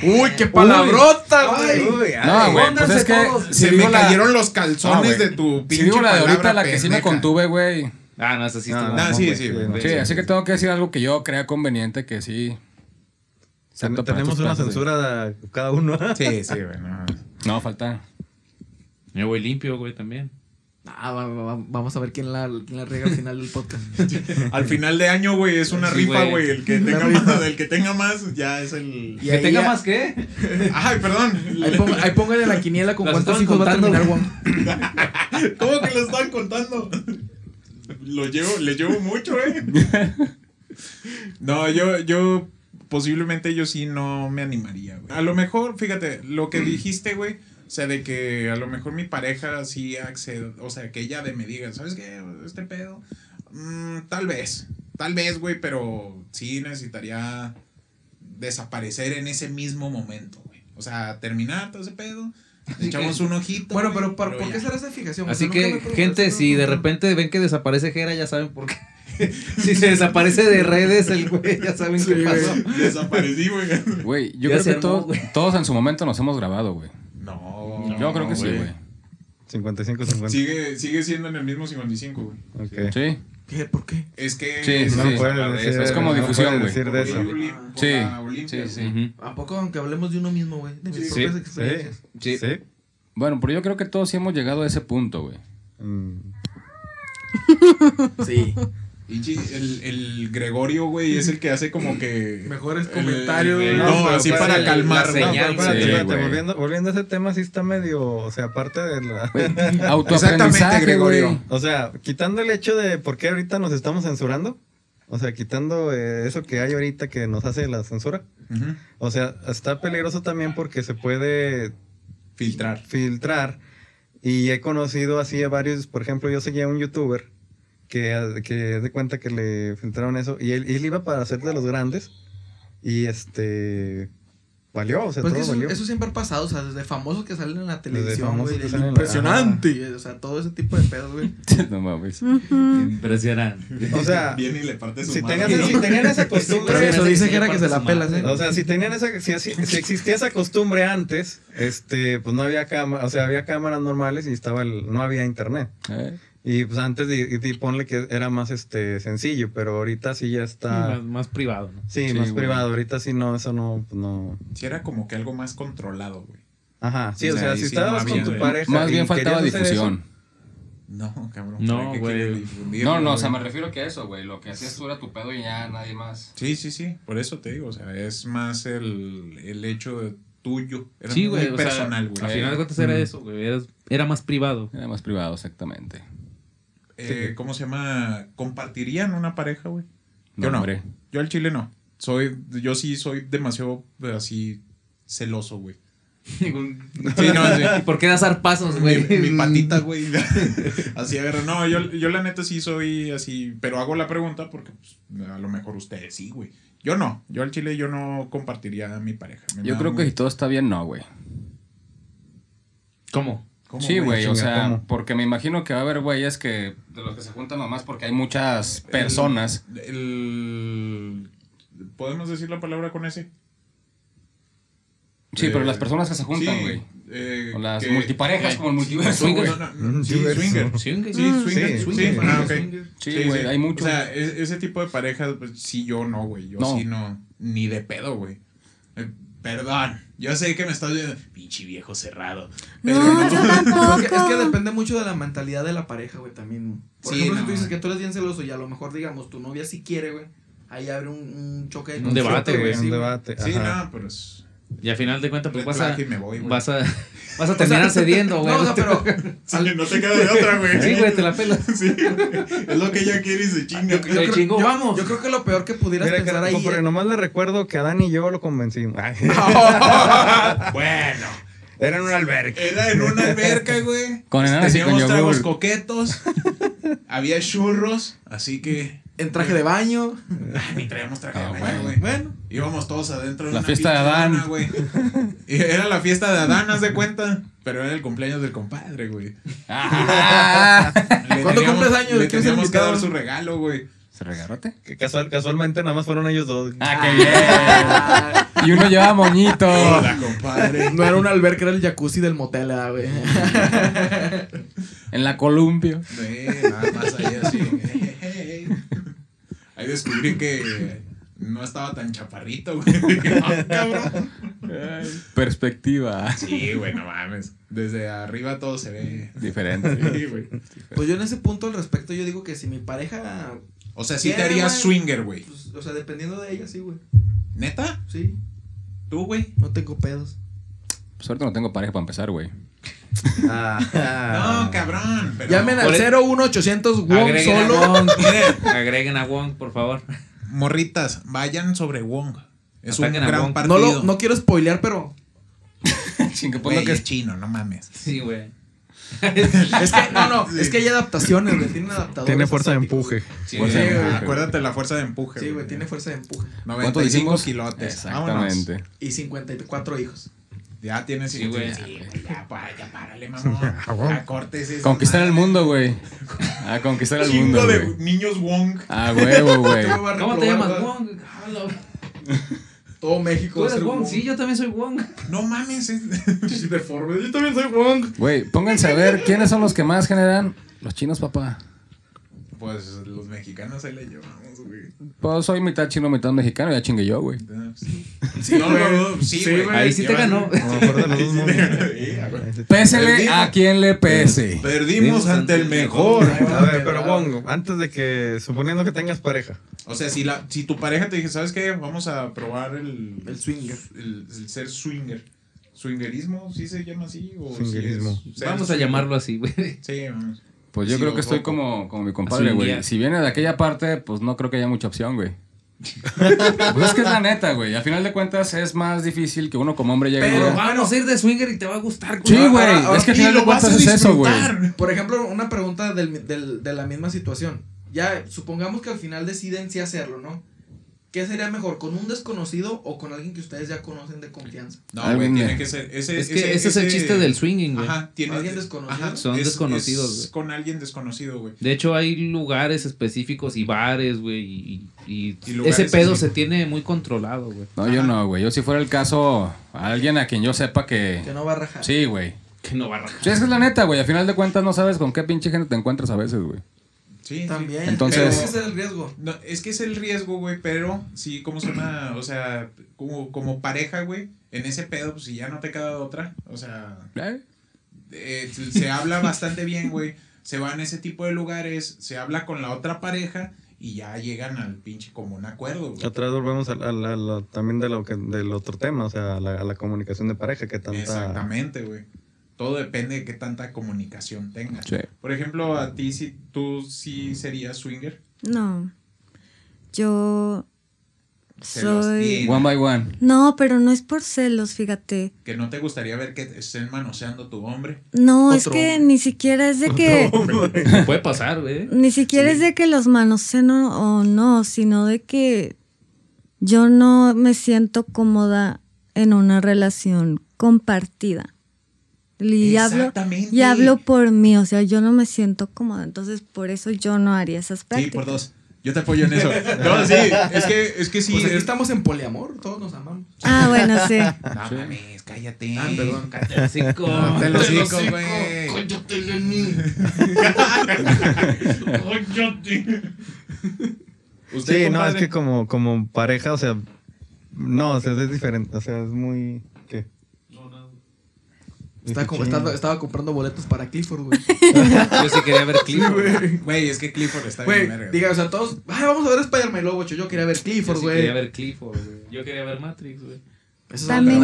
S2: Uy, qué palabrota, güey.
S4: No, güey, pues es que si
S1: Se
S4: digo
S1: me
S4: la-
S1: cayeron los
S4: No,
S1: calzones
S4: güey.
S1: de tu pinche
S4: Si digo la de ahorita,
S1: palabra
S4: la que sí me
S1: pendeja.
S4: contuve, güey.
S7: Ah, no, eso sí
S3: No,
S7: estuvo.
S1: Ah,
S3: no,
S1: sí,
S3: güey,
S1: sí, güey.
S3: no,
S4: Sí, así que tengo que decir algo que yo crea conveniente que sí.
S3: Ten-
S4: Exacto, para
S3: Tenemos
S4: estos
S3: una
S4: casos,
S3: censura a cada uno.
S1: Sí, sí, güey. no.
S4: güey. No, falta.
S6: Me voy limpio, güey, también.
S2: Ah, va- va- va- vamos a ver quién la, quién la riega al final del podcast.
S1: [LAUGHS] Al final de año, güey, es una
S7: Sí,
S1: rifa,
S7: güey.
S1: güey. El que
S2: Una
S1: tenga
S2: rifa.
S1: más, el que tenga más, ya es el.
S2: Y ahí ya-
S7: que.
S1: [LAUGHS] Ay, perdón.
S2: [LAUGHS] Ahí, ponga- ahí póngale la quiniela con
S7: Las
S2: cuántos
S7: estaban
S2: hijos va a
S7: contando.
S2: terminar, Juan.
S1: ¿Cómo que lo están contando? Lo llevo, le llevo mucho, eh. No, yo, yo posiblemente yo sí no me animaría, güey. A lo mejor, fíjate, lo que dijiste, güey. O sea, de que a lo mejor mi pareja sí accede, o sea, que ella de me diga, ¿sabes qué? Este pedo. mm, tal vez, tal vez, güey, pero sí necesitaría
S2: [LAUGHS]
S1: desaparecer en ese mismo momento, güey. O sea, terminar todo ese pedo Le Echamos un ojito.
S2: Bueno,
S1: güey,
S2: pero ¿por,
S1: pero
S2: ¿por qué
S1: ya.
S2: será esa fijación?
S7: Así
S2: O sea, nunca me
S7: que,
S2: he preguntado
S7: gente,
S2: eso,
S7: si de
S2: ¿no?
S7: repente ven que desaparece Jera, ya saben por qué. [LAUGHS] si se desaparece de redes el güey, ya saben
S2: Sí,
S7: qué
S2: güey.
S7: pasó.
S1: [LAUGHS] Desaparecí, güey.
S4: Güey, yo
S7: Ya
S4: creo
S7: se
S4: que
S7: armó,
S4: to-
S7: güey.
S4: todos en su momento nos hemos grabado, güey.
S1: No.
S4: Yo creo que sí, güey.
S3: 55, 50.
S1: Sigue, sigue siendo en el mismo 55, güey.
S3: Ok.
S4: Sí.
S2: ¿Qué? ¿Por qué?
S1: Es que.
S4: Sí, sí,
S3: No
S4: sí.
S3: puedes decir,
S4: Es como
S3: no
S4: difusión,
S3: puedes
S4: güey.
S3: decir de eso.
S1: Oli-
S2: Ah.
S1: por
S4: Sí,
S1: la
S4: sí,
S1: Olimpia.
S4: sí.
S6: Ujú.
S2: ¿A poco aunque hablemos de uno mismo, güey? De mis
S1: Sí.
S2: propias
S3: Sí.
S2: experiencias.
S4: Sí.
S3: Sí.
S4: Bueno, pero yo creo que todos sí hemos llegado a ese punto, güey.
S3: Mm.
S2: Sí.
S1: Ichi, el, el Gregorio, güey, es el que hace como que.
S2: Mejores
S1: el-
S2: comentarios,
S1: el-
S2: güey.
S1: No,
S3: No, pero
S1: así
S3: fue
S1: para
S3: el-
S1: calmar.
S7: la
S1: ¿no?
S3: No,
S7: señal.
S3: pero espérate,
S4: Sí,
S3: espérate,
S4: güey.
S3: volviendo, volviendo a ese tema, sí está medio, o sea, aparte de la...
S1: [LAUGHS] Exactamente,
S4: Autoaprendizaje,
S1: Gregorio.
S4: güey.
S3: O sea, quitando el hecho de por qué ahorita nos estamos censurando, o sea, quitando eh, eso que hay ahorita que nos hace la censura,
S1: Ujú.
S3: o sea, está peligroso también porque se puede
S1: Filtrar.
S3: filtrar. Y he conocido así a varios, por ejemplo, yo seguía a un youtuber que, que haz de cuenta que le filtraron eso y él, él iba para ser de los grandes y este valió, o sea,
S2: Pues que
S3: todo
S2: eso,
S3: valió.
S2: eso siempre ha pasado, o sea, desde famosos que salen en la
S3: Desde
S2: televisión,
S3: famosos
S2: güey.
S3: que
S2: del
S3: salen en la-
S2: Impresionante. y, O sea, todo ese tipo de pedos, güey.
S4: [LAUGHS] No mames.
S5: Ujú.
S6: Impresionante.
S3: O sea,
S1: [LAUGHS] Viene y le parte su
S3: si,
S1: madre,
S3: tengas-
S1: ¿no? [LAUGHS]
S3: si tenían esa
S2: Por
S3: costumbre,
S2: eso
S9: sí,
S2: dice
S9: sí,
S2: que era que
S9: parte
S2: se
S9: su
S2: la
S9: madre.
S2: pelas, ¿eh?
S3: O sea, si tenían esa, si, así- si existía esa costumbre antes, este, pues no había cámara, o sea, había cámaras normales y estaba el, no había internet.
S4: Eh,
S3: Y pues antes de, de- ponle que era más este sencillo, pero ahorita sí ya está
S6: Más, más privado, ¿no?
S3: sí,
S4: Sí,
S3: más
S4: güey.
S3: privado, ahorita sí no, eso no, pues, no.
S1: Si era como que algo más controlado, güey.
S3: Ajá, sí,
S1: O
S3: o
S1: sea,
S3: sea,
S1: ahí
S3: si
S1: sí no
S3: estabas
S1: había,
S3: con tu
S1: güey.
S3: pareja.
S4: Más
S3: y
S4: bien faltaba
S3: querías hacer
S4: difusión.
S1: No, cabrón.
S6: No,
S1: ¿para qué
S6: güey.
S1: quiere difundirlo,
S4: No, no, o sea,
S1: güey?
S4: me refiero que a eso, güey. Lo que hacías tú era tu pedo y ya nadie más.
S1: Sí, sí, sí. Por eso te digo, o sea, es más el, el hecho de tuyo. Era
S6: Sí, güey.
S1: muy
S6: o sea,
S1: personal, güey.
S6: Al final de cuentas era eso, güey. Era, era más privado.
S4: Era más privado, exactamente.
S1: Eh, ¿Cómo se llama? ¿Compartirían una pareja, güey? Yo
S4: No,
S1: no.
S4: hombre.
S1: Yo al chile no. Soy, yo sí soy demasiado eh, así celoso, güey. Sí, no, sí.
S7: ¿Y ¿Por qué das zarpazos, güey?
S1: Mi, mi
S7: [LAUGHS]
S1: patita, güey. así agarro. No, yo, yo la neta sí soy así. Pero hago la pregunta porque pues, a lo mejor ustedes sí, güey. Yo no. Yo al chile yo no compartiría a mi pareja. Me
S4: Yo
S1: da
S4: creo que
S1: muy-
S4: si todo está bien, no, güey.
S6: ¿Cómo?
S1: ¿Cómo,
S4: Sí, güey, o
S3: Chinga,
S4: sea,
S3: ¿cómo?
S4: porque me imagino que va a haber güeyes que de los que se juntan nomás porque hay muchas personas.
S1: El, ¿Podemos decir la palabra con ese?
S4: sí, pero
S1: eh,
S4: las personas que se juntan,
S1: Sí, [LAUGHS]
S4: güey.
S1: eh,
S4: O las
S1: que-
S4: multiparejas como el multiverso,
S1: No,
S4: güey.
S1: no, no,
S3: Mm,
S1: sí,
S3: diverso.
S1: swinger.
S6: Sí, güey.
S1: Sí,
S5: Mm.
S1: swinger,
S3: Sí,
S1: swinger.
S3: sí.
S1: Ah, ok.
S4: Sí, güey, hay mucho.
S1: O sea, e- ese tipo de parejas, pues sí, yo no, güey. Yo
S4: No.
S1: sí no, ni de pedo, güey. Eh, Perdón, yo sé que me estás viendo, pinche viejo cerrado. Pero
S5: No, yo
S2: Creo que- es que
S5: tampoco.
S2: depende mucho de la mentalidad de la pareja, güey, también. Por
S1: Sí,
S2: ejemplo,
S1: no.
S2: si tú dices que tú eres bien celoso y a lo mejor, digamos, tu novia sí quiere, güey, ahí abre un, un choque. de
S6: Un
S2: concepto,
S6: debate, güey,
S3: un
S2: sí,
S3: debate.
S1: Sí,
S3: ajá.
S1: no, pero es.
S6: Y al final de cuentas, pues vas a,
S1: retraje y me voy, güey.
S6: vas a, [LAUGHS] vas a terminar cediendo, güey.
S2: No, o sea, pero...
S1: Sí, [LAUGHS] no te queda de otra, güey.
S6: Sí, güey, te la pelas.
S1: [LAUGHS] Sí, güey. Es lo que ella quiere y se chinga.
S6: Yo creo- chingo,
S2: yo-
S6: vamos.
S2: Yo creo que lo peor que pudieras
S3: Mira,
S2: pensar
S3: carajo,
S2: ahí... eh,
S3: pero nomás le recuerdo que Adán y yo lo convencimos. Ay, [LAUGHS]
S1: Bueno,
S3: Era en un albergue.
S1: era en una alberca, güey.
S4: Con enanas y con
S1: Teníamos tragos
S4: yogur.
S1: coquetos. Había churros, así que.
S2: En traje de baño.
S1: Ni traíamos traje
S4: Ah,
S1: de baño, güey.
S4: bueno.
S2: Bueno.
S1: Íbamos todos adentro
S4: La
S1: una
S4: fiesta de
S1: pinche
S4: Adán.
S1: lona, güey. Y Era la fiesta de Adán, haz de cuenta. Pero era el cumpleaños del compadre, güey.
S4: Ah,
S1: Le
S2: ¿Cuándo
S1: teníamos-
S2: cumples años?
S1: Le
S2: ¿Quién es
S1: teníamos que
S2: invitado?
S1: dar su regalo, güey.
S4: ¿Se regarote?
S3: Que casual- casualmente nada más fueron ellos dos.
S4: Ah, qué bien. Y uno lleva moñito.
S1: Hola, compadre.
S2: [LAUGHS] No era un alberca, era el jacuzzi del motel, ah, [LAUGHS] güey.
S4: En la columpio.
S1: Eh, nada más ahí así. eh, eh, eh. Ahí descubrí que no estaba tan chaparrito, güey. Dije, "Ah, cabrón.
S4: Perspectiva.
S1: Sí, güey, no mames. Desde arriba todo se ve.
S4: Diferente.
S1: Sí, güey.
S2: Pues yo en ese punto al respecto, yo digo que si mi pareja.
S1: O sea, sí te
S2: Quiere,
S1: harías
S2: güey.
S1: swinger, güey.
S2: pues, o sea, dependiendo de ella, sí, güey.
S1: ¿Neta?
S2: Sí,
S1: ¿Tú, güey?
S2: no tengo pedos.
S4: Pues ahorita no tengo pareja para empezar, güey. [LAUGHS]
S3: Ah.
S7: Ah.
S2: [LAUGHS]
S1: No, cabrón. pero-
S2: Llamen al
S7: e-
S6: ¿Cuál es?
S2: 01800 WOM
S6: Agreguen a
S2: solo.
S6: Wong.
S1: Miren,
S6: Agreguen a Wong, por
S7: [LAUGHS]
S6: favor.
S1: Morritas, vayan sobre Wong. Es
S6: Ataquen
S1: un
S6: a
S1: gran
S6: Wong.
S1: partido.
S2: No, lo, no quiero spoilear, pero.
S4: Sin que
S1: Güey,
S4: ponga pues, que
S1: es chino, no mames.
S6: Sí, güey.
S2: Es que, no, no, es que hay adaptaciones, güey. Tienen adaptadores.
S3: Tiene fuerza de
S2: asiáticos.
S3: empuje.
S1: Sí,
S4: Fuerza de
S1: güey.
S4: empuje.
S1: Acuérdate la fuerza de empuje.
S2: Sí, güey, tiene fuerza de empuje.
S1: 95
S4: ¿Cuánto dijimos?
S1: kilotes.
S4: Exactamente.
S1: Vámonos.
S2: Y 54 hijos.
S1: Ya tienes
S7: Sí, güey.
S1: Sí, güey, ya, pa- ya párale, [LAUGHS] mamón. Ya cortes eso.
S4: Conquistar el mundo, güey. A conquistar el mundo,
S1: Chingo de
S4: güey. Ah.
S1: niños Wong.
S4: A huevo,
S1: [LAUGHS]
S4: güey.
S2: Todo va a
S7: ¿Cómo te
S2: reprobar,
S7: llamas?
S2: ¿verdad?
S7: Wong. Ah, la-
S2: Todo México
S7: ¿Tú
S2: va a
S7: eres
S2: ser
S7: Wong? Sí, yo también soy Wong.
S1: No mames. es- [LAUGHS]
S2: Deforme. Yo también soy Wong.
S4: Güey, pónganse a ver quiénes son los que más generan. Los chinos, papá.
S1: Pues los mexicanos ahí la llevamos, güey.
S4: Pues soy mitad chino, mitad mexicano. Ya chingue yo, güey.
S1: Sí, no, no, no, sí,
S2: Sí,
S1: güey.
S2: güey.
S7: Ahí sí te
S1: Llevan-
S7: ganó.
S3: A lo mejor
S1: [LAUGHS]
S3: de los dos mundos.
S1: Sí, a ver.
S4: Pésele
S1: Perdimos.
S4: a quien le pese.
S1: Perdimos ante el mejor.
S3: A ver, pero Bongo, antes de que, suponiendo que tengas pareja,
S1: O sea, si, la, si tu pareja te dije, ¿sabes qué? Vamos a probar el.
S2: El swinger.
S1: El, el ser swinger. ¿Swingerismo? ¿Sí se llama así? O si es
S3: Swingerismo.
S1: ser
S7: Vamos a
S1: swinger?
S7: llamarlo así, güey.
S1: Sí, vamos.
S4: Pues yo
S1: Sí,
S4: creo
S1: o
S4: que estoy
S1: roco.
S4: como, como mi compadre,
S7: Así,
S4: güey.
S7: ya.
S4: Si viene de aquella parte, pues no creo que haya mucha
S1: [LAUGHS]
S4: opción, güey. pues es que es la neta, güey. Al final de cuentas es más difícil que uno como hombre llegue. y
S2: Pero
S4: diga,
S2: va-
S7: Vamos a ir de swinger y te va a gustar,
S4: Sí,
S7: culero.
S4: güey.
S2: ahora- ahora
S4: es que al
S1: Y
S4: final de
S1: lo vas a
S4: cuentas es eso, güey.
S1: disfrutar.
S2: [LAUGHS] Por ejemplo, una pregunta del- del- de la misma situación. Ya, supongamos que al final deciden si hacerlo, ¿no? ¿Qué sería mejor, con un desconocido o con alguien que ustedes ya conocen de confianza?
S1: No,
S4: Alguien
S1: güey,
S4: de-
S1: tiene que ser. Ese,
S7: Es que ese, es el
S1: ese-
S7: chiste del swinging, güey.
S1: Ajá, tiene.
S2: Alguien desconocido.
S1: Son
S7: Son
S1: desconocidos,
S7: desconocidos,
S1: güey.
S7: güey.
S1: Con alguien desconocido, güey.
S7: De hecho, hay lugares específicos y bares, güey. Y, y-
S1: Y
S7: y
S1: lugares
S7: ese pedo
S1: así.
S7: se tiene muy controlado, güey.
S4: No, yo no, güey. Yo si fuera el caso, alguien a quien yo sepa que...
S2: Que no va a rajar.
S4: Sí, güey.
S7: Que no va a rajar.
S4: Sí, es que es la neta, güey. Al final de cuentas no sabes con qué pinche gente te encuentras a veces, güey.
S1: Sí, sí.
S2: También.
S4: Entonces-
S2: Pero ese es el riesgo.
S1: No, es que es el riesgo, güey, pero sí, como suena, o sea, como, como pareja, güey, en ese pedo, pues si ya no te queda otra, o sea,
S4: ¿Eh?
S1: eh, se se habla bastante bien, güey, se van a ese tipo de lugares, se habla con la otra pareja y ya llegan al pinche común acuerdo, güey.
S3: atrás volvemos a, la- a la- a la- también de lo que, del otro tema, o sea, a la, a la comunicación de pareja, que tanta...
S1: Exactamente, güey. Todo depende de qué tanta comunicación tengas.
S4: Sí.
S1: Por ejemplo, a ti, si tú sí serías swinger,
S5: No. Yo
S1: Se los
S5: soy...
S1: tiene.
S4: One by one.
S5: [LAUGHS]
S4: [LAUGHS]
S5: No, pero no es por celos, fíjate.
S1: que no te gustaría ver que estén manoseando tu hombre.
S5: No, es
S2: Otro
S5: que
S2: hombre.
S5: ni siquiera es de que...
S7: [LAUGHS] Puede pasar, güey.
S5: Ni siquiera es de que los manoseen o o no, sino de que yo no me siento cómoda en una relación compartida. Y hablo,
S1: Exactamente.
S5: y hablo por mí, o sea, yo no me siento cómoda, entonces por eso yo no haría esas
S1: Sí,
S5: prácticas.
S1: por dos. Yo te apoyo en
S2: [LAUGHS]
S1: eso. No, sí, es que, es que sí.
S2: pues aquí
S1: es-
S2: estamos en poliamor, todos nos amamos.
S5: Ah, bueno, sí.
S1: No mames, cállate.
S2: Ah,
S1: [LAUGHS]
S2: perdón.
S1: No, te lo
S2: Te lo
S1: digo,
S2: sigo.
S1: güey.
S2: Cállate, Lenín.
S1: Usted,
S3: Sí, no, es
S1: compadre,
S3: que como, como pareja, o sea, no, o sea, es diferente, o sea, es muy... ¿Qué?
S2: Estaba, com- estaba- estaba comprando boletos para Clifford, güey.
S7: Yo sí quería ver Clifford.
S1: Güey, es que Clifford está bien verga.
S2: Güey, diga, o sea, todos, ay, vamos a ver Spider-Man y luego, yo quería ver
S7: Yo
S2: Clifford,
S7: sí
S2: güey.
S7: quería ver Clifford, güey. Yo quería ver Matrix, güey.
S2: Esa es
S5: También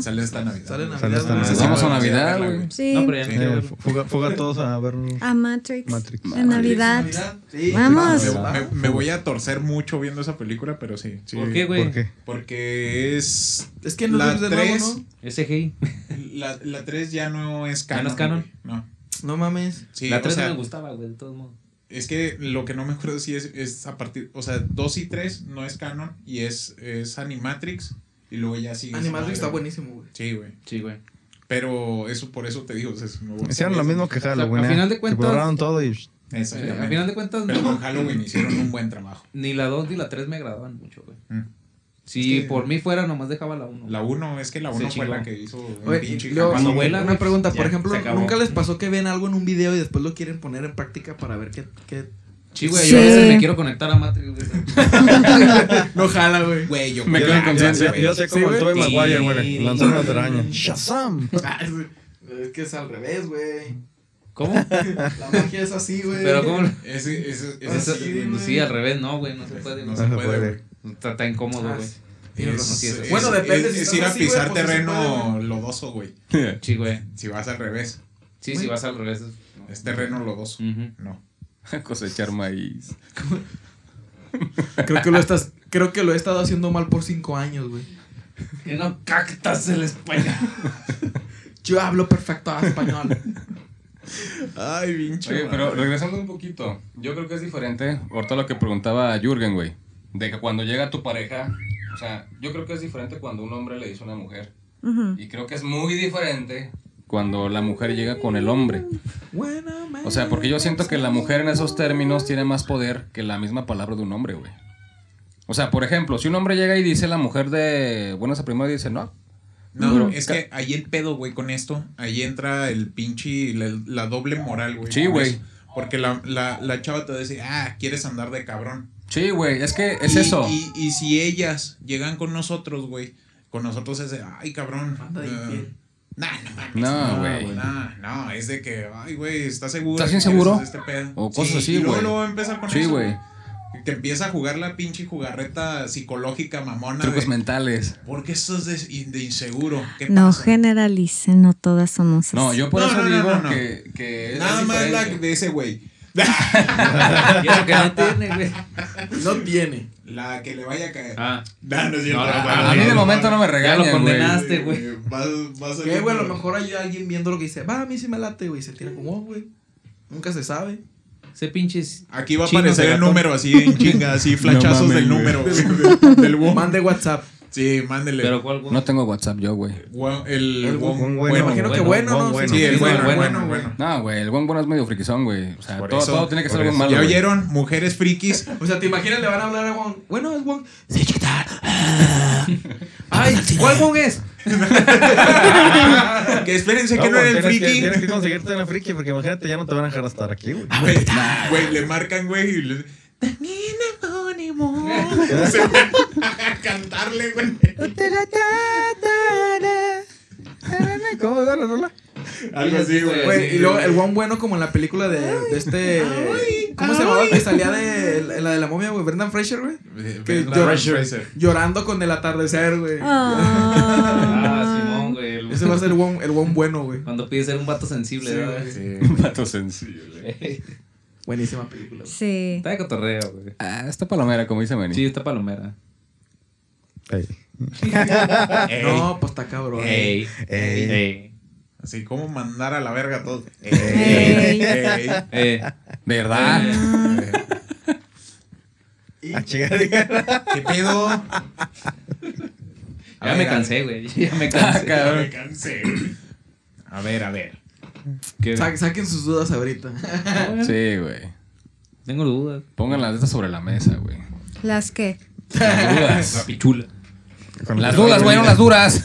S1: Sale Navidad,
S2: Navidad,
S5: yo.
S1: güey. Sale esta Navidad.
S2: Sale
S1: güey.
S2: Navidad,
S3: esta
S2: güey.
S3: Navidad.
S4: Vamos a
S1: Sí,
S4: Navidad,
S1: verla,
S4: güey.
S5: Sí,
S7: No, pero ya no
S1: Sí.
S7: quiero
S3: Eh,
S7: verlo.
S3: fuga, fuga todos a ver...
S7: Ah,
S5: a Matrix.
S3: Matrix.
S5: En Navidad.
S2: Sí.
S5: Vamos.
S1: Me- Me, me voy a torcer mucho viendo esa película, pero sí. sí.
S7: ¿Por qué,
S3: ¿Por
S7: güey?
S3: qué?
S1: Porque es.
S2: Es que nos
S1: La
S2: vemos de nuevo,
S1: tres.
S2: ¿no?
S7: Ese gay.
S1: La, la 3 ya no es
S7: ¿Ya
S1: canon.
S7: no es canon?
S1: güey. No.
S2: No mames.
S1: Sí,
S7: la
S1: o
S7: 3
S1: sea,
S7: no me gustaba, güey, de todos modos.
S1: Es que lo que no me acuerdo si es, es a partir. O sea, 2 y 3 no es canon y es, es Animatrix. Y luego ya sigue. esa
S2: Animatrix
S1: madre,
S2: está
S1: güey.
S2: buenísimo, güey.
S1: Sí, güey.
S7: Sí, güey.
S1: Pero eso por eso te digo. o sea, es- me voy a
S3: Hicieron lo
S1: salir.
S3: mismo que Halloween.
S7: al
S3: ¿eh?
S7: final de
S3: Que
S7: cuentas-
S3: borraron todo y...
S1: Exactamente.
S7: Eh, al final de cuentas,
S1: Pero con
S7: no,
S1: Halloween hicieron un buen trabajo.
S7: ni la 2 ni la 3 me agradaban mucho, güey.
S1: Mm.
S7: Si
S1: Es que-
S7: por mí fuera, nomás dejaba la 1.
S1: La 1 es que la
S7: Se
S1: 1 fue
S7: chingó.
S1: la que hizo. un
S2: Oye,
S1: pinche
S2: y luego-
S7: Cuando
S1: jacuzzi,
S7: vuela,
S1: güey.
S2: Una pregunta, por
S7: Ya,
S2: ejemplo,
S7: se acabó.
S2: ¿nunca les pasó que ven algo en un video y después lo quieren poner en práctica para ver qué... qué...
S7: Sí, güey,
S5: Sí.
S7: yo a veces me quiero conectar a Matrix, güey.
S2: no jala, [LAUGHS] güey.
S1: Güey, yo
S4: Me
S1: creo
S4: quedo en
S1: que-
S4: conciencia.
S1: güey.
S3: Yo sé cómo el Tobey
S7: Sí.
S3: Maguire, güey. Lanzó una telaraña. ¡Shazam!
S2: Ay, güey, Ah, Es que es al revés, güey.
S7: ¿Cómo?
S2: La magia es así, güey.
S7: Pero ¿cómo?
S1: Ese, ese, ese
S2: Eso-
S1: sí, güey.
S2: güey.
S7: pues sí, al revés, no, güey, no se puede.
S1: No
S7: güey.
S1: se puede, güey.
S7: Está tan incómodo,
S2: Ah,
S7: güey.
S2: sí. Tienes razón, sí, eso.
S1: Es-
S2: Bueno, depende
S1: Es,
S2: si
S1: es
S2: estás
S1: ir a
S2: así, güey,
S1: pisar
S2: pues, sí se
S1: terreno
S2: puede,
S1: lodoso, güey.
S7: Sí, güey.
S1: Si vas al revés,
S7: Sí, si vas al revés. es- no.
S1: es terreno lodoso.
S7: Ujú.
S1: No.
S4: Cosechar maíz.
S2: [LAUGHS] Creo que lo estás... Creo que lo he estado haciendo mal por cinco años, güey.
S7: Que no cactas el [LAUGHS] español.
S2: Yo hablo perfecto español.
S1: Ay, pinche.
S4: Oye, pero regresando un poquito, yo creo que es diferente, ahorita lo que preguntaba Jürgen, güey, de que cuando llega tu pareja, o sea, yo creo que es diferente cuando un hombre le dice a una mujer,
S5: Ujú.
S4: Y creo que es muy diferente cuando la mujer llega con el hombre. O sea, porque yo siento que la mujer en esos términos tiene más poder que la misma palabra de un hombre, güey. O sea, por ejemplo, si un hombre llega y dice la mujer de buenas a primeras, dice no.
S1: No,
S4: Pero-
S1: es que ahí el pedo, güey, con esto, ahí entra el pinche, la, la doble moral, güey.
S4: Sí,
S1: con
S4: güey.
S1: eso. Porque la, la, la chava te va a decir, ah, quieres andar de cabrón.
S4: Sí, güey, es que es
S1: Y-
S4: eso.
S1: Y, y si ellas llegan con nosotros, güey, con nosotros es de, ay, cabrón.
S2: Anda de
S1: eh,
S2: infiel.
S1: nah, no mames.
S4: No, güey.
S1: nah, no, es de que, ay, güey, ¿estás seguro?
S4: ¿Estás bien
S1: que quieres
S4: seguro?
S1: hacer Este pedo?
S4: O cosas así,
S1: y luego,
S4: güey.
S1: luego va a empezar con
S4: Sí,
S1: eso,
S4: güey.
S1: Que empieza a jugar la pinche jugarreta psicológica mamona.
S4: Trucos
S1: de,
S4: mentales.
S1: ¿Por qué estás de, de inseguro? ¿Qué
S5: No
S1: pasa?
S5: generalicen, no todas somos así.
S4: No, yo por
S1: No,
S4: eso
S1: no, no,
S4: digo
S1: no, no.
S4: que, que es
S1: Nada más la
S4: diferente.
S1: de ese güey.
S7: Y eso que no tiene, güey.
S2: No tiene.
S1: La que le vaya a caer.
S7: Ah,
S1: No, no es cierto.
S7: No,
S1: No,
S7: a-
S1: no,
S4: A mí de
S1: no,
S4: momento no me regañan,
S7: lo
S4: güey.
S7: condenaste. regaste, güey.
S1: Vas, vas a
S2: Que, güey, a lo mejor hay alguien viendo lo que dice, va, a mí sí me late, güey. y Se tira como, "Oh, güey. Nunca se sabe.
S7: ese pinches.
S1: Aquí va a
S7: Chino
S1: aparecer
S7: de
S1: el
S7: gato.
S1: número así en chinga, así flachazos
S3: mames,
S1: del
S3: güey.
S1: número güey, del WOM.
S2: Mande WhatsApp.
S1: Sí, mándele.
S7: Pero cuál, güey.
S4: No tengo WhatsApp yo, güey.
S1: Wo- el
S3: El
S1: WOM,
S3: WOM,
S1: bueno.
S2: Me imagino que
S3: bueno,
S2: bueno, ¿no?
S3: bueno.
S1: Sí, el
S7: Sí,
S1: bueno,
S7: bueno,
S1: bueno,
S2: güey.
S1: bueno.
S4: No, güey, el buen bueno es medio friquizón, güey. O sea,
S1: Por
S4: todo,
S1: eso,
S4: todo tiene que ser
S3: por
S4: algo
S3: eso.
S4: malo.
S1: ¿Ya
S4: güey.
S1: oyeron? Mujeres frikis.
S2: O sea, te imaginas, le van a hablar a Wong. Bueno, es Wong. Sí, ¿qué
S7: [LAUGHS]
S2: tal? Ay, ¿cuál Wong es?
S1: Que espérense que
S3: No,
S1: no era
S3: güey,
S1: el
S3: tienes que-
S1: friki.
S3: Tienes que conseguirte la friki porque imagínate, ya no te van a dejar estar aquí, güey.
S1: Güey, Güey, le marcan, güey, y le también anónimo. Se van a cantarle, güey.
S3: ¿Cómo va la rola?
S1: Algo así, güey.
S2: Güey,
S1: así,
S2: y luego
S1: güey.
S2: el Wong bueno como en la película de, de este... ¿Cómo se llamaba? el Que salía de la de la momia, güey. Brendan Fraser, güey. Que
S1: Brendan
S2: llora-
S1: Fraser.
S2: Llorando con el atardecer, güey.
S5: Ah.
S7: Ah, Simón, güey. el-
S2: Ese va a ser el Wong, el Wong bueno, güey.
S7: Cuando pide ser un vato sensible,
S2: Sí,
S7: ¿verdad,
S2: güey.
S7: güey? [LAUGHS]
S4: Pato sensible.
S2: Buenísima película. güey.
S5: Sí.
S7: Está de cotorreo, güey.
S4: Ah, esta palomera, como dice Manny.
S7: Sí, está palomera.
S1: Ey,
S2: No, pues está cabrón.
S7: Ey.
S3: Ey.
S7: Ey.
S1: Así como mandar a la verga todo.
S5: Ey.
S1: Ey.
S7: Eh,
S4: ¿De verdad?
S3: A chingar.
S1: ¿Qué pedo?
S7: ya me cansé, güey. [LAUGHS] Ya me
S4: [LAUGHS] Ah,
S7: cansé.
S1: Ya me
S4: cabrón.
S1: cansé. A ver, a ver.
S7: Que-
S2: Sa- saquen sus dudas ahorita. [LAUGHS]
S4: [LAUGHS] Sí, güey.
S7: Tengo dudas.
S4: Pongan las de estas sobre la mesa, güey.
S5: Las que.
S4: Las
S3: [LAUGHS]
S4: dudas.
S7: Pichula.
S3: Con
S4: Las
S3: la-
S4: dudas, güey, no las duras.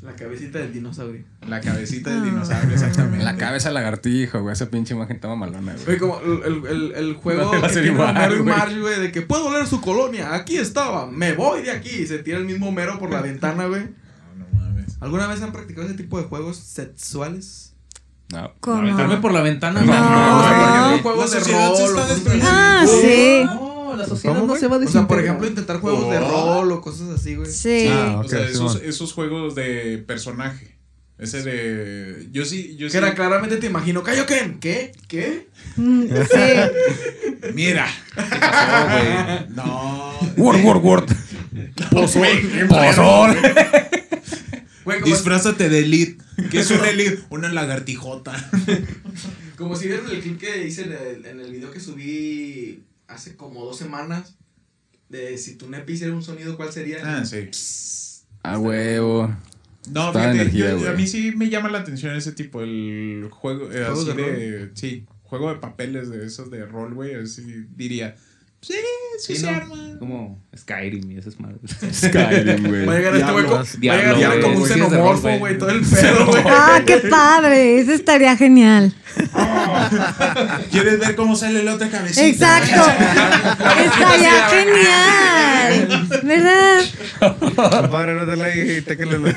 S2: La cabecita del dinosaurio.
S1: La cabecita del dinosaurio, exactamente.
S4: La cabeza lagartijo, güey. Esa pinche imagen estaba malona,
S2: Oye,
S4: güey.
S2: como el, el- el- el juego
S4: No
S2: [LAUGHS]
S4: le va a
S2: que
S4: ser
S2: tiene
S4: igual,
S2: Homero y
S4: güey.
S2: Marge, güey, de que puedo leer su colonia, aquí estaba, me voy de aquí. Y se tira el mismo Homero por la ventana, güey.
S1: No, no mames.
S2: ¿Alguna vez han practicado ese tipo de jujuegos sexuales?
S4: No.
S5: ¿Cómo?
S7: Aventarme por la ventana.
S5: No.
S2: O sea, por ejemplo,
S1: güey.
S2: juegos
S1: La
S2: de
S1: sociedad
S2: rol.
S1: se
S2: o
S1: está
S2: cosas
S1: despreciando.
S5: Ah,
S2: así.
S5: sí.
S7: No, la sociedad
S3: ¿Cómo,
S7: no
S3: güey?
S7: se va a
S2: O
S7: desintegrar.
S2: sea, por ejemplo, intentar juegos de
S1: Oh.
S2: rol o cosas así, güey.
S5: Sí.
S3: Ah,
S1: O sea,
S3: ok,
S1: esos,
S3: Simón.
S1: esos juegos de personaje. Ese de. Yo sí, yo
S2: Que
S1: sí.
S2: era claramente te imagino, Kaioken, ¿qué? ¿Qué?
S5: Mm, sí.
S1: Mira.
S7: ¿Qué
S3: Ah,
S7: pasó, güey?
S1: No.
S4: Word,
S1: [LAUGHS]
S4: word, word.
S1: Pozole.
S4: Pozol.
S2: Güey, como,
S1: Disfrázate de elite. ¿Qué es un elite? Una lagartijota.
S2: como si vieron el clip que hice en el, en el video que subí hace como dos semanas. De si tu nepe hiciera un sonido, ¿cuál sería?
S1: Ah, sí.
S4: A huevo.
S1: No,
S4: Toda
S1: fíjate,
S4: energía,
S1: yo-
S4: güey.
S1: a mí sí me llama la atención ese tipo, el juego, eh,
S2: ¿Juegos
S1: así
S2: de
S1: de, sí, juego de papeles de esos de rol, güey, así diría, sí, sí,
S7: Sí,
S1: se
S7: ¿no?
S1: arma.
S7: Como Skyrim y esas madres.
S1: [LAUGHS]
S4: Skyrim,
S2: Va a
S4: güey.
S2: llegar este
S1: Diablo,
S2: güey como, va a llegar-
S7: Diablo,
S2: llegar
S7: güey.
S2: como un
S7: Sí, es de rol,
S2: xenomorfo,
S7: güey.
S2: güey, todo el pedo,
S1: Pues.
S2: güey.
S5: Ah, qué padre. Eso estaría genial.
S1: ¿Quieres ver cómo sale la otra cabecita?
S5: Exacto.
S1: [LAUGHS]
S5: [LAUGHS] Estaría genial. ¿Verdad?
S3: Compadre, no te la y te que le-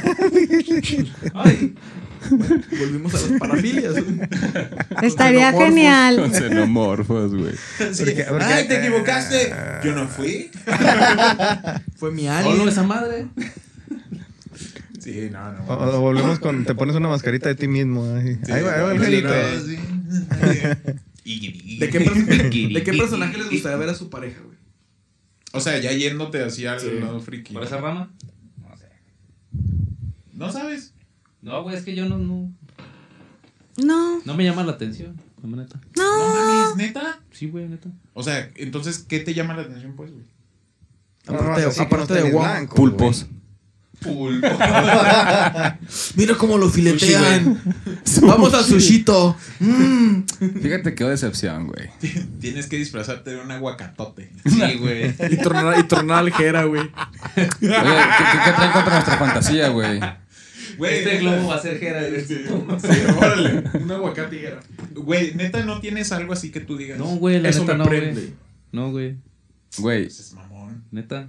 S2: Ay. Volvimos a las parafilias.
S5: Estaría
S2: Xenomorfos.
S5: genial.
S4: Con xenomorfos, güey.
S1: Sí.
S3: Porque- porque-
S1: Ay, te equivocaste.
S7: Ah.
S1: Yo no fui.
S2: [LAUGHS] Fue mi
S7: Solo
S2: alien.
S7: esa madre.
S1: Sí, no, no.
S3: O,
S7: Oh,
S3: o volvemos con. Te pones una mascarita de ti mismo. Ahí,
S1: Sí,
S3: ahí va, ahí va el
S1: sí,
S3: gelito.
S1: no, [LAUGHS] sí.
S2: ¿De qué,
S1: [LAUGHS]
S2: per- de qué personaje les gustaría ver a su pareja, güey?
S1: O sea, ya yéndote así al lado friki.
S7: ¿Por esa rama?
S1: No sabes.
S7: No, güey, es que yo no, no,
S5: No,
S7: no me llama la atención. La neta.
S1: No
S5: no.
S1: mames, neta.
S7: Sí, güey, neta.
S1: O sea, entonces, ¿qué te llama la atención, pues, güey?
S3: No, no,
S2: Aparte,
S3: así que no
S2: aparte de
S3: tenés
S2: Wong.
S3: blanco,
S4: Pulpos.
S9: Pulpo.
S2: Mira cómo lo filetean. Vamos a sushito. Mm.
S4: Fíjate qué decepción, güey.
S1: [LAUGHS] Tienes que disfrazarte de un aguacatote.
S7: Sí, güey.
S10: Y tronar, y tronar aljera, güey.
S4: Oye, ¿qué, qué, qué traen contra nuestra fantasía, güey?
S1: Güey,
S7: Este
S1: neta,
S7: globo va a ser Jera. güey.
S1: Sí, sí, órale.
S2: Un aguacate y era.
S1: Güey, neta, no tienes algo así que tú digas.
S6: No, güey, la
S10: Eso
S6: neta
S10: me
S6: no, güey.
S10: prende.
S6: No, güey.
S4: Güey,
S1: Pues es mamón.
S6: Neta.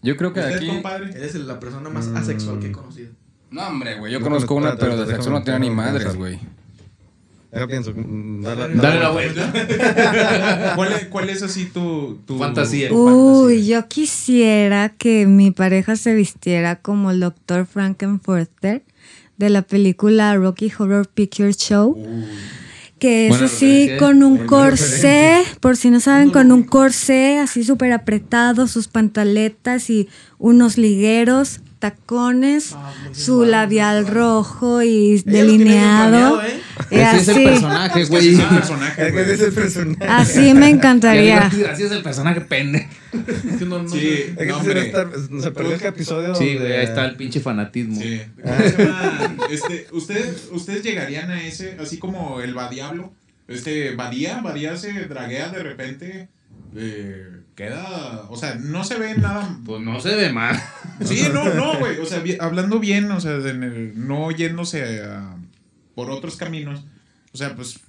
S4: yo creo que
S1: ¿Usted,
S4: aquí.
S1: compadre?
S2: Eres la persona más asexual que he conocido.
S4: No, hombre, güey. Yo
S3: No,
S4: conozco una,
S3: espérate,
S4: pero de
S3: déjame-
S4: sexo no tiene ni
S3: déjame
S4: madres,
S3: pensar.
S4: güey.
S3: Deja pienso. mm, Dale,
S2: Dale la
S1: [LAUGHS] ¿Cuál es, cuál es así tu, tu
S7: Fantasía.
S1: tu
S5: Uy,
S1: fantasía?
S5: yo quisiera que mi pareja se vistiera como el Dr. Frankenfurter de la película Rocky Horror Picture Show. Que es
S7: Buena
S5: así
S7: referencia,
S5: con un corsé, por si no saben, con un corsé así súper apretado, sus pantaletas y unos ligueros, tacones,
S2: Ah, muy bien,
S5: su
S2: vale,
S5: labial
S2: vale.
S5: rojo y
S2: Ella lo tiene bien
S5: delineado.
S2: planeado, ¿eh?
S5: Y
S6: Ese es el
S5: así,
S6: personaje,
S1: Es que
S6: güey.
S1: es
S6: [LAUGHS]
S1: un personaje, pues. güey.
S3: el personaje?
S5: así me encantaría.
S7: Así es el personaje pende.
S2: Es que no, no
S1: Sí,
S2: sé.
S3: Es que
S1: no,
S3: se, va a
S1: hombre.
S3: estar- se perdió el episodio.
S6: Sí, güey,
S3: donde-
S6: ahí está el pinche fanatismo.
S1: Sí. ¿Cómo se llama? Este, ¿ustedes, ustedes llegarían a ese, así como el Badiablo. Este, Badía, Badía se draguea de repente. eh, queda. O sea, no se ve nada.
S7: Pues no se
S6: [LAUGHS]
S7: ve mal.
S1: Sí, no, no, güey. O sea, bi- hablando bien, o sea, de- en el- no yéndose a- por otros caminos. O sea, pues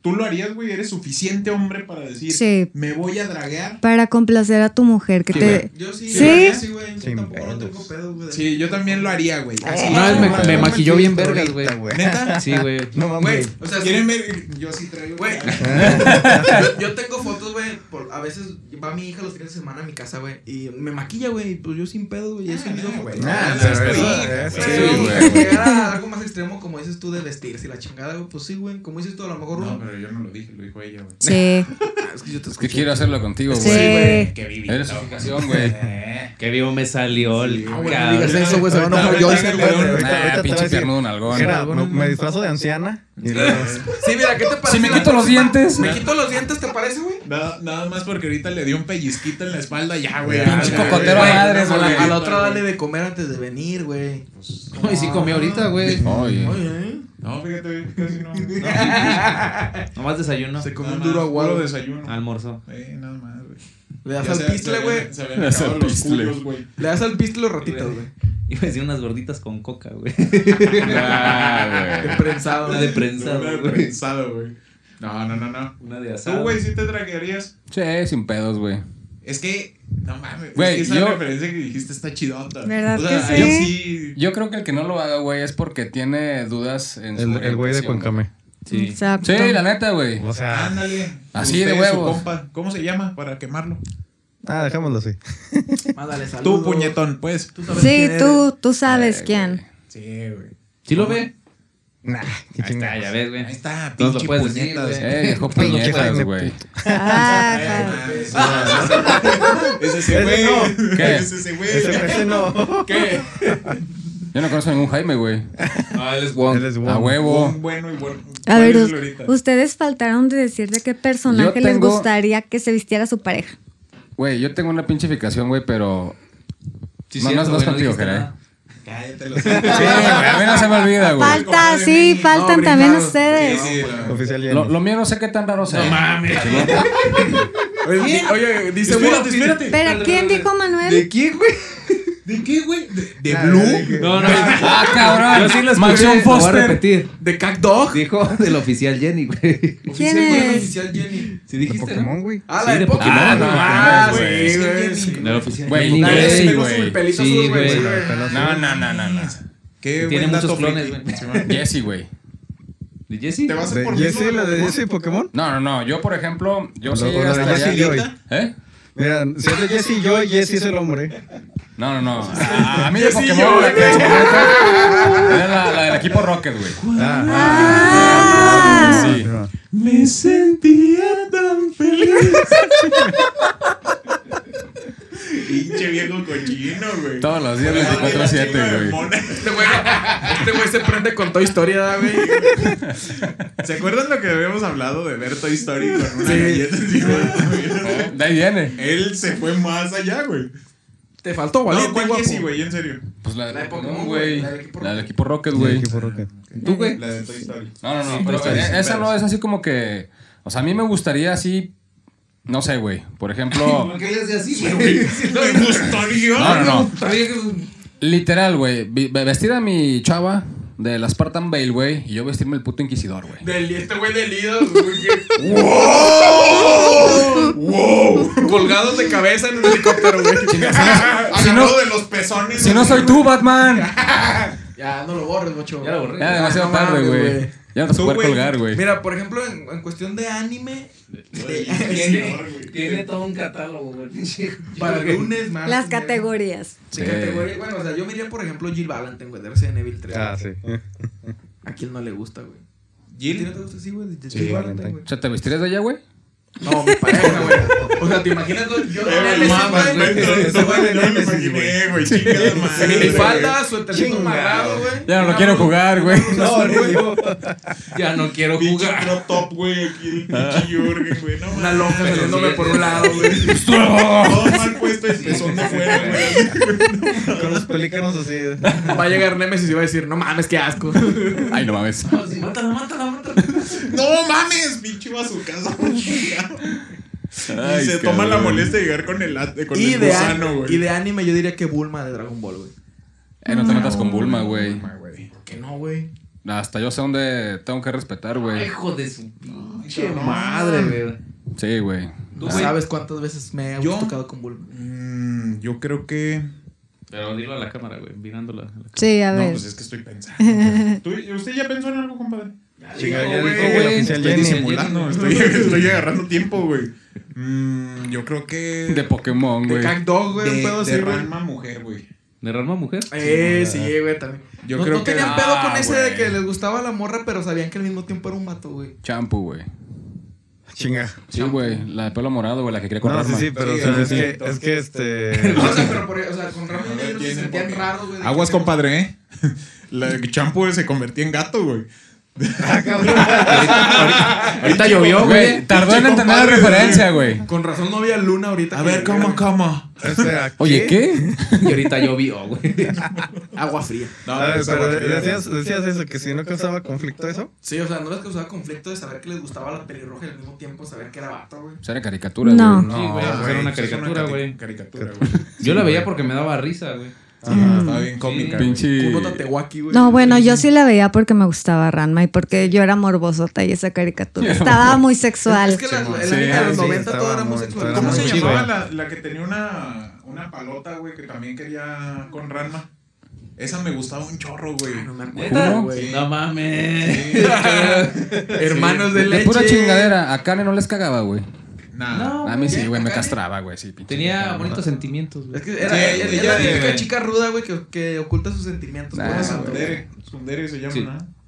S1: tú lo harías, güey. Eres suficiente hombre para decir,
S5: Sí.
S1: me voy a draguear.
S5: Para complacer a tu mujer, que
S4: Sí,
S5: te...
S4: güey.
S2: Yo sí.
S5: ¿Sí?
S2: yo también sí, güey. Yo
S3: Sin
S2: tampoco no
S3: pedos.
S2: tengo pedos, güey.
S1: Sí, yo también lo haría, güey. Así,
S6: Una vez me, me maquilló bien
S3: Ahorita,
S6: vergas, güey.
S3: güey.
S7: [LAUGHS]
S1: Neta.
S6: Sí, güey.
S3: No
S2: Güey,
S3: mames.
S2: o sea,
S1: ¿Quieren ver? Yo sí traigo. [LAUGHS]
S2: Güey. yo, yo tengo fotos, güey. por- A veces va mi hija los fines de semana a mi casa, güey. Y me maquilla, güey. y Pues yo sin pedo, güey. Ya he subido fotos.
S1: Ah,
S3: se
S1: sí,
S3: ve,
S1: güey.
S3: eh,
S2: Sí,
S3: sí,
S2: güey.
S4: güey.
S2: Llegar a algo más extremo, como dices tú, de vestirse y la chingada, güey. Pues sí, güey. Como dices tú, a lo mejor.
S1: No,
S2: No,
S1: pero yo no lo dije, lo dijo ella, güey.
S5: Sí.
S2: es que yo te
S4: Es que
S2: escuché.
S4: quiero hacerlo contigo,
S5: Sí.
S4: güey.
S6: Eh.
S1: Qué vivido.
S4: Eres su fijación, güey.
S6: Qué vivo me salió el
S2: Ah, güey, no
S6: cabrón.
S2: digas eso, güey. Se va a
S3: Ahorita-
S2: enojar
S3: ahorita-
S2: Joyce,
S1: ahorita-
S2: güey.
S3: ahorita- ahorita te
S4: Nah,
S3: va a
S4: pinche
S3: decir,
S4: piernudo nalgón.
S3: Gerard, ¿no- me disfrazo de anciana. Y luego-
S2: Sí, mira, ¿qué te parece?
S4: me
S2: la
S4: quito los
S2: próxima?
S4: dientes.
S2: Me quito los dientes, ¿te parece, güey?
S1: Nada, nada más porque ahorita le dio un pellizquito en la espalda, ya, güey.
S4: Pinche
S1: Ya,
S4: cocotero
S1: güey.
S4: a madres,
S2: a
S4: güey.
S2: la, a la otra dale de comer antes de venir, güey.
S7: Y si comió ahorita, güey.
S4: Oye.
S2: Oye, ¿eh?
S1: No, fíjate, casi no.
S6: Nomás desayuno.
S2: Se comió
S1: Nada
S2: un
S1: más,
S2: duro aguado.
S1: puro desayuno.
S6: Almuerzo.
S1: Eh, nada más, güey.
S2: Ah. Le das
S1: Ya
S2: al
S1: se-
S2: pistle,
S1: se
S2: güey.
S1: habían-
S2: [LAUGHS]
S1: Se habían acabado los culos, güey.
S2: Le das al pistle los ratitos, güey.
S6: Iba a decir unas gorditas con coca, güey.
S4: Ah,
S2: De
S4: güey.
S2: prensado.
S6: Una de
S1: No,
S6: prensado,
S1: no,
S6: güey.
S1: Prensado, güey. No, no, no, no.
S6: Una de
S1: Tú,
S6: asado.
S1: güey, sí te traquearías.
S4: Che, sin pedos, güey.
S1: Es que, no mames.
S4: Güey,
S1: es que esa
S4: yo-
S1: referencia que dijiste está chidota.
S5: ¿Verdad
S1: O sea,
S5: que
S1: yo
S5: sí?
S1: sí.
S4: Yo creo que el que no lo haga, güey, es porque tiene dudas en su
S3: El el güey de
S4: orientación.
S3: Cuencame.
S6: Sí.
S5: Exacto.
S4: Sí, la neta, güey.
S3: O sea.
S1: Ándale.
S4: Así de
S1: Usted, su
S4: huevos.
S1: compa, ¿Cómo se llama para quemarlo?
S3: Ah, dejémoslo así.
S2: Mándale
S1: Tú,
S2: saludos.
S1: puñetón, pues.
S2: Tú sabes
S5: Sí,
S2: quién
S5: tú, tú sabes
S4: Eh,
S5: quién.
S4: [LAUGHS] güey.
S1: Sí, güey.
S6: ¿Sí lo ve?
S3: Nah, [LAUGHS] qué
S6: Ahí está,
S3: chingados.
S6: Ah, ya ves, güey.
S1: Ahí está,
S6: Todos lo
S1: pinche
S6: puedes decir,
S1: puñetas.
S6: güey.
S4: Eh,
S3: [LAUGHS]
S4: dejó puñetas, güey.
S5: Ah, ja.
S1: Es ese güey. [LAUGHS]
S3: no.
S4: ¿Qué?
S1: Es ese
S3: Ese,
S1: güey.
S3: ese
S1: [LAUGHS]
S3: no.
S1: ¿Qué?
S4: Yo no conozco a ningún Jaime, güey.
S7: Ah, él es Wong.
S3: Él es
S4: A
S3: guapo.
S4: huevo.
S1: Un bueno y bueno.
S5: A
S1: ¿Cuál
S5: ver,
S1: es el
S5: us-
S1: ahorita?
S5: ustedes faltaron de decir de qué personaje
S4: Yo
S5: les
S4: tengo-
S5: gustaría que se vistiera su pareja.
S4: Güey, yo tengo una pinche fijación, güey, pero.
S7: Sí,
S4: No,
S7: cierto,
S4: no, no es
S7: güey,
S4: contigo,
S7: dijiste
S4: Jera,
S7: nada.
S1: Cállate los
S4: Sí, güey, a
S1: [LAUGHS]
S4: mí no se me olvida, güey.
S5: Falta,
S1: comadre,
S5: sí,
S1: no,
S5: faltan también
S2: brincaron.
S5: ustedes.
S1: Sí, sí, la-
S3: Oficial Jenny.
S4: Lo, lo mío no sé qué tan raro sea. No mames.
S10: Oye, di- oye, dice,
S1: Espérate,
S10: güey.
S1: espérate.
S5: Pero ¿quién dijo Manuel?
S10: ¿De quién, güey?
S1: ¿De qué, güey? ¿De, de Blue?
S6: No, no.
S4: Ah,
S6: Yo
S4: cabrón.
S6: sí lo escuché.
S4: Mansión
S6: lo voy a
S4: Foster.
S6: repetir.
S2: ¿De Cac Dog?
S6: Dijo del oficial Jenny, güey.
S5: ¿Quién
S2: Oficial, güey,
S5: es?
S2: Oficial Jenny.
S6: Sí
S3: De
S6: dijiste, ¿no?
S3: Pokémon, güey.
S2: Ah,
S6: Sí,
S2: la de
S6: de
S2: Pokémon.
S4: Ah, no mames,
S2: güey,
S1: güey, es
S2: güey,
S1: que
S2: sí.
S1: Jenny.
S6: Del oficial
S4: Güey,
S6: Jenny.
S4: ni
S2: La de
S4: Ey,
S2: ese
S4: güey.
S2: con el pelito
S6: Sí,
S2: azul,
S6: güey.
S2: güey.
S4: No, no, no, no, no.
S1: Qué
S6: Tiene
S1: buen
S6: muchos
S1: dato,
S6: clones,
S1: Ricky.
S6: güey.
S1: Sí, man.
S7: [LAUGHS]
S4: Jesse, güey.
S6: ¿De Jesse?
S1: ¿Te vas a
S3: ¿De
S1: por
S3: Jesse,
S1: mismo
S3: la de
S1: Pokémon?
S3: Jesse Pokémon?
S4: No, no, no. Yo, por ejemplo, yo sí
S3: Lo- lo de
S4: hasta
S3: Jesse
S4: allá.
S3: Joy.
S4: ¿Eh?
S3: Mira, si es de Jesse y yo, Jesse es el hombre.
S4: No, no, no. A, a mí de Pokémon, la que me gusta era la, la del equipo Rocket, güey.
S5: Ah,
S4: Sí.
S1: Me sentía tan feliz. Pinche viejo cochino, güey.
S4: Todos los días,
S1: Pero tiene
S4: 24-7,
S1: chingo de
S4: güey.
S1: mona.
S2: Este güey, este güey se prende con toda historia, güey.
S1: ¿Se acuerdan lo que habíamos hablado de ver Toy Story con una galleta encima?
S4: De ahí viene.
S1: Él se fue más allá, güey.
S2: Te faltó valiente,
S1: No, ¿cuál
S2: guapo.
S1: Jessie, güey? En serio.
S4: Pues la,
S2: La
S4: de
S2: de
S4: Pokémon,
S2: Pokémon,
S4: güey.
S2: güey, la del equipo
S4: La del
S2: Rocket.
S4: equipo Rocket,
S3: Sí,
S4: güey.
S3: equipo Rocket.
S4: ¿Tú, güey?
S1: La de Toy Story.
S4: No, no, no, pero
S1: pero
S4: e-
S1: sí,
S4: esa
S1: pero
S4: no
S1: sí.
S4: es así como que. O sea, a mí me gustaría así. No sé, güey. Por ejemplo.
S7: ¿Por [LAUGHS] qué le hace así, güey? Si no-
S4: no, no, no.
S7: Sabía que-
S4: Literal, güey. vi- ve- Vestir a mi chava de la Spartan Bale, güey. Y yo vestirme el puto inquisidor, güey.
S2: Del, este güey del ido, güey. Colgados de cabeza en un helicóptero, güey.
S1: Si no, de los pezones.
S4: Si no soy tú, Batman.
S2: Ya, no lo borres, mocho.
S7: Ya lo borré.
S4: Ya demasiado
S2: Ah, no
S4: tarde,
S2: mames,
S4: güey. Ya no te
S1: Tú,
S4: puedes
S1: güey.
S4: colgar, güey.
S2: Mira, por ejemplo, en, en cuestión de anime,
S7: Tiene, tiene todo un catálogo, güey. pinche-
S2: para lunes, martes. miércoles.
S5: Las categorías.
S4: Sí.
S2: Sí, categoría. Bueno, o sea, yo me iría, por ejemplo, Jill Valentine, güey, de Resident Evil 3.
S3: Ah, sí.
S2: ¿A quién no le gusta, güey? ¿A ti no
S1: Jill.
S2: te gusta así, güey? de
S3: Sí,
S2: Jill
S3: Valentine.
S2: Valentine, güey.
S4: O sea, ¿te vestirías de allá, güey?
S2: No, mi pareja, güey. O sea, ¿te imaginas? güey? Yo
S1: Eh, mames, güey, no,
S2: güey. Ese
S1: no,
S2: güey de
S1: no me
S2: Nemesis, güey.
S1: imaginé, güey. Chingada madre.
S2: Minifalda, suétercito
S3: Chingado.
S2: amarrado, güey.
S4: Ya no lo quiero jugar, [LAUGHS] güey.
S2: No, güey.
S7: Ya no quiero
S1: Pinche
S7: jugar.
S1: crop top, güey. Aquí el pinche Jorgen, güey. No,
S2: Una
S1: mames.
S2: lonja saliéndome por un lado, güey.
S1: Todo mal puesto el pezón de fuera, güey.
S3: [LAUGHS] Con los pelícanos así.
S2: Va a llegar Nemesis y va a decir, no mames, qué asco.
S4: Ay, no mames.
S7: No, sí, mátala, mátala, mátala.
S1: No mames, pinche va a su casa.
S4: Ay,
S1: y se toma la
S4: cabrón.
S1: molestia de llegar con el, ate- con
S2: Y
S1: el
S2: de,
S1: gusano,
S2: an- y
S1: güey.
S2: de anime yo diría que Bulma de Dragon Ball, güey.
S4: Eh, no te metas con Bulma, güey.
S2: Que no, güey.
S4: Hasta yo sé dónde tengo que respetar, güey.
S7: Hijo de su pinche
S2: no.
S7: madre, güey.
S4: Sí, güey.
S2: No
S7: Tú, güey.
S2: sabes cuántas veces me he
S1: Yo-
S2: tocado con Bulma.
S1: Mm, yo creo que.
S7: Pero dilo a la cámara, güey. Mirándola.
S5: Sí, a
S1: No,
S5: ver.
S1: pues es que estoy pensando. ¿Tú- ¿Usted ya pensó en algo, compadre?
S3: Chica, ya
S7: No,
S3: dijo
S7: güey.
S3: que la oficial
S1: Estoy
S3: Jenny.
S1: disimulando,
S7: [LAUGHS]
S1: estoy, estoy agarrando tiempo, güey. Mm, yo creo que.
S4: De Pokémon,
S2: De
S4: güey.
S2: Cagdog, güey, un
S1: de,
S2: pedo
S1: de
S2: así, güey.
S1: Ranma mujer, güey.
S7: ¿De Rama Mujer?
S2: Eh, sí, güey, también.
S1: Yo
S2: no,
S1: creo
S2: no
S1: que-
S2: tenían pedo con
S4: Ah,
S2: ese de
S4: güey.
S2: que les gustaba la morra, pero sabían que al mismo tiempo era un mato, güey.
S4: Champu, güey.
S3: Chinga.
S4: Sí, güey. La de pelo morado, güey. La que quería
S3: No,
S4: correr.
S3: sí, sí, pero
S1: Sí,
S3: o sea,
S1: sí,
S3: es,
S1: sí.
S3: que, es
S1: [LAUGHS]
S3: que este.
S2: O sea, pero por, o sea, con Ramón y
S1: ver,
S2: ellos se
S1: tienen por
S2: sentían
S1: qué.
S2: raros, güey. de
S1: Aguas,
S2: que-
S1: compadre, ¿eh? [LAUGHS] La champú se convertía en gato, güey. [LAUGHS]
S4: Ahorita llovió, güey. Tardó en entender la referencia, güey.
S2: Con razón no había luna ahorita.
S1: A
S2: que
S1: ver,
S2: llegara.
S1: ¿cómo, cómo?
S3: este,
S4: Oye,
S3: aquí.
S4: ¿qué?
S7: Y ahorita llovió, güey.
S2: Agua fría.
S1: No,
S3: Ah,
S1: esa
S3: pero
S1: guardia-
S3: decías, decías eso, que si no causaba conflicto eso.
S2: Sí, o sea, no les causaba conflicto de saber que les gustaba la pelirroja y al mismo tiempo saber que era vato, güey.
S4: Pues Era caricatura, güey.
S5: No.
S7: Sí, güey, pues era una
S1: pues es
S7: caricatura,
S1: cari-
S7: güey.
S1: Caricatura, güey.
S7: Yo la veía porque me daba risa, güey.
S1: Ajá, Estaba bien cómica. güey.
S4: Pinche.
S2: Uno tatehuaki, güey.
S5: No, bueno, yo sí la veía porque me gustaba Ranma y porque yo era morbosota y
S4: [LAUGHS]
S5: esa caricatura. Estaba muy sexual.
S2: Es que la, el
S4: Sí,
S2: anime de los
S3: sí,
S2: 90 todo
S3: estaba
S2: era
S3: muy-
S2: homosexual.
S3: todo
S1: ¿Cómo
S3: era
S1: se
S3: muy
S1: llamaba
S3: chido.
S1: la, la que tenía una, una palota, güey, que también quería con Ranma? Esa me gustaba un chorro, güey.
S2: Ah, No me
S7: ¿Neta?
S2: acuerdo, güey.
S7: No mames.
S2: Hermanos de
S4: De
S2: leche.
S4: pura chingadera. A Karen no les cagaba, güey.
S1: Nada.
S4: Ah, A mí sí,
S2: ¿qué?
S4: güey. Me
S2: ¿Karen?
S4: castraba, güey. Sí, pinche.
S7: Tenía bonitos sentimientos,
S2: Es
S7: güey.
S2: que era,
S1: Sí,
S2: era-
S1: ella-
S2: era la
S1: ella-
S2: típica chica ruda, güey, que, que oculta sus sentimientos.
S4: Nah,
S2: por
S1: Ah,
S2: eso,
S4: güey.
S1: Sundere. Sundere se llama,
S7: Sí.
S1: ¿no?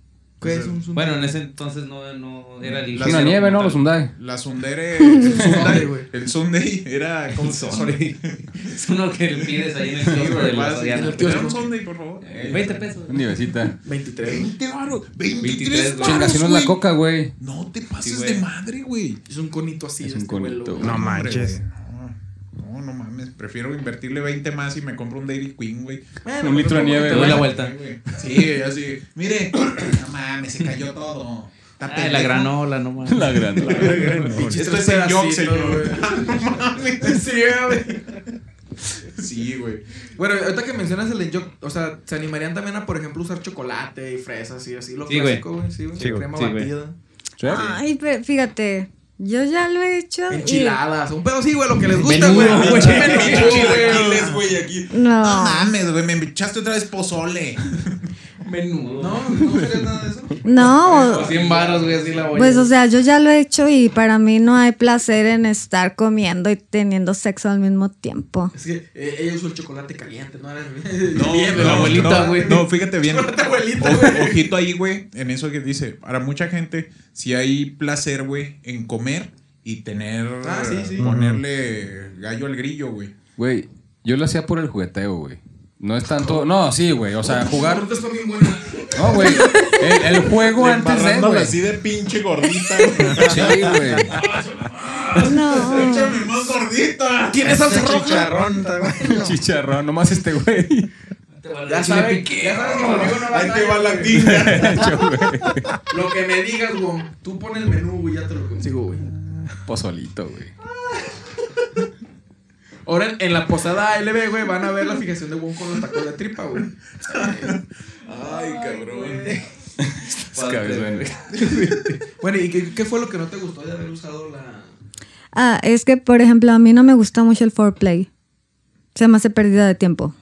S2: ¿Qué es un
S7: Bueno, en ese entonces no, no era el
S1: La
S4: Una
S1: Cero
S4: nieve, ¿no? Los
S7: Los
S4: Hyundai.
S1: La Sundere. El
S2: Sundere,
S1: Sunday,
S2: güey.
S1: el Sunday era. ¿Cómo se llama?
S7: Es [LAUGHS] uno que le pides ahí en el kiosco de la Soriana.
S1: ¿Te dan un Sunday, por favor? Eh,
S7: 20 pesos.
S4: Nievecita.
S2: 23.
S1: 20 baros.
S7: 23
S1: 23
S7: varos,
S4: Chinga, si no es la coca, güey.
S1: No te pases
S7: güey.
S1: de madre, güey.
S2: Es un conito así.
S4: Es
S2: de
S4: un
S2: este vuelo,
S4: conito.
S2: güey.
S3: No
S1: Hombre,
S3: manches.
S1: güey, No, no, no mames. Prefiero invertirle 20 más y me compro un Dairy Queen, güey.
S2: Bueno, pues,
S4: Un litro de
S2: pero
S4: nieve,
S7: Te
S2: poquito,
S7: doy
S4: [LAUGHS]
S7: la
S2: güey.
S7: vuelta.
S1: Sí, así. Mire, [CLEARS THROAT] no mames, se cayó todo. Está
S7: Ay,
S1: pendejo.
S7: Ah,
S1: [LAUGHS]
S7: la granola, no mames.
S4: La gran.
S2: Pinches
S1: Esto
S2: tres
S1: es en York,
S2: pedacitos,
S1: señor.
S2: güey.
S1: No mames.
S2: [LAUGHS] Sí, güey.
S1: [LAUGHS] Sí, güey.
S2: Bueno, ahorita que mencionas el enjoy, o sea, ¿se animarían también a, por ejemplo, usar chocolate y fresas y así? Lo
S7: Sí, güey.
S2: clásico, güey. Sí, güey.
S3: Sí, güey.
S2: Crema
S7: Sí, güey.
S2: batida.
S4: ¿Sí?
S5: Ay, pero fíjate, yo ya lo he hecho. y-
S2: Enchiladas. Un pedo sí, güey, lo que les gusta, güey.
S7: Menudo, güey.
S2: Pinche menudo,
S1: Pinche
S2: güey.
S1: chilaquiles, güey, aquí.
S5: No.
S1: No mames, güey, me echaste otra vez pozole.
S7: [LAUGHS] Menudo.
S2: No, no sería nada de eso. [LAUGHS]
S5: No.
S7: 100 baros, güey, así la voy.
S5: Pues, o sea, yo ya lo he hecho y para mí no hay placer en estar comiendo y teniendo sexo al mismo tiempo.
S4: [LAUGHS]
S2: Es que eh, ella usó el chocolate caliente, ¿no? Era- [LAUGHS]
S1: No,
S2: Bien,
S1: no,
S2: la abuelita,
S1: no,
S2: güey.
S1: No, fíjate bien.
S2: Chocolate abuelita,
S1: O-
S2: güey.
S1: ojito ahí, güey, en eso que dice. Para mucha gente, si hay placer, güey, en comer y tener.
S2: Ah, sí, sí.
S1: Ponerle gallo al grillo, güey.
S4: Güey, yo lo hacía por el jugueteo, güey. No es tanto. No, sí, güey. O sea, jugar.
S2: Las tortas están bien buenas.
S4: No, güey. El, el juego antes de.
S1: Embarrándola
S4: güey.
S2: [LAUGHS]
S1: así de pinche gordita, güey.
S4: Sí, güey.
S5: No.
S1: ¡Échame más gordita!
S2: ¿Tienes salsa
S1: [LAUGHS]
S2: roja?
S3: Chicharrón,
S4: Chicharrón, nomás este güey.
S2: Ya saben que ya saben que conmigo no va
S1: Ahí te va
S2: a
S1: la
S2: estar.
S1: tinga. [LAUGHS]
S2: Lo que me digas, güey. Tú pon el menú, güey, ya te lo consigo, güey.
S4: Pozolito, Pues güey.
S2: Ahora en- en la posada ALB, güey, van a ver la fijación de Wong con los tacos de tripa, güey.
S1: Ay, cabrón.
S4: Es que a veces, güey.
S2: Bueno, ¿y qué, qué fue lo que no te gustó de haber usado la.
S5: Ah, es que, por ejemplo, a mí no me gusta mucho el foreplay. Se me hace pérdida de tiempo.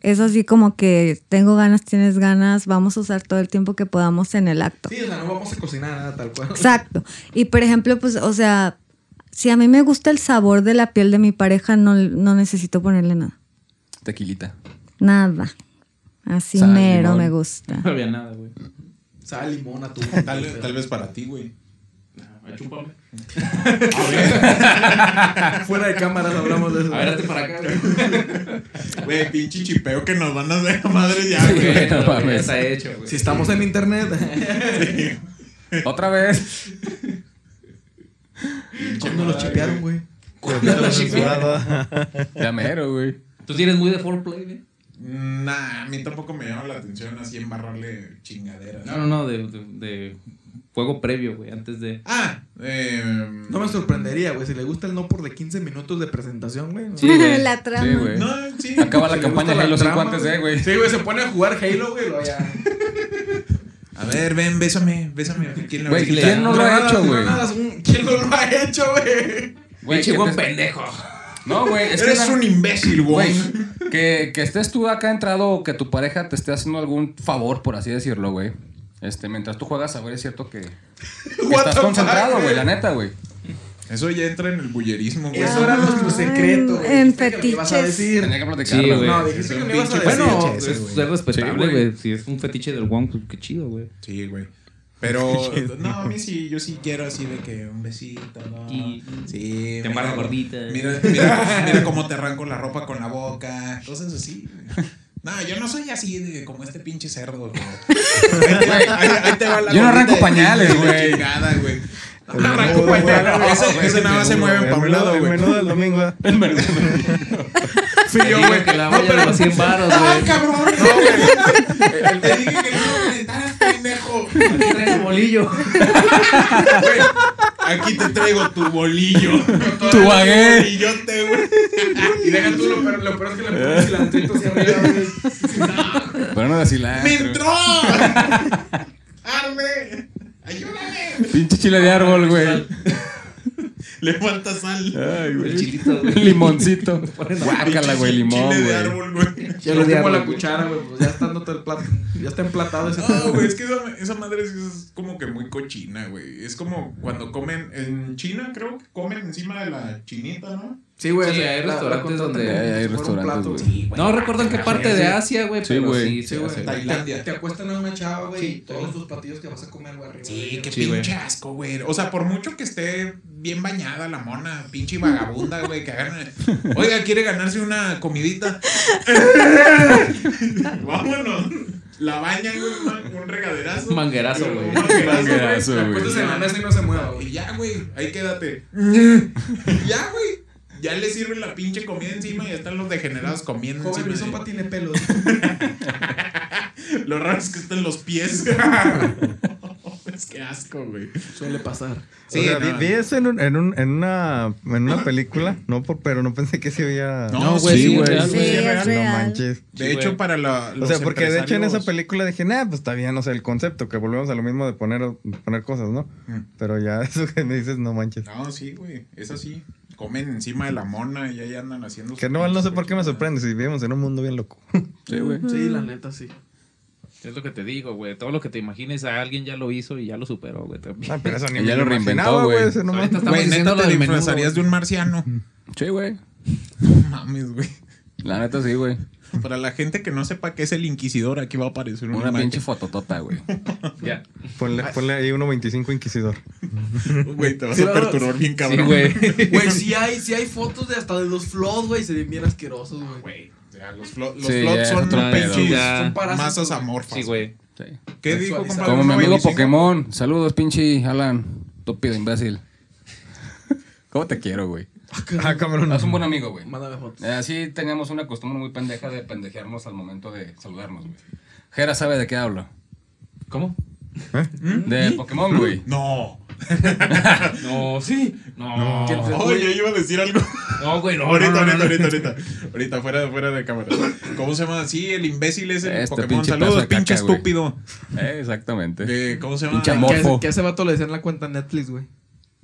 S5: Es así como que tengo ganas, tienes ganas, vamos a usar todo el tiempo que podamos en el acto.
S2: Sí, o sea, no vamos a cocinar nada tal cual.
S5: Exacto. Y por ejemplo, pues, o sea, si a mí me gusta el sabor de la piel de mi pareja, no, no necesito ponerle nada.
S4: Tequilita.
S5: Nada. Así
S4: Sal,
S5: mero
S4: limón.
S5: me gusta.
S7: No había nada, güey.
S2: Sal, limón, atún.
S1: Tal, tal vez para ti, güey.
S7: Ah, chúpame.
S2: Fuera de cámaras hablamos de eso.
S7: A ver, hazte para acá, güey.
S1: Güey, pinche chipeo que nos van a hacer a madre ya, güey.
S4: güey, no
S7: Bueno, güey,
S4: mames.
S7: ya está hecho, güey.
S2: Si estamos en internet.
S4: Otra vez.
S2: ¿Cuándo los chipearon, güey?
S7: [LAUGHS]
S4: Ya mero, güey.
S7: Tú tienes muy de foreplay, güey.
S1: Nah, a mí tampoco me llama la atención así embarrarle chingaderas.
S7: No, no, no, de, de, de juego previo, güey, antes de...
S1: Ah, eh,
S2: No me sorprendería, güey. Si le gusta el no por de 15 minutos de presentación, güey.
S4: Sí, güey.
S5: [LAUGHS] La trama.
S4: Sí, güey.
S1: No, sí.
S4: Acaba
S2: Si
S4: la
S2: le
S4: campaña
S2: gusta
S4: de
S2: la
S4: Halo 5
S2: trama,
S4: antes de, güey.
S2: Sí, güey, se pone a jugar Halo, güey. lo ya.
S1: A ver, ven, bésame, bésame. ¿Quién, la
S4: Güey,
S1: besita?
S4: ¿quién no lo ha
S2: Granadas,
S4: hecho, güey?
S2: granadas, Ah, un- ¿Quién no lo ha hecho, güey?
S4: Güey,
S7: Pinche
S4: que
S7: buen
S4: te-
S7: pendejo.
S4: No, güey. Es
S1: Eres
S4: que
S1: un imbécil, güey.
S4: Güey, que, que estés tú acá entrado o que tu pareja te esté haciendo algún favor, por así decirlo, güey. Este, mientras tú juegas, a ver, es cierto que, que
S1: What
S4: estás
S1: the
S4: concentrado,
S1: fuck,
S4: güey, la neta, güey.
S1: Eso ya entra en el bullerismo, güey.
S2: Eso era nuestro
S5: en-
S2: secreto, güey.
S5: en
S2: Dijiste que me ibas a
S5: fetiches.
S2: decir.
S4: Tenía que platicarlo,
S7: Sí,
S4: güey.
S7: güey.
S2: No, dijiste
S1: Eso
S2: que
S1: era
S2: me
S1: un
S2: ibas a
S1: pinche fetiche.
S2: decir. Bueno,
S1: ese,
S7: es
S1: güey.
S7: ser respetable,
S4: Sí, güey.
S7: güey. Si es un fetiche del Wong, pues qué chido, güey.
S1: Sí, güey. Pero, no, a mí sí, yo sí quiero así de que un besito, ¿no?
S7: Y-
S1: Sí.
S7: Te
S1: mira,
S7: embarro gordita.
S1: Mira, mira, mira cómo te arranco la ropa con la boca. Cosas así. güey. No, yo no soy así de como este pinche cerdo, güey. Ahí te- ahí- ahí te va la
S4: Yo no arranco
S1: gordita de-
S4: pañales,
S1: de
S4: güey.
S1: chingada, güey.
S3: El
S1: Arranco
S3: menudo,
S1: pañales.
S3: güey.
S1: Ese- Ese nada más se mueve para un lado,
S3: El
S1: güey.
S3: menudo del
S1: [LAUGHS]
S3: domingo. ah.
S2: Sí,
S7: Te
S2: yo,
S7: digo
S2: güey.
S7: que la
S2: No,
S7: valla de
S2: pero-
S7: los 100 varos,
S1: [LAUGHS] ¡Ah,
S7: güey.
S1: cabrón! No, güey. Te dije que no lo aventaras, pendejo.
S7: Aquí traes el bolillo.
S1: Güey, Aquí te traigo tu bolillo. [LAUGHS]
S4: Tu baguette.
S1: Bolillote, güey.
S2: Y deja tú lo peor, lo peor es que le
S4: [LAUGHS]
S2: pones cilantrito hacia arriba, güey.
S4: Pero no decir la.
S1: ¡Me entró! ¡Arde! ¡Ayúdame!
S4: Pinche chile
S1: Ah,
S4: de árbol, güey.
S1: Le falta sal.
S4: Ay,
S7: El
S4: güey.
S7: chilito, güey.
S4: Limoncito.
S1: [LAUGHS]
S7: Ponen a-
S4: Guácala, güey, limón,
S1: Chile de
S4: güey.
S1: árbol, güey.
S2: Ya
S7: lo
S2: lo
S7: diablo,
S2: como la
S7: güey.
S2: cuchara, güey. Pues ya está dándote el plato. Ya está emplatado ese
S1: No,
S2: pedo,
S1: güey, es que esa, esa madre es, es como que muy cochina, güey. Es como cuando comen, en China creo que comen encima de la chinita, ¿no?
S2: Sí, güey.
S7: Sí,
S2: o sea,
S7: hay
S2: la-
S7: restaurantes
S2: la contratan
S7: donde-
S2: como
S4: Hay- hay
S2: si fuera un
S4: restaurantes,
S2: plato,
S4: güey.
S7: No recuerdo en qué parte de Asia, güey,
S4: Sí,
S7: pero
S4: güey.
S7: sí,
S2: Sí,
S7: se
S2: güey.
S7: hace.
S1: Tailandia.
S2: Te, te acuestan a una chava, güey,
S7: Sí,
S2: y todos
S7: güey.
S2: tus platillos que vas a comer, güey, arriba.
S1: Sí,
S4: [LAUGHS]
S1: qué
S7: Sí, güey.
S1: pinche asco, güey. O sea, por mucho que esté bien bañada la mona, pinche vagabunda, güey, que hagan. Oiga, quiere ganarse una comidita. [LAUGHS] Vámonos. La bañan, güey, un- un regaderazo.
S7: Manguerazo, güey.
S1: Un manguerazo, güey.
S4: Manguerazo,
S1: Te
S4: güey.
S1: acuestas
S2: Acuestas
S1: en la mesa
S2: y no se mueva,
S1: y
S2: güey.
S1: ya, güey, ahí quédate. [LAUGHS] ya, güey. Ya le sirven la pinche comida encima y ya están los degenerados comiendo
S2: Joven, mi
S1: encima.
S2: sopa
S1: de-
S2: tiene pelos.
S1: Lo raro es que están los pies. es que asco, güey.
S2: Suele pasar.
S1: Sí,
S3: o sea, vi-
S1: no.
S3: vi, eso en, un- en, un- en una, en una película, no por, pero no pensé que se había...
S1: No,
S4: güey, sí,
S1: güey.
S4: real,
S5: Sí,
S1: Sí,
S5: es
S1: real.
S3: No
S5: real.
S3: manches.
S1: De
S7: Sí,
S1: hecho,
S7: güey.
S1: para la.
S3: O sea, porque de hecho en esa
S1: película.
S3: película dije, nah, pues está bien, o sea, el concepto, que volvemos a lo mismo de poner, poner cosas, ¿no?
S1: Mm.
S3: Pero ya [LAUGHS] eso que me dices, no manches.
S1: No, sí, güey. Es así. Comen encima de la mona y ahí andan haciendo.
S3: Que no, no sé por qué me sorprende, si vivimos en un mundo bien loco. [LAUGHS]
S4: Sí, güey.
S2: Sí, la neta, sí.
S7: Es lo que te digo, güey. Todo lo que te imagines, a alguien ya lo hizo y ya lo superó, güey. también.
S3: Ah, pero eso ni
S4: Ya
S3: me
S4: lo reinventó,
S3: imaginaba,
S4: güey.
S3: eso no
S7: Ahorita
S3: manches.
S7: está-
S1: Güey,
S7: diciendo
S1: neta,
S7: lo
S1: te
S7: del menudo,
S1: disfrazarías de un marciano.
S4: Sí, güey.
S1: No mames, güey. [LAUGHS]
S4: La neta, sí, güey.
S1: Para la gente que no sepa qué es el inquisidor, aquí va a aparecer una,
S4: Una
S1: imagen.
S4: pinche fototota, güey.
S7: [LAUGHS] Ya.
S3: Ponle, ponle ahí 1.25 Inquisidor. [LAUGHS]
S1: Güey, te vas
S2: Sí,
S1: a
S2: no,
S1: perturbar bien
S7: Sí,
S1: cabrón. [LAUGHS]
S7: güey.
S2: Güey, sí hay, sí hay fotos de hasta de los flots, güey. Se ven bien asquerosos,
S4: Ah,
S2: güey.
S1: Güey, o sea, los flo- los
S4: Sí,
S1: flots
S4: ya es
S1: son
S4: otro pedo,
S1: pinches
S7: ya.
S1: son
S2: parásitos.
S1: masas amorfas.
S7: [LAUGHS] Sí, güey.
S4: Sí.
S1: ¿Qué dijo, compadre?
S4: Como mi amigo
S1: 95?
S4: Pokémon. Saludos, pinche Alan. Túpido imbécil. [LAUGHS] ¿Cómo te quiero, güey?
S3: Ah, cabrón.
S4: Es un buen amigo, güey.
S2: Mándame fotos.
S4: Eh, Así teníamos una costumbre muy pendeja de pendejearnos al momento de saludarnos, güey. Jera sabe de qué hablo.
S7: ¿Cómo?
S2: ¿Mm?
S4: De Pokémon, güey.
S1: No.
S7: No, sí. No.
S1: Oye, yo iba a decir algo.
S7: No, güey, no.
S1: ahorita,
S7: no, no,
S1: ahorita,
S7: no.
S1: ahorita, ahorita. Ahorita, fuera, fuera de cámara. ¿Cómo se llama? Sí, el imbécil ese de
S4: Este
S1: Pokémon.
S4: pinche pedazo
S1: Saludos,
S4: de
S1: pinche
S4: caca, güey.
S1: estúpido.
S4: [LAUGHS] Eh, exactamente.
S1: Eh, ¿Cómo se llama?
S4: Pinche amor.
S2: Que, a ese-
S4: Morfo.
S2: que a ese vato le decían la cuenta Netflix, güey.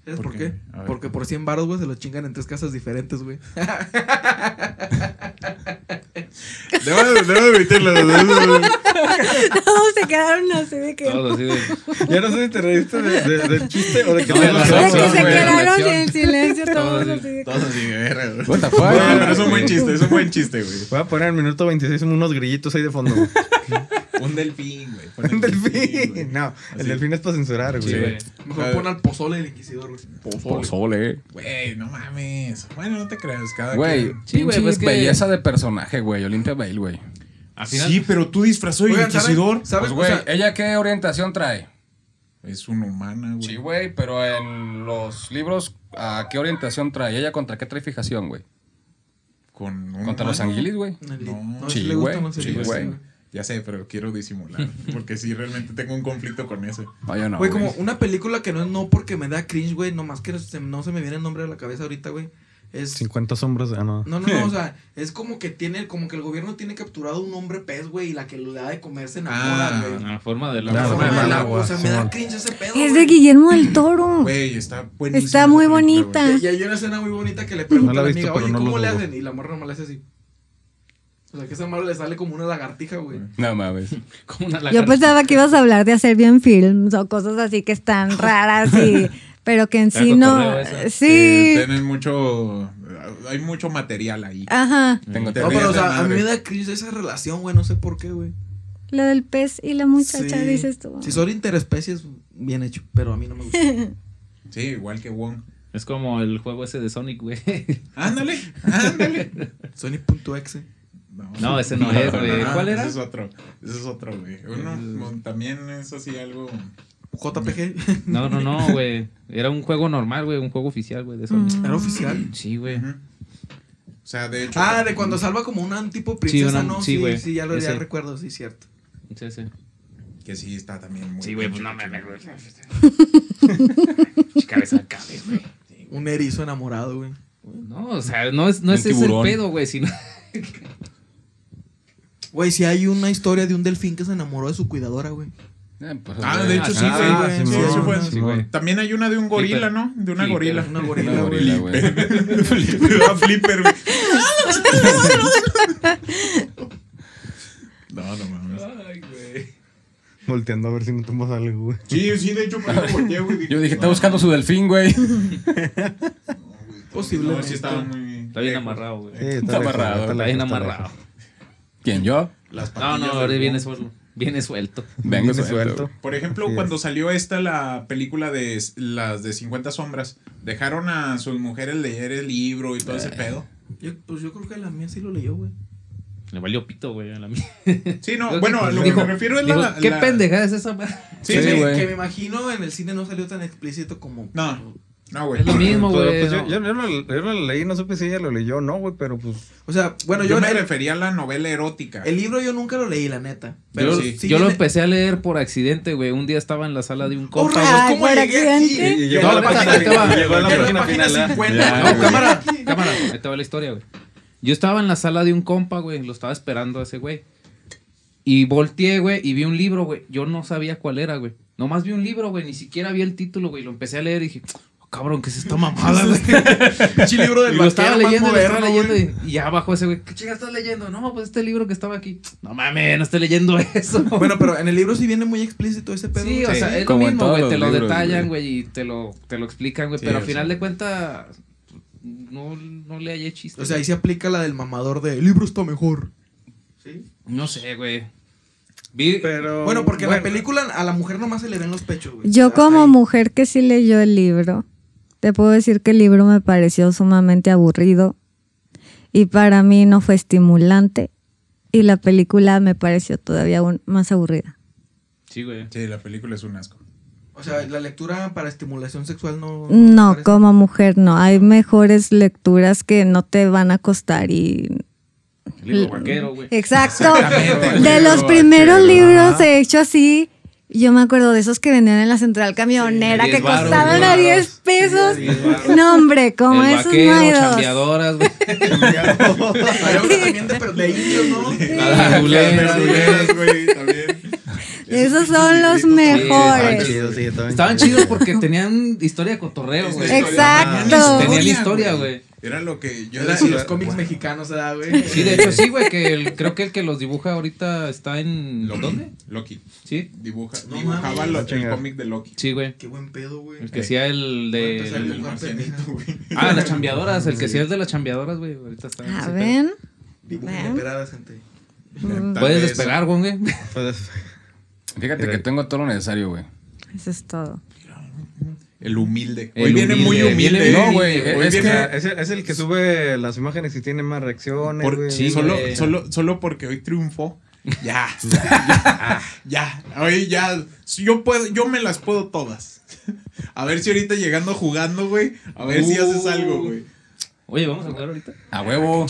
S2: ¿Sabes
S1: ¿Por
S2: por,
S1: qué?
S2: qué?
S1: A ver.
S2: Porque por 100 baros, güey, se lo chingan en tres casas diferentes, güey.
S1: Debo, debo admitirlo.
S4: [LAUGHS]
S1: debo-
S5: Todos se quedaron así de que.
S7: Todo así de-
S3: Ya no sé si te reíste de- de- del chiste o de que
S4: No,
S3: te
S4: de
S3: la
S4: las
S5: De que
S4: razón,
S5: se
S4: güey, la
S5: quedaron
S4: lección.
S5: en silencio todos
S7: Todo
S5: así de que-
S1: Todos así de verga, güey.
S4: What the fuck?
S1: Bueno, pero es un buen chiste, es un buen chiste, güey.
S3: Voy a poner en minuto 26 unos grillitos ahí de fondo. güey.
S1: Un delfín, güey. Pon
S3: [LAUGHS] Un
S1: el güey.
S3: delfín. No, el
S1: Así.
S3: delfín es para censurar,
S7: Sí,
S3: güey.
S7: güey.
S1: A
S2: Mejor
S1: ver.
S2: pon al pozole del inquisidor, güey.
S4: Pozole.
S1: Güey, no mames. Bueno, no te creas,
S2: Ah,
S1: cada
S4: Güey,
S1: quien.
S7: Sí, güey,
S4: pinche
S7: pues es que-
S4: belleza de personaje, güey. Olimpia Bale, güey.
S9: Al final,
S1: Sí, pero tú disfrazó de
S2: Oigan, ¿saben-
S1: inquisidor.
S2: ¿Saben?
S4: Pues,
S2: o
S4: güey,
S2: sea,
S4: ¿ella qué orientación trae?
S1: Es una humana, güey.
S4: Sí, güey, pero en los libros, ¿a qué orientación trae? ¿Ella contra qué trae fijación, güey?
S1: Con un
S4: ¿Contra los
S1: humano.
S4: anguilis, güey?
S1: No,
S2: no,
S4: sí,
S2: le gusta
S4: güey,
S2: más el
S4: sí,
S2: inglés,
S4: güey.
S1: Ya sé, pero quiero disimular. Porque sí, realmente tengo un conflicto con eso.
S4: No, yo no,
S2: Güey, como una película que no es no porque me da cringe, güey, nomás que se- no se me viene el nombre a la cabeza ahorita, güey. Es
S3: 50 sombras. Ah, no.
S2: No, no,
S3: [LAUGHS]
S2: no, o sea, es como que tiene, como que el gobierno tiene capturado un hombre pez, güey, y la que lo da de comer se enamora,
S1: Ah,
S2: güey.
S7: La forma del
S3: La
S2: La
S7: agua.
S3: forma
S2: forma
S3: del
S2: del
S3: agua,
S2: agua, o sea, me
S3: Simón.
S2: da cringe ese pedo.
S5: Es de
S2: güey.
S5: Guillermo del Toro.
S1: Güey, está buenísimo.
S5: Mm. Está muy
S1: esa película,
S5: bonita.
S1: güey.
S2: Y, y hay una escena muy bonita que le pregunta
S3: No la
S2: a
S3: he
S2: la amiga,
S3: visto, pero
S2: oye,
S3: no lo
S2: ¿cómo le
S3: dudo.
S2: hacen? Y la morra nomás le hace así. O sea, que esa morra le sale como una lagartija, güey.
S4: No mames.
S7: [LAUGHS] Como una
S5: Yo pues,
S7: lagartija.
S5: pensaba que ibas a hablar de hacer bien films o cosas así que están raras y. Pero que en sí no.
S7: cotorreo eso.
S1: Eh,
S5: Sí.
S1: tienen mucho. ah, Hay mucho material ahí.
S5: Ajá.
S4: Tengo
S1: Te
S2: No,
S1: ríes
S2: pero o
S1: de
S2: sea, a
S1: madre.
S2: mí me da cringe esa relación, güey, no sé por qué, güey.
S5: Lo del pez y la muchacha,
S2: Sí.
S5: dices tú. ah.
S2: Si son interespecies, bien hecho, pero a mí no me
S5: [LAUGHS]
S2: gusta.
S1: Sí, igual que Wong.
S7: Es como el juego ese de Sonic, güey. [LAUGHS]
S1: Ándale, ándale.
S2: Sony.exe.
S7: No, ese no es, güey. ¿Cuál era?
S1: Ese es otro. Ese es otro, güey. Uno mon- también es así algo.
S3: [LAUGHS]
S2: JPG.
S7: No, no, no, güey. Era un juego normal, güey. Un juego oficial, güey, de Sonic.
S2: Era oficial.
S7: Sí, güey.
S1: Ujú. O sea, de hecho.
S2: Ah, de cuando salva como una tipo princesa,
S7: una-
S2: ¿no?
S7: sí,
S2: Sí,
S7: güey.
S2: sí, ya lo ya
S7: Ese.
S2: recuerdo, sí, cierto.
S7: Sí, sí.
S1: Que sí, está también muy.
S7: Sí, güey, pues
S1: pinche
S7: no me
S1: chido.
S7: güey. Cabeza cabeza, güey.
S2: Un erizo enamorado, güey.
S7: No, o sea, no es, no es
S4: Un
S7: ese el
S4: tiburón.
S7: pedo, güey, sino [LAUGHS]
S2: Güey, si hay una historia de un delfín que se enamoró de su cuidadora, güey.
S4: Eh, pues,
S1: Ah,
S4: güey.
S1: de hecho sí,
S3: Ah,
S1: güey.
S2: güey,
S1: Sí,
S3: Simón,
S1: eso fue.
S3: Simón.
S7: sí, güey.
S1: También hay una de un gorila,
S7: Flipper.
S1: ¿no? De una
S7: Flipper.
S1: gorila.
S2: Una
S4: Una
S2: gorila, güey.
S4: gorila, güey.
S1: [LAUGHS] Ah, Flipper, güey. No, no mames.
S3: Volteando a ver si no tumbas algo, güey.
S1: Sí, sí, de hecho, por eso volteé, güey.
S4: Yo dije, está
S1: "No,
S4: buscando su delfín, güey. [LAUGHS]
S2: Posible.
S1: No, sí estaba muy.
S7: Está bien amarrado, güey.
S3: Sí,
S4: Está
S3: lejos,
S4: amarrado,
S3: lejos,
S7: Está bien
S3: lejos.
S7: amarrado.
S4: ¿Quién, yo?
S1: Las
S7: No,
S1: patillas
S7: no,
S1: del
S7: ahora
S1: Wong.
S7: viene suelto. Viene suelto.
S4: Vengo
S3: Viene
S4: suelto.
S1: Por ejemplo,
S3: Así es.
S1: cuando salió esta la película de s- las de 50 sombras, dejaron a sus mujeres leer el libro y todo ese pedo.
S2: Yo- pues yo creo que la mía sí lo leyó, güey.
S7: Le valió pito, güey, a la mía.
S1: Sí, no, bueno, a lo que
S7: Dijo-
S1: me refiero es
S7: dijo,
S1: la.
S7: ¿Qué
S1: la-
S7: pendejada es esa? madre?"
S1: Sí,
S4: Sí,
S1: sí.
S4: güey.
S2: Que me imagino en el cine no salió tan explícito como.
S1: No, no, güey.
S7: Es lo mismo,
S3: Pero,
S7: güey.
S3: pues, yo,
S7: no.
S3: yo, yo lo, yo lo leí, no supe si ella lo leyó o no, güey, pero pues.
S2: O sea, bueno, yo,
S1: yo me
S2: el,
S1: refería a la novela erótica.
S2: el libro yo nunca lo leí, la neta. Pero
S7: Yo,
S2: sí.
S7: yo lo
S2: viene-
S7: empecé a leer por accidente, güey. Un día estaba en la sala de un
S2: ¡Oh,
S1: [LAUGHS]
S7: compa,
S2: rayos!
S5: Ay,
S2: ¿Cómo
S5: por
S2: llegué
S5: accidente.
S2: aquí?
S3: Y-
S2: Llegué
S3: y
S7: llegó
S2: a
S7: a
S2: la
S7: la
S2: página
S7: página-
S2: llegó a
S3: llegó a la
S2: la
S3: página
S2: página
S3: final, ¿eh?
S2: 50.
S7: No,
S2: güey.
S7: cámara, cámara, ahí te va la historia, güey. Yo estaba en la sala de un compa, güey, lo estaba esperando a ese güey. Y volteé, güey, y vi un libro, güey. Yo no sabía cuál era, güey. Nomás vi un libro, güey, ni siquiera vi el título, güey. Lo empecé a leer y dije, "Oh, cabrón, ¿qué es
S1: [LAUGHS]
S7: esta mamada, güey?
S2: Pinche libro del
S7: Y lo estaba
S2: vaquero más
S7: leyendo, lo
S2: moderno,
S7: estaba leyendo
S2: güey.
S7: y, y ya abajo ese güey, ¿qué chinga estás leyendo? No, pues este libro que estaba aquí. No mames, no estoy leyendo [LAUGHS] eso.
S2: Bueno, pero en el libro sí viene muy explícito ese pedo. güey.
S7: Sí, o sea, es lo
S4: como en
S7: mismo,
S4: todos
S7: güey.
S4: los
S7: Te lo
S4: libros,
S7: detallan,
S4: güey.
S7: güey, y te lo, te lo explican, güey.
S1: Sí,
S7: pero
S1: o
S7: al final
S1: sea.
S7: de cuentas, no, no le hallé chiste.
S2: O sea,
S7: güey.
S2: ahí se aplica la del mamador de el libro está mejor.
S7: No sé, güey. Vi.
S3: Pero.
S2: Bueno, porque en la película a la mujer nomás se le ven los pechos, güey.
S5: Yo
S2: Hasta ahí.
S5: como mujer que sí leyó el libro, te puedo decir que el libro me pareció sumamente aburrido y para mí no fue estimulante y la película me pareció todavía aún más aburrida.
S7: Sí, güey.
S1: Sí, la película es un asco.
S2: O sea, la lectura para estimulación sexual no.
S5: No,
S2: parece- [LAUGHS]
S5: como mujer no. Hay mejores lecturas que no te van a costar y...
S7: El libro vaquero, güey.
S5: eh, Exacto.
S1: Exactamente,
S5: De
S1: güey.
S5: los primeros
S1: Ajá.
S5: libros he hecho así. Yo me acuerdo de esos que vendían en la central camionera
S7: Sí, de
S5: que
S7: 10 varos,
S5: costaban
S7: diez
S5: a
S7: varos.
S5: 10 pesos.
S7: Sí, el vaquero,
S5: No, hombre, como esos no hay dos.
S7: chambeadoras, güey.
S2: Pero también de, pero de indios, ¿no?
S7: Las verduleras, güey.
S1: Ah, güey, [LAUGHS] también.
S5: Esos son los
S3: Estaban
S5: mejores.
S3: chidos, sí, estaban
S7: Estaban chidos porque tenían historia de cotorreo, güey.
S5: Exacto.
S7: Tenían historia, güey.
S1: Era lo que yo
S2: Era
S1: decía.
S2: como los cómics mexicanos, ¿verdad, güey?
S7: Sí, de hecho sí, güey, que el- creo que el que los dibuja ahorita está en
S1: Loki.
S7: ¿dónde?
S1: Loki.
S7: Sí.
S1: Dibuja,
S2: No
S1: dibujaba
S2: mames.
S1: lo- el
S3: Chinga.
S1: cómic de Loki.
S7: Sí, güey.
S2: Qué buen pedo, güey.
S7: El que hacía el
S2: Voy a empezar a
S1: El
S7: de
S1: del
S2: dibujar
S1: marcianito,
S2: pendejadas.
S1: güey.
S7: Ah, las chambeadoras, el que hacía el de las chambeadoras, güey, ahorita está en
S5: A
S7: ese
S5: ver.
S2: Dibujos
S5: Vean.
S2: inesperadas, gente.
S5: Mm,
S7: pedo.
S1: Tal
S7: Puedes
S1: vez.
S7: despegar, güey. [LAUGHS]
S3: Pues,
S4: Fíjate que tengo todo lo necesario, güey.
S5: Eso es todo.
S1: El humilde.
S7: El
S1: Hoy viene muy
S7: humilde.
S1: humilde.
S4: No, güey,
S1: Hoy
S4: es
S1: viene-
S4: que-
S3: es, el, es el que sube las imágenes y tiene más reacciones,
S1: por-
S3: güey.
S7: sí,
S1: solo,
S7: güey.
S1: solo, solo porque hoy triunfó. Ya.
S2: [LAUGHS]
S1: ya, ya. Hoy ya. Yo puedo, yo me las puedo todas. A ver si ahorita llegando jugando, güey. A ver si haces algo, güey.
S7: Oye, vamos a jugar ahorita.
S4: A huevo.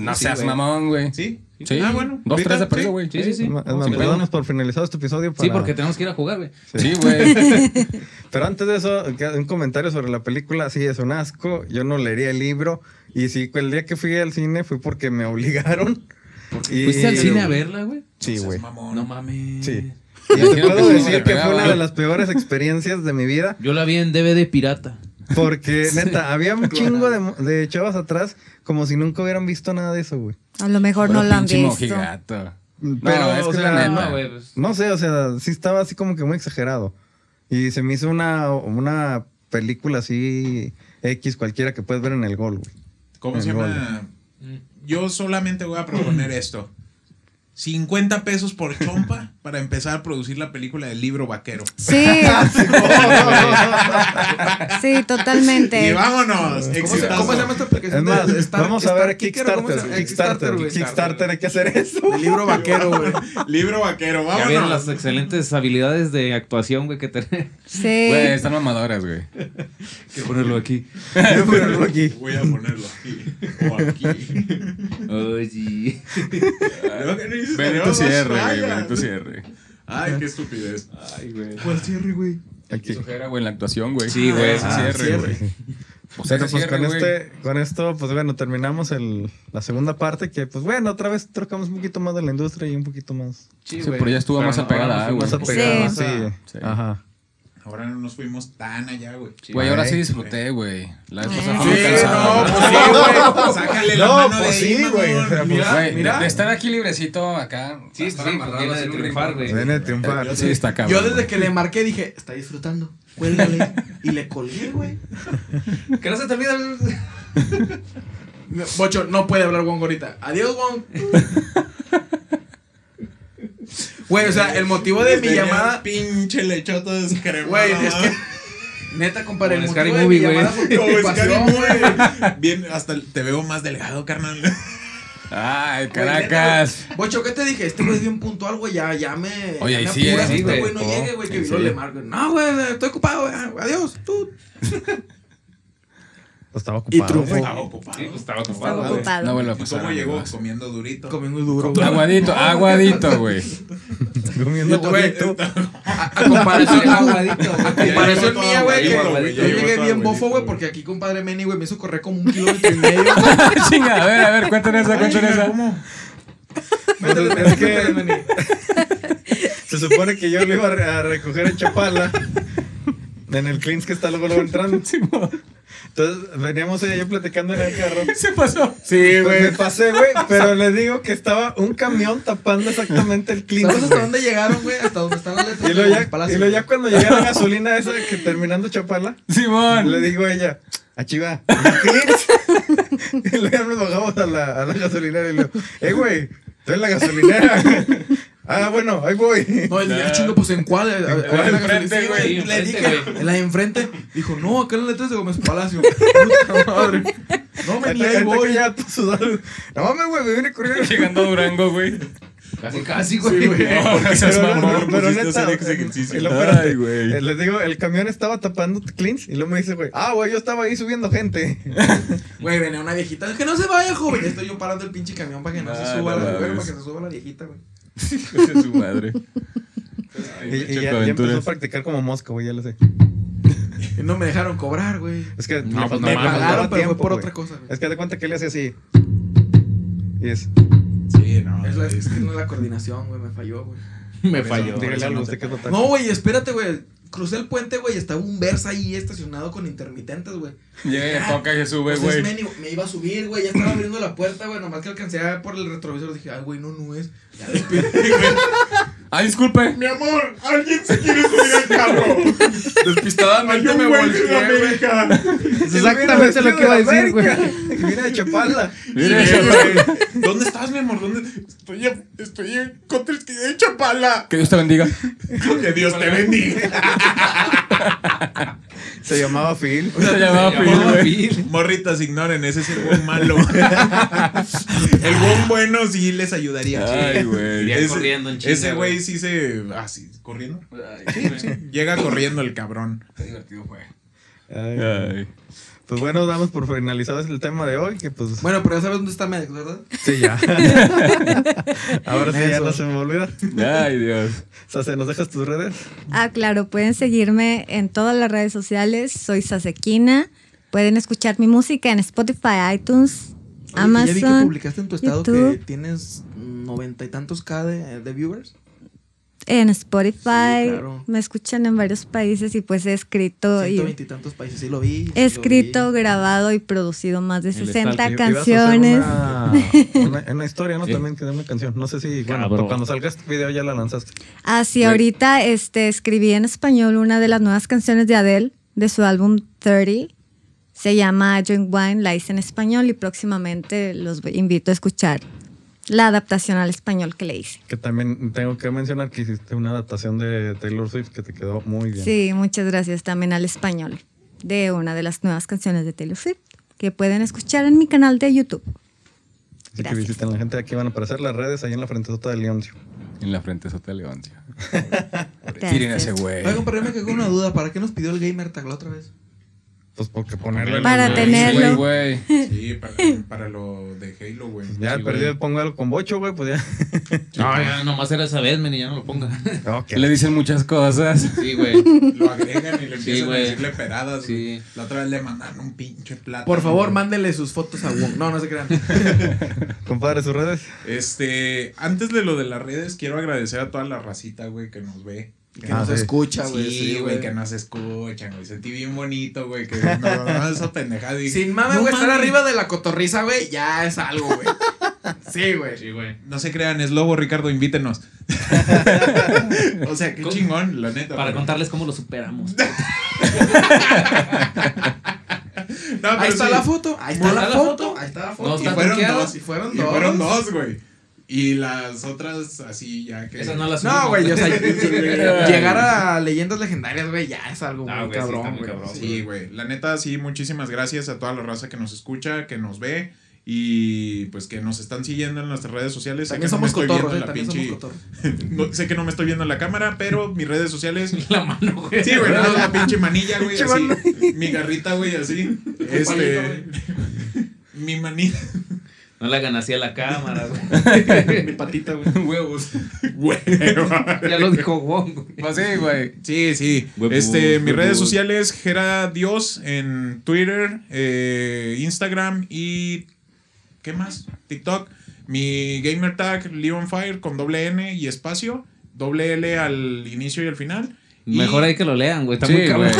S4: No
S7: Sí,
S4: seas
S7: güey.
S4: mamón, güey.
S1: ¿Sí?
S4: Sí.
S1: Ah, bueno.
S4: Dos,
S1: Ahorita,
S4: tres de
S1: sí.
S4: perdido, güey.
S7: Sí, sí, sí.
S3: Es más,
S7: Sin
S3: es más,
S7: pedo.
S3: damos por finalizado este episodio.
S7: Sí,
S3: para-
S7: porque tenemos que ir a jugar, güey.
S4: Sí,
S5: [LAUGHS]
S4: güey.
S3: Pero antes de eso, que- un comentario sobre la película. Sí, es un asco. Yo no leería el libro. Y sí, el día que fui al cine fue porque me obligaron. Y-
S7: ¿Fuiste al cine a verla, güey?
S3: Sí, güey.
S7: No mames.
S3: Sí.
S4: Y
S3: Y te
S4: dijeron que
S3: puedo
S4: sí,
S3: decir
S4: me
S3: que
S4: pegaba.
S3: fue una de las peores experiencias de mi vida.
S7: Yo la vi en DVD pirata.
S4: [LAUGHS]
S3: Porque, neta, había un chingo de, de chavas atrás como si nunca hubieran visto nada de eso, güey.
S5: A lo mejor no
S4: Puro
S5: lo han
S4: pinche
S5: visto.
S4: mojigato.
S3: Pero,
S4: No, es
S3: o
S4: que
S3: sea,
S4: la
S7: No,
S4: neta.
S7: güey, pues.
S3: No sé, o sea, sí estaba así como que muy exagerado. Y se me hizo una, una película así X cualquiera que puedes ver en el gol, güey.
S1: ¿Cómo se
S3: El
S1: llama? Yo solamente voy a proponer esto. 50 pesos por chompa para empezar a producir la película del libro vaquero.
S5: Sí. sí,
S1: Y
S5: totalmente.
S1: vámonos.
S2: ¿Cómo se,
S1: exitazo.
S2: cómo se llama esta
S3: Es
S2: aplicación? de-
S3: más,
S2: de Star-
S3: vamos a ver
S2: Kicker, ¿cómo se
S3: Kickstarter.
S2: llama?
S3: Kickstarter,
S2: güey.
S3: güey. Kickstarter, hay que hacer eso.
S2: El libro vaquero, [LAUGHS] güey.
S1: Libro vaquero,
S7: Ya vieron
S1: vámonos.
S7: las excelentes habilidades de actuación, güey,
S4: [LAUGHS]
S7: que tenés.
S5: Sí.
S4: Güey, están mamadoras, güey.
S7: que ponerlo aquí.
S3: Yo ponerlo aquí.
S1: [LAUGHS] Voy a ponerlo aquí. O aquí.
S7: Oye.
S1: Creo que no hiciste
S4: Benito
S1: dos
S4: cierre, güey.
S1: rayas.
S4: Benito cierre.
S1: Ay, qué estupidez.
S7: Ay, güey.
S2: ¿Cuál cierre, güey?
S3: Aquí.
S4: Sujera, güey, en la actuación, güey.
S7: Sí, güey,
S4: Ese
S3: ah,
S4: cierre, güey. Pues
S3: Bueno,
S4: ese
S3: pues
S4: cierre,
S3: con,
S4: güey.
S3: este, con esto, pues bueno, terminamos el, la segunda parte que, pues bueno, otra vez trocamos un poquito más de la industria y un poquito más,
S4: Sí, pero ya estuvo más apegada, güey.
S3: más apegado, pues sí.
S4: Sí.
S3: Ajá.
S1: Ahora no nos fuimos tan allá, güey.
S4: Güey, ahora sí
S3: Güey.
S4: disfruté, güey. La vez pasada
S1: Sí,
S4: fue muy cansado.
S1: no, pues sí, güey. Pues Sácale la
S3: No,
S1: mano
S3: pues
S1: de ahí,
S3: sí, güey.
S1: mamón.
S3: O sea, pues,
S1: Mira,
S4: Güey, de-
S1: mira.
S4: de estar aquí librecito acá.
S7: Sí, sí,
S4: hasta
S7: pues
S4: amarrado
S7: viene
S4: así
S7: de
S4: en un
S7: triunfar,
S4: rincón.
S7: güey.
S3: Viene a triunfar.
S4: Sí, está cabrón.
S2: Yo desde que le marqué dije, está disfrutando. Cuélgale. Y le colgué, güey.
S7: Que no se te olvide el-
S2: No, [LAUGHS] Bocho, no puede hablar Wong ahorita. Adiós, Wong. Güey, o sea, el motivo de mi
S1: Tenía
S2: llamada.
S1: Pinche lechoto descremado.
S2: Güey, es que. Neta, compadre, el
S7: Como
S2: motivo
S7: en Scary
S2: de mi
S7: Movie, güey.
S2: llamada
S1: [LAUGHS]
S2: fue
S1: Como es que
S2: preocupación, güey.
S1: güey. Bien, hasta te veo más delgado, carnal.
S4: Ay, Caracas.
S2: Bocho, ¿qué te dije? Este güey es bien puntual, güey. Ya, ya me.
S4: Oye,
S2: ya
S4: ahí
S2: me
S4: sí,
S2: apura
S4: ahí
S2: que
S4: sí,
S2: este
S4: güey.
S2: güey no llegue, güey, que
S4: Ahí
S2: yo
S4: sí.
S2: le marco. No, güey, estoy ocupado, güey. Adiós, tú.
S3: Pues estaba ocupado. güey.
S1: Estaba ocupado.
S7: Sí, pues estaba
S5: Estaba
S7: ocupado, güey.
S5: ocupado.
S4: No vuelve a
S1: ¿Y
S4: pasar.
S1: ¿Cómo llegó?
S4: amigos.
S1: Comiendo durito.
S2: Comiendo duro, güey.
S4: Aguadito, aguadito, güey. [LAUGHS]
S3: Comiendo
S2: Güey,
S3: bonito.
S2: A a
S6: [LAUGHS]
S2: comparación,
S7: Aguadito, güey.
S2: a [LAUGHS] comparación
S1: Ya llegó
S2: mía,
S1: todo
S2: güey, que
S1: abuelito,
S2: yo
S1: güey, ya llegó
S2: llegué
S1: todo
S2: bien bofo,
S1: abuelito,
S2: güey,
S1: güey.
S2: porque aquí compadre Meni, güey, me hizo correr como un kilómetro y medio. güey.
S4: [LAUGHS] Chinga, a ver, a ver, cuenten esa, cuenten esa.
S3: Entonces, es que se supone que yo lo iba a re- a recoger en Chapala. [LAUGHS] En el cleans que está luego luego entrando. Entonces veníamos ella y yo platicando en el carro.
S4: Se pasó.
S3: Sí, güey. Me pasé, güey. Pero le digo que estaba un camión tapando exactamente el cleans.
S2: ¿Sabes hasta
S3: güey.
S2: dónde llegaron, güey? Hasta donde están las letras
S3: Y luego
S2: de
S3: ya,
S2: Juan Palacio.
S3: y luego ya cuando llegué a la gasolina esa que terminando Chapala,
S4: Simón.
S3: le digo a ella, achiva, ¿qué es?" [LAUGHS] Y luego ya nos bajamos a la, a la gasolinera y le digo, eh, güey, estoy en la gasolinera. [LAUGHS] ah, bueno, ahí voy.
S2: No, el día chingo, pues en cuál. A- a- a-
S4: cuál?
S2: en la
S4: Enfrente,
S2: gasolinera,
S4: güey,
S2: sí, Le
S7: enfrente,
S2: dije,
S7: güey.
S2: en la de enfrente. Dijo, no, acá en la letra de Gómez Palacio. Puta madre. No, Meni,
S3: Ahorita- [LAUGHS]
S2: ahí
S3: ahorita que
S2: voy.
S4: [LAUGHS]
S3: ya todo sudado. No mames, güey, me viene corriendo.
S4: Llegando a Durango, güey.
S7: Casi, casi, güey.
S6: [LAUGHS]
S1: seas
S3: Pero,
S1: mamón,
S4: pues,
S3: pero, pero
S1: pusiste a
S3: neta,
S1: hacer ejercicio.
S3: y luego, espérate,
S1: Ay, güey.
S4: [LAUGHS]
S3: eh, Les digo, el camión estaba tapando cleans y luego me dice, güey, ah, güey, yo estaba ahí subiendo gente.
S2: Güey, venía una viejita. Que no se vaya, joven. Ya Estoy yo parando el pinche camión para que no
S1: Ah,
S2: se suba
S1: no
S2: la, güey,
S1: mames.
S2: para que se suba la viejita, güey.
S1: Ese es su madre.
S3: [LAUGHS] Y, y ya- ya, empezó a practicar como mosca, güey, ya lo sé.
S2: Y no me dejaron cobrar, güey.
S3: Es que
S4: No,
S3: le
S4: pues,
S3: faltaba-
S4: no
S2: Me
S4: mames,
S3: faltaba
S2: pagaron, pero fue
S3: tiempo,
S2: por
S3: güey.
S2: otra cosa, güey.
S3: Es que de cuenta que le hace así. Y es,
S1: Ah, Sí, no.
S2: Es, la-
S1: es-
S2: es que no es la coordinación, güey. Me falló, güey.
S7: Me falló.
S3: dígale
S1: eso
S3: algo,
S1: no
S3: usted
S1: te-
S3: que es otaku. [LAUGHS]
S2: No, güey, espérate, güey. Crucé el puente, güey. Estaba un Versa ahí estacionado con intermitentes, güey.
S4: Llega y le toca y se sube,
S2: Pues es
S4: güey.
S2: menú, me iba a subir, güey. Ya estaba abriendo la puerta, güey. Nomás que alcancé a ver por el retrovisor. Dije, ay, güey, no, no es. Ya despierto,
S4: Ah, disculpe.
S1: Mi amor, alguien se quiere subir al carro.
S4: Ah,
S2: Despistadamente
S1: Hay
S2: me
S1: un güey de
S2: volteé, güey.
S1: América.
S3: Es
S6: Exactamente lo que iba a decir, güey.
S3: Que [LAUGHS] viene de Chapala.
S4: Mire,
S1: ¿Dónde estás, mi amor? ¿Dónde? Estoy, en- estoy en contra el tío de Chapala.
S4: Que Dios te bendiga.
S1: Que Dios te bendiga.
S3: Se llamaba Phil.
S4: Se llamaba Phil,
S1: llamaba
S4: güey.
S1: [LAUGHS] Morritas, ignoren, ese es el buen malo. El buen bueno sí les ayudaría.
S2: Ah,
S4: Ay, güey.
S1: Ese-
S9: corriendo en chinga,
S1: Ese güey
S9: güey.
S1: sí se. Ah, sí, corriendo.
S4: Ay, güey.
S1: Llega corriendo el cabrón.
S4: Qué divertido fue.
S3: Ay.
S4: Ay.
S3: Pues bueno, damos por finalizado el tema de hoy, que pues
S2: Bueno, pero ya sabes dónde está Medex,
S5: [LAUGHS]
S2: ¿verdad?
S3: sí ya. Ahora sí ya
S2: Eso.
S3: no se me va a olvidar.
S4: Ay, Dios.
S3: Sase, ¿nos dejas tus redes?
S5: Ah, claro, pueden seguirme en todas las redes sociales. Soy Sasequina. Pueden escuchar mi música en Spotify, iTunes,
S2: Oye, que Ya vi que
S5: Amazon,
S2: publicaste en tu estado que
S5: YouTube.
S2: tienes noventa y tantos K de, de viewers.
S5: en Spotify.
S2: Sí, claro.
S5: Me escuchan en varios países y pues he escrito y
S2: 120 y tantos países, sí lo vi. sí
S5: he
S2: lo
S5: escrito,
S2: vi.
S5: grabado y producido más de
S6: El
S5: 60
S6: stalker.
S5: canciones.
S3: Ibas a hacer Una, una, una historia, ¿no?
S6: Sí.
S3: También quedó una canción. No sé si bueno,
S6: Cabrón.
S3: cuando salga este video ya la lanzaste.
S5: Así ahorita este, escribí en español una de las nuevas canciones de Adele de su álbum 30. Se llama Drink Wine, la hice en español y próximamente los voy- invito a escuchar la adaptación al español que le hice.
S3: Que también tengo que mencionar que hiciste una adaptación de Taylor Swift que te quedó muy bien.
S5: Sí, muchas gracias también al español de una de las nuevas canciones de Taylor Swift que pueden escuchar en mi canal de YouTube.
S3: Así que
S5: gracias.
S3: visiten la gente. Aquí van a aparecer las redes ahí en la frente de Leoncio.
S4: En la frente sota de León, tío.
S5: Gracias.
S4: Tiren a ese güey.
S2: Oigan, pero yo me quedé con una duda. ¿Para qué nos pidió el Gamer Tag la otra vez?
S3: Pues porque ponerlo en
S5: Para
S3: la-
S5: tenerlo.
S4: Güey, güey.
S1: Sí, para, para lo de Halo, güey.
S3: Ya
S4: Sí,
S3: el perdido
S4: güey.
S3: le pongo algo con bocho, güey, pues
S4: [LAUGHS]
S6: No, ya nomás era esa vez, men, y ya no lo [LAUGHS] ponga.
S3: ya. Ok.
S4: Le dicen muchas
S7: [LAUGHS]
S4: cosas.
S7: Sí, güey.
S1: Lo agregan y le
S7: Sí,
S1: empiezan a
S7: güey.
S1: decirle peradas.
S7: Sí.
S1: güey. La otra vez le mandaron un pinche plato.
S2: Por favor, mándenle sus fotos a Wong. No, no se crean.
S3: Compadre, sus redes.
S1: Este, antes de lo de las redes, quiero agradecer a toda la racita, güey, que nos ve.
S2: Que
S3: Ah,
S2: nos
S3: sí.
S2: escucha, güey.
S1: Sí, güey, que nos escuchan, güey. Sentí bien bonito, güey, que no, no, no, esa pendejada. y-
S2: Sin mame,
S1: No
S2: güey, estar
S1: mames.
S2: arriba de la cotorriza, güey, ya es algo, güey. Sí, güey.
S9: Sí, güey.
S1: No se crean, es lobo, Ricardo, invítenos. o sea, qué
S6: Con-
S1: chingón, la neta.
S6: Para
S1: güey.
S6: contarles cómo lo superamos.
S1: No, pero
S2: Ahí está
S1: sí.
S2: la foto. Ah, Ahí está la foto. Ahí está la
S7: No
S2: foto.
S1: Y
S7: está
S1: fueron
S7: truqueada.
S1: dos.
S2: Y fueron
S1: Y
S2: dos.
S1: fueron dos, güey. Y las otras así ya que...
S7: Esas no las
S2: No,
S7: subimos.
S2: güey,
S7: [LAUGHS]
S2: o sea,
S6: [LAUGHS]
S2: llegar a leyendas legendarias, güey, ya es algo
S7: Ah,
S2: muy
S7: güey, sí, está
S2: cabrón,
S7: muy
S2: güey.
S7: cabrón.
S1: Sí, güey. La neta, sí, muchísimas gracias a toda la raza que nos escucha, que nos ve y pues que nos están siguiendo en nuestras redes sociales. sé que
S2: También somos
S1: no me estoy
S2: cotorros, eh,
S1: viendo la
S2: también somos
S1: pinche- [LAUGHS]
S2: cotorros.
S1: no, sé que no me estoy viendo en la cámara, pero mis redes
S2: [LAUGHS]
S1: sociales.
S7: La mano, güey.
S1: Sí, güey, nada, la pinche manilla, güey, así. Mi garrita, güey, así. Este. [LAUGHS] Mi manilla. [LAUGHS]
S6: No la ganas a la cámara, güey.
S2: Mi patita, güey.
S4: Huevos.
S1: Güey.
S6: Ya lo dijo Wong, güey.
S4: Pues sí, güey.
S1: Sí, sí.
S4: Huevos,
S1: este, mis
S4: huevos.
S1: redes sociales, Gera Dios, en Twitter, eh, Instagram y. ¿Qué más? TikTok. Mi gamer tag, Leon Fire, con doble N y espacio. Doble L al inicio y al final. Y-
S6: Mejor ahí que lo lean, güey. Está muy
S4: Sí,
S6: cabrón.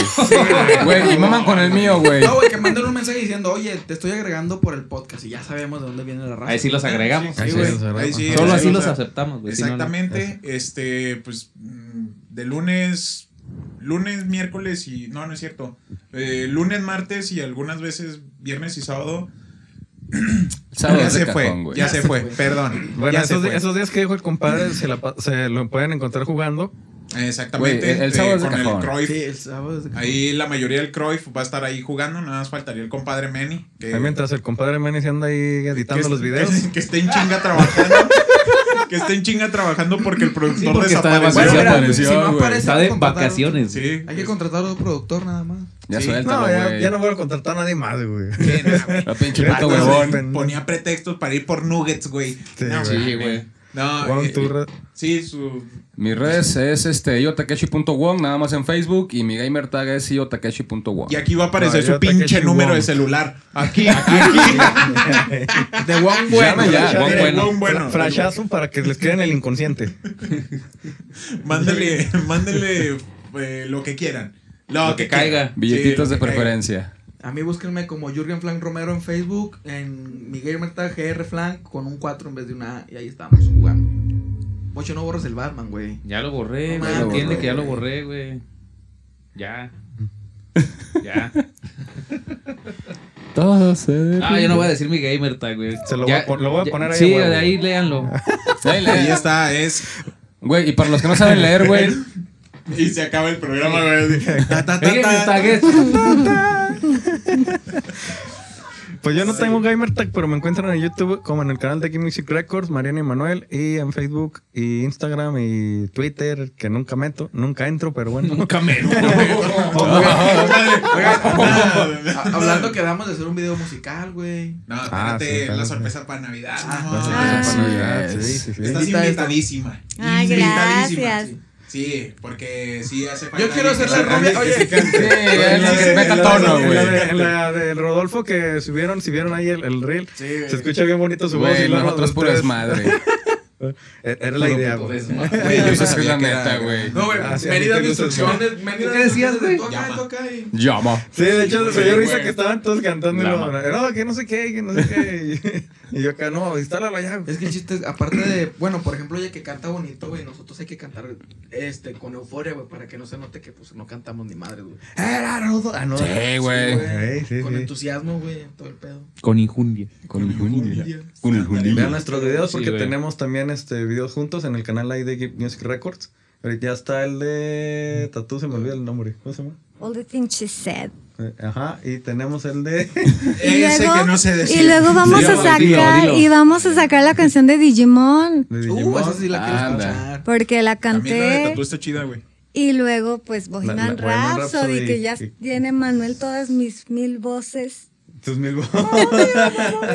S4: güey. Güey, y maman con el mío, güey.
S2: No, güey, que manden un mensaje diciendo, oye, te estoy agregando por el podcast y ya sabemos de dónde viene la raza.
S6: Ahí sí los agregamos.
S1: Sí,
S3: Ahí
S1: güey.
S3: los agarramos.
S1: Ahí sí,
S6: Solo
S1: ahí
S6: así los
S1: a-
S6: aceptamos, güey. si no, no.
S1: Exactamente. Este, pues, mm, de lunes, lunes, miércoles y... No, no es cierto. Eh, lunes, martes y algunas veces viernes y sábado.
S4: Sábados
S1: ya
S4: de
S1: se
S4: cajón,
S1: fue,
S4: güey.
S1: ya se fue, perdón.
S3: Bueno,
S1: ya se
S3: esos, di-
S1: fue.
S3: esos días que dijo el compadre se, la pa- se lo pueden encontrar jugando.
S1: Exactamente.
S4: Güey, el- el
S1: eh,
S4: sábado es de
S1: con el
S4: cajón.
S1: Cruyff.
S2: Sí, el sábado es de-
S1: Ahí la mayoría del Cruyff va a estar ahí jugando, nada más faltaría el compadre Manny. Que,
S3: Ahí mientras el compadre Manny se anda ahí editando
S1: que-
S3: los videos.
S1: Que, que esté en chinga trabajando. que está en chinga trabajando porque el productor
S6: porque está de
S1: desapareció.
S6: vacaciones,
S1: güey.
S2: si no
S4: güey.
S2: aparece,
S6: Está
S2: hay que
S6: de
S2: contratar-
S6: vacaciones. güey.
S1: Sí.
S2: Hay que contratar a otro productor nada más.
S4: Ya
S1: Sí.
S4: suéltalo,
S3: [LAUGHS] No, ya,
S4: güey.
S3: ya no vuelvo a contratar a nadie más, güey.
S4: La pinche
S3: Ya
S4: puta
S3: no sé,
S4: huevón.
S3: pendejo.
S1: Ponía pretextos para ir por nuggets, güey.
S3: Sí,
S1: no,
S3: güey.
S1: mames.
S4: Sí, güey.
S1: No,
S3: Juan
S1: eh,
S4: [LAUGHS]
S3: Turra.
S1: sí, su
S4: Mis redes es este yotakeshi.wong, nada más en Facebook. Y mi gamer tag es yotakeshi.wong.
S1: Y aquí va a aparecer
S3: No,
S1: su
S3: yo
S1: pinche
S3: Takeshi
S1: número
S3: Wong.
S1: de celular.
S4: [LAUGHS]
S1: Aquí, aquí.
S2: De Juan
S4: Llama
S2: Bueno.
S4: Ah, ya,
S3: ya,
S4: Wong
S3: mira,
S4: bueno.
S1: Wong bueno.
S3: Flashazo para que les queden el inconsciente.
S1: mándele, [LAUGHS] mándele eh, lo que quieran. Lo,
S7: Lo que caiga.
S1: quieran.
S4: Billetitos
S1: Sí, eh, lo
S4: de
S1: que caiga.
S4: preferencia.
S2: A mí búsquenme como Jürgen Flank Romero en Facebook, en mi gamer tag GR Flank con un 4 en vez de una A y ahí estamos jugando. Mocho, no borres el Batman, güey.
S7: Ya lo borré,
S2: No
S7: güey.
S2: mames,
S7: Entiende
S2: güey.
S7: que ya lo borré, güey. Ya. Ya.
S4: Todo se
S7: Ah, yo no voy a decir mi gamer tag, güey.
S3: Se lo
S7: Ya-
S3: voy a pon- lo voy a
S7: ya-
S3: poner ahí,
S7: Sí,
S3: a huevo.
S7: de ahí
S3: [LAUGHS]
S7: léanlo.
S1: Ahí está, es.
S4: Güey, y para los que no saben leer, güey.
S1: Y se acaba el programa, güey. Ta, ta, ta,
S7: Mi
S1: ta.
S7: gamer tag es.
S3: Pues yo no tengo gamer tag, pero me encuentran en YouTube como en el canal de Game Music Records, Mariana y Manuel, y en Facebook y Instagram y Twitter, que nunca meto, nunca entro, pero bueno. [LAUGHS]
S7: Nunca me.
S6: [LAUGHS]
S1: [LAUGHS]
S2: A- Hablando que vamos de hacer un video musical, güey.
S1: No,
S3: Ah, sí,
S1: espérate,
S3: claro.
S1: la sorpresa para Navidad. No,
S4: Ah,
S5: sorpresa para
S3: Navidad, Ah, sí, sí, sí.
S1: Estás
S2: Invita a esta.
S1: invitadísima.
S5: Ay,
S1: Invitadísima,
S5: gracias.
S1: sí. Sí, porque sí hace falta.
S2: Yo quiero
S1: alguien
S2: ser
S1: que
S2: la
S1: se
S2: rubia.
S1: cante, que
S2: Oye,
S1: se cante. [LAUGHS]
S4: es la que meta
S3: En la-
S4: tono,
S3: en la de-
S4: güey.
S3: en la del Rodolfo que subieron, si vieron ahí el, el reel, se escucha bien bonito su voz.
S4: Güey,
S3: y luego
S4: nosotros puro
S3: ustedes- [LAUGHS]
S4: desmadre.
S3: Eh, Era la idea, güey.
S4: Güey, yo
S1: no
S4: sé que es
S1: sabía
S4: la
S1: que era-
S4: neta, güey.
S2: No, güey,
S3: Ah, sí, a mí
S2: medidas
S3: te
S2: de
S3: gusta el
S2: instrucciones. medidas
S7: ¿Qué
S2: de
S7: decías,
S2: instrucciones,
S1: güey?
S2: Toca,
S1: Llama.
S2: toca y...
S4: Llama.
S3: Sí, de hecho, se dio
S1: güey.
S3: risa que estaban todos cantando. y
S4: La
S3: luego, No, que no sé qué, que no sé qué. Y, [LAUGHS] y yo acá, no, instálalo ya. güey.
S2: Es que el chiste es, aparte de, bueno, por ejemplo, ella que canta bonito, güey, nosotros hay que cantar este con euforia, güey, para que no se note que pues no cantamos ni madre, güey.
S3: Era Rodolfo. Ah, no.
S4: Sí, güey.
S3: Ey, sí,
S2: con
S3: sí.
S2: entusiasmo, güey, todo el pedo.
S6: Con injundia.
S4: Con el Julia. Con el
S3: Vean
S4: Julia.
S3: nuestros videos porque
S6: Sí, güey.
S3: tenemos también este videos juntos en el canal ahí de Give Music Records. Ahorita ya está el de Tatú, se me olvida el nombre. ¿Cómo se llama?
S5: All the things she said.
S3: Eh, Ajá, y tenemos el de. [LAUGHS]
S5: Y
S1: Ese
S5: luego,
S1: que no sé decir.
S5: y luego vamos
S4: Dilo,
S5: a sacar
S4: dilo, dilo.
S5: y vamos a sacar la canción de Digimon
S3: de
S2: Uh,
S3: Digimon.
S2: esa sí la quiero
S4: Anda.
S2: escuchar.
S5: porque la
S1: También la de
S5: canté
S1: Tatú está chida, güey.
S5: y luego pues
S3: La- la
S5: Bohemian
S3: Bohemian
S5: Rhapsody
S3: Rhapsody,
S5: que ya
S3: que-
S5: tiene Manuel todas mis mil voces [LAUGHS]
S3: Tus mil voces.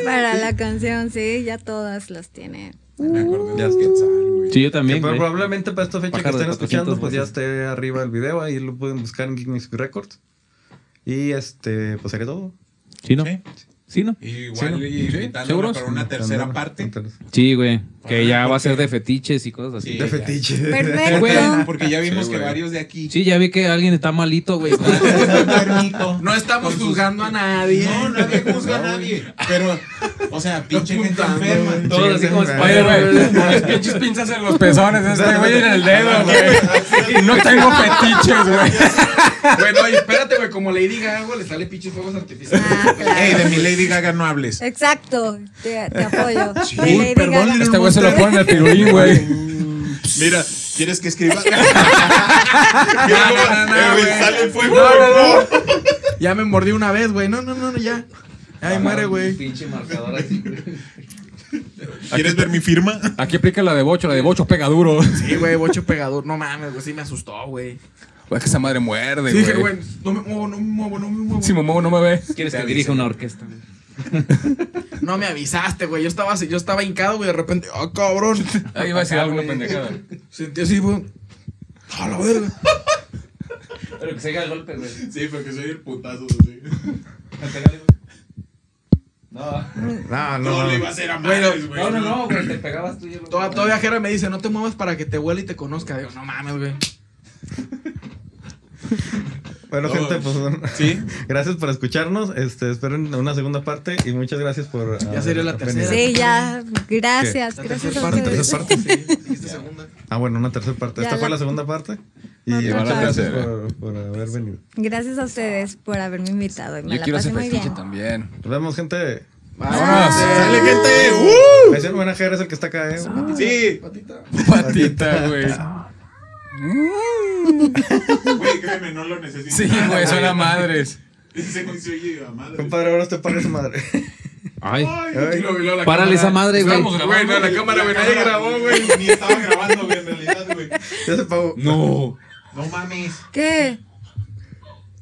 S5: para la canción, sí, ya todas las tiene.
S1: Me acordé de las Quetzal,
S3: Mm.
S1: güey.
S6: Sí, yo
S3: Que
S6: también,
S3: pro-
S6: güey.
S3: probablemente para esta fecha
S6: Pájaro
S3: que
S6: de
S3: estén
S6: 400
S3: escuchando, pues ya
S6: voces.
S3: esté arriba el video. Ahí lo pueden buscar en Give Music Records. Y este, pues sería todo.
S6: Sí, ¿no?
S1: Sí.
S6: Sí, ¿no?
S1: Y Igual
S6: Sí,
S1: y
S6: sí,
S1: invitándolo
S6: ¿seguros?
S1: para una tercera
S3: Andar-
S1: parte.
S3: Entonces,
S6: Sí, güey. Que
S1: Ajá,
S6: ya va a
S1: porque-
S6: ser de fetiches y cosas así.
S1: Sí.
S3: De fetiche.
S1: Porque,
S5: Perfecto. Ah,
S1: porque ya vimos
S4: Sí,
S1: que
S4: güey.
S1: varios de aquí.
S6: Sí, ya vi que alguien está malito, güey.
S1: Está enfermito.
S2: No estamos
S1: Con sus-
S2: juzgando a nadie.
S1: No, nadie juzga a nadie. Pero, o sea, pinche gente enferma.
S6: Todos así como
S4: Oye,
S6: Spider-Man.
S4: güey, con las pinches pinzas en los pezones, este güey en el dedo, güey. No tengo fetiches, güey.
S2: Güey, no, y espérate, güey, como Lady Gaga güey, le sale pinches fuegos artificiales.
S5: Ah, claro.
S1: Ey, de mi Lady Gaga no hables.
S5: Exacto, te,
S4: [LAUGHS]
S5: te apoyo.
S1: Sí,
S5: De Lady
S1: perdón,
S5: Gaga.
S1: Little
S4: Este güey se lo pone en el pirulín, güey.
S1: Mira, ¿quieres que [LAUGHS] escriba?
S2: no, no, no,
S1: Eh, güey,
S2: güey.
S1: sale fuego.
S2: No, no, no. Ya me mordí una vez, güey. No, no, no, no, ya. Ay, muere, güey.
S7: Pinche marcador así, güey.
S1: ¿Quieres ver mi firma?
S4: Aquí aplica la de Bocho, la de Bocho pega duro. [LAUGHS]
S2: Sí, güey, bocho pegador. No mames, güey, sí me asustó, güey.
S4: Güey, que esa madre muerde,
S2: Sí, dije,
S4: güey.
S2: güey, no me muevo, no me muevo, no me muevo.
S4: Si me muevo, no me ve.
S6: ¿Quieres que dirija una orquesta? güey?
S2: No me avisaste, güey. Yo estaba, así- yo estaba hincado, güey. De repente, ah, cabrón.
S4: Ahí va a decir alguna pendejada.
S2: Sentí así, güey. A la verga.
S7: Pero que se haga el golpe, güey.
S1: Sí, porque soy el putazo.
S7: [LAUGHS] No.
S3: No,
S1: No
S3: no.
S1: le
S3: no.
S1: iba a hacer a
S2: Bueno,
S1: madres, güey.
S7: No, no, no, güey. Te pegabas tú y yo. lo-
S2: Toda, toda viajera me dice, no te muevas para que te huela y te conozca. Digo, no mames, güey.
S3: Bueno,
S1: No,
S3: gente, pues.
S1: Sí.
S3: [LAUGHS] Gracias por escucharnos. Este, esperen una segunda parte y muchas gracias por. ah,
S2: Ya sería la
S3: haber
S2: tercera.
S3: venido.
S5: Sí, ya, gracias,
S2: La
S5: gracias
S2: tercera
S5: a
S2: parte.
S5: ustedes.
S3: tercera parte.
S2: Sí,
S5: [LAUGHS]
S2: dijiste segunda.
S3: Ah, bueno, una tercera parte.
S5: Ya
S3: Esta fue
S5: la-
S3: la segunda parte. Y
S5: Otra
S3: muchas
S5: parte.
S3: gracias por, por haber venido.
S5: Gracias a ustedes por haberme invitado y me
S4: Yo
S5: la
S4: quiero
S5: pasé
S4: hacer
S5: muy
S4: fetiche
S5: bien.
S4: también.
S3: Nos vemos, gente.
S4: Vámonos.
S1: Sale
S2: Sale,
S1: gente.
S7: Uh,
S5: Uh.
S3: Ese buena jera es el que está acá, ¿eh?
S1: ¡Uh! Sí.
S4: Patita, güey.
S1: Güey, créeme, no lo necesito.
S4: Sí, güey, son a madres.
S1: [LAUGHS] Ese güey se oye a madres.
S3: Compadre, ahora usted paga su madre. [LAUGHS]
S7: Ay,
S1: Y lo- y lo- la
S7: párale esa madre, güey.
S11: Estábamos
S4: Güey, no,
S11: grabando.
S4: la cámara, güey, nadie grabó, güey.
S1: Ni estaba grabando, güey, en realidad, güey.
S2: Ya se pagó.
S1: No mames.
S5: ¿Qué?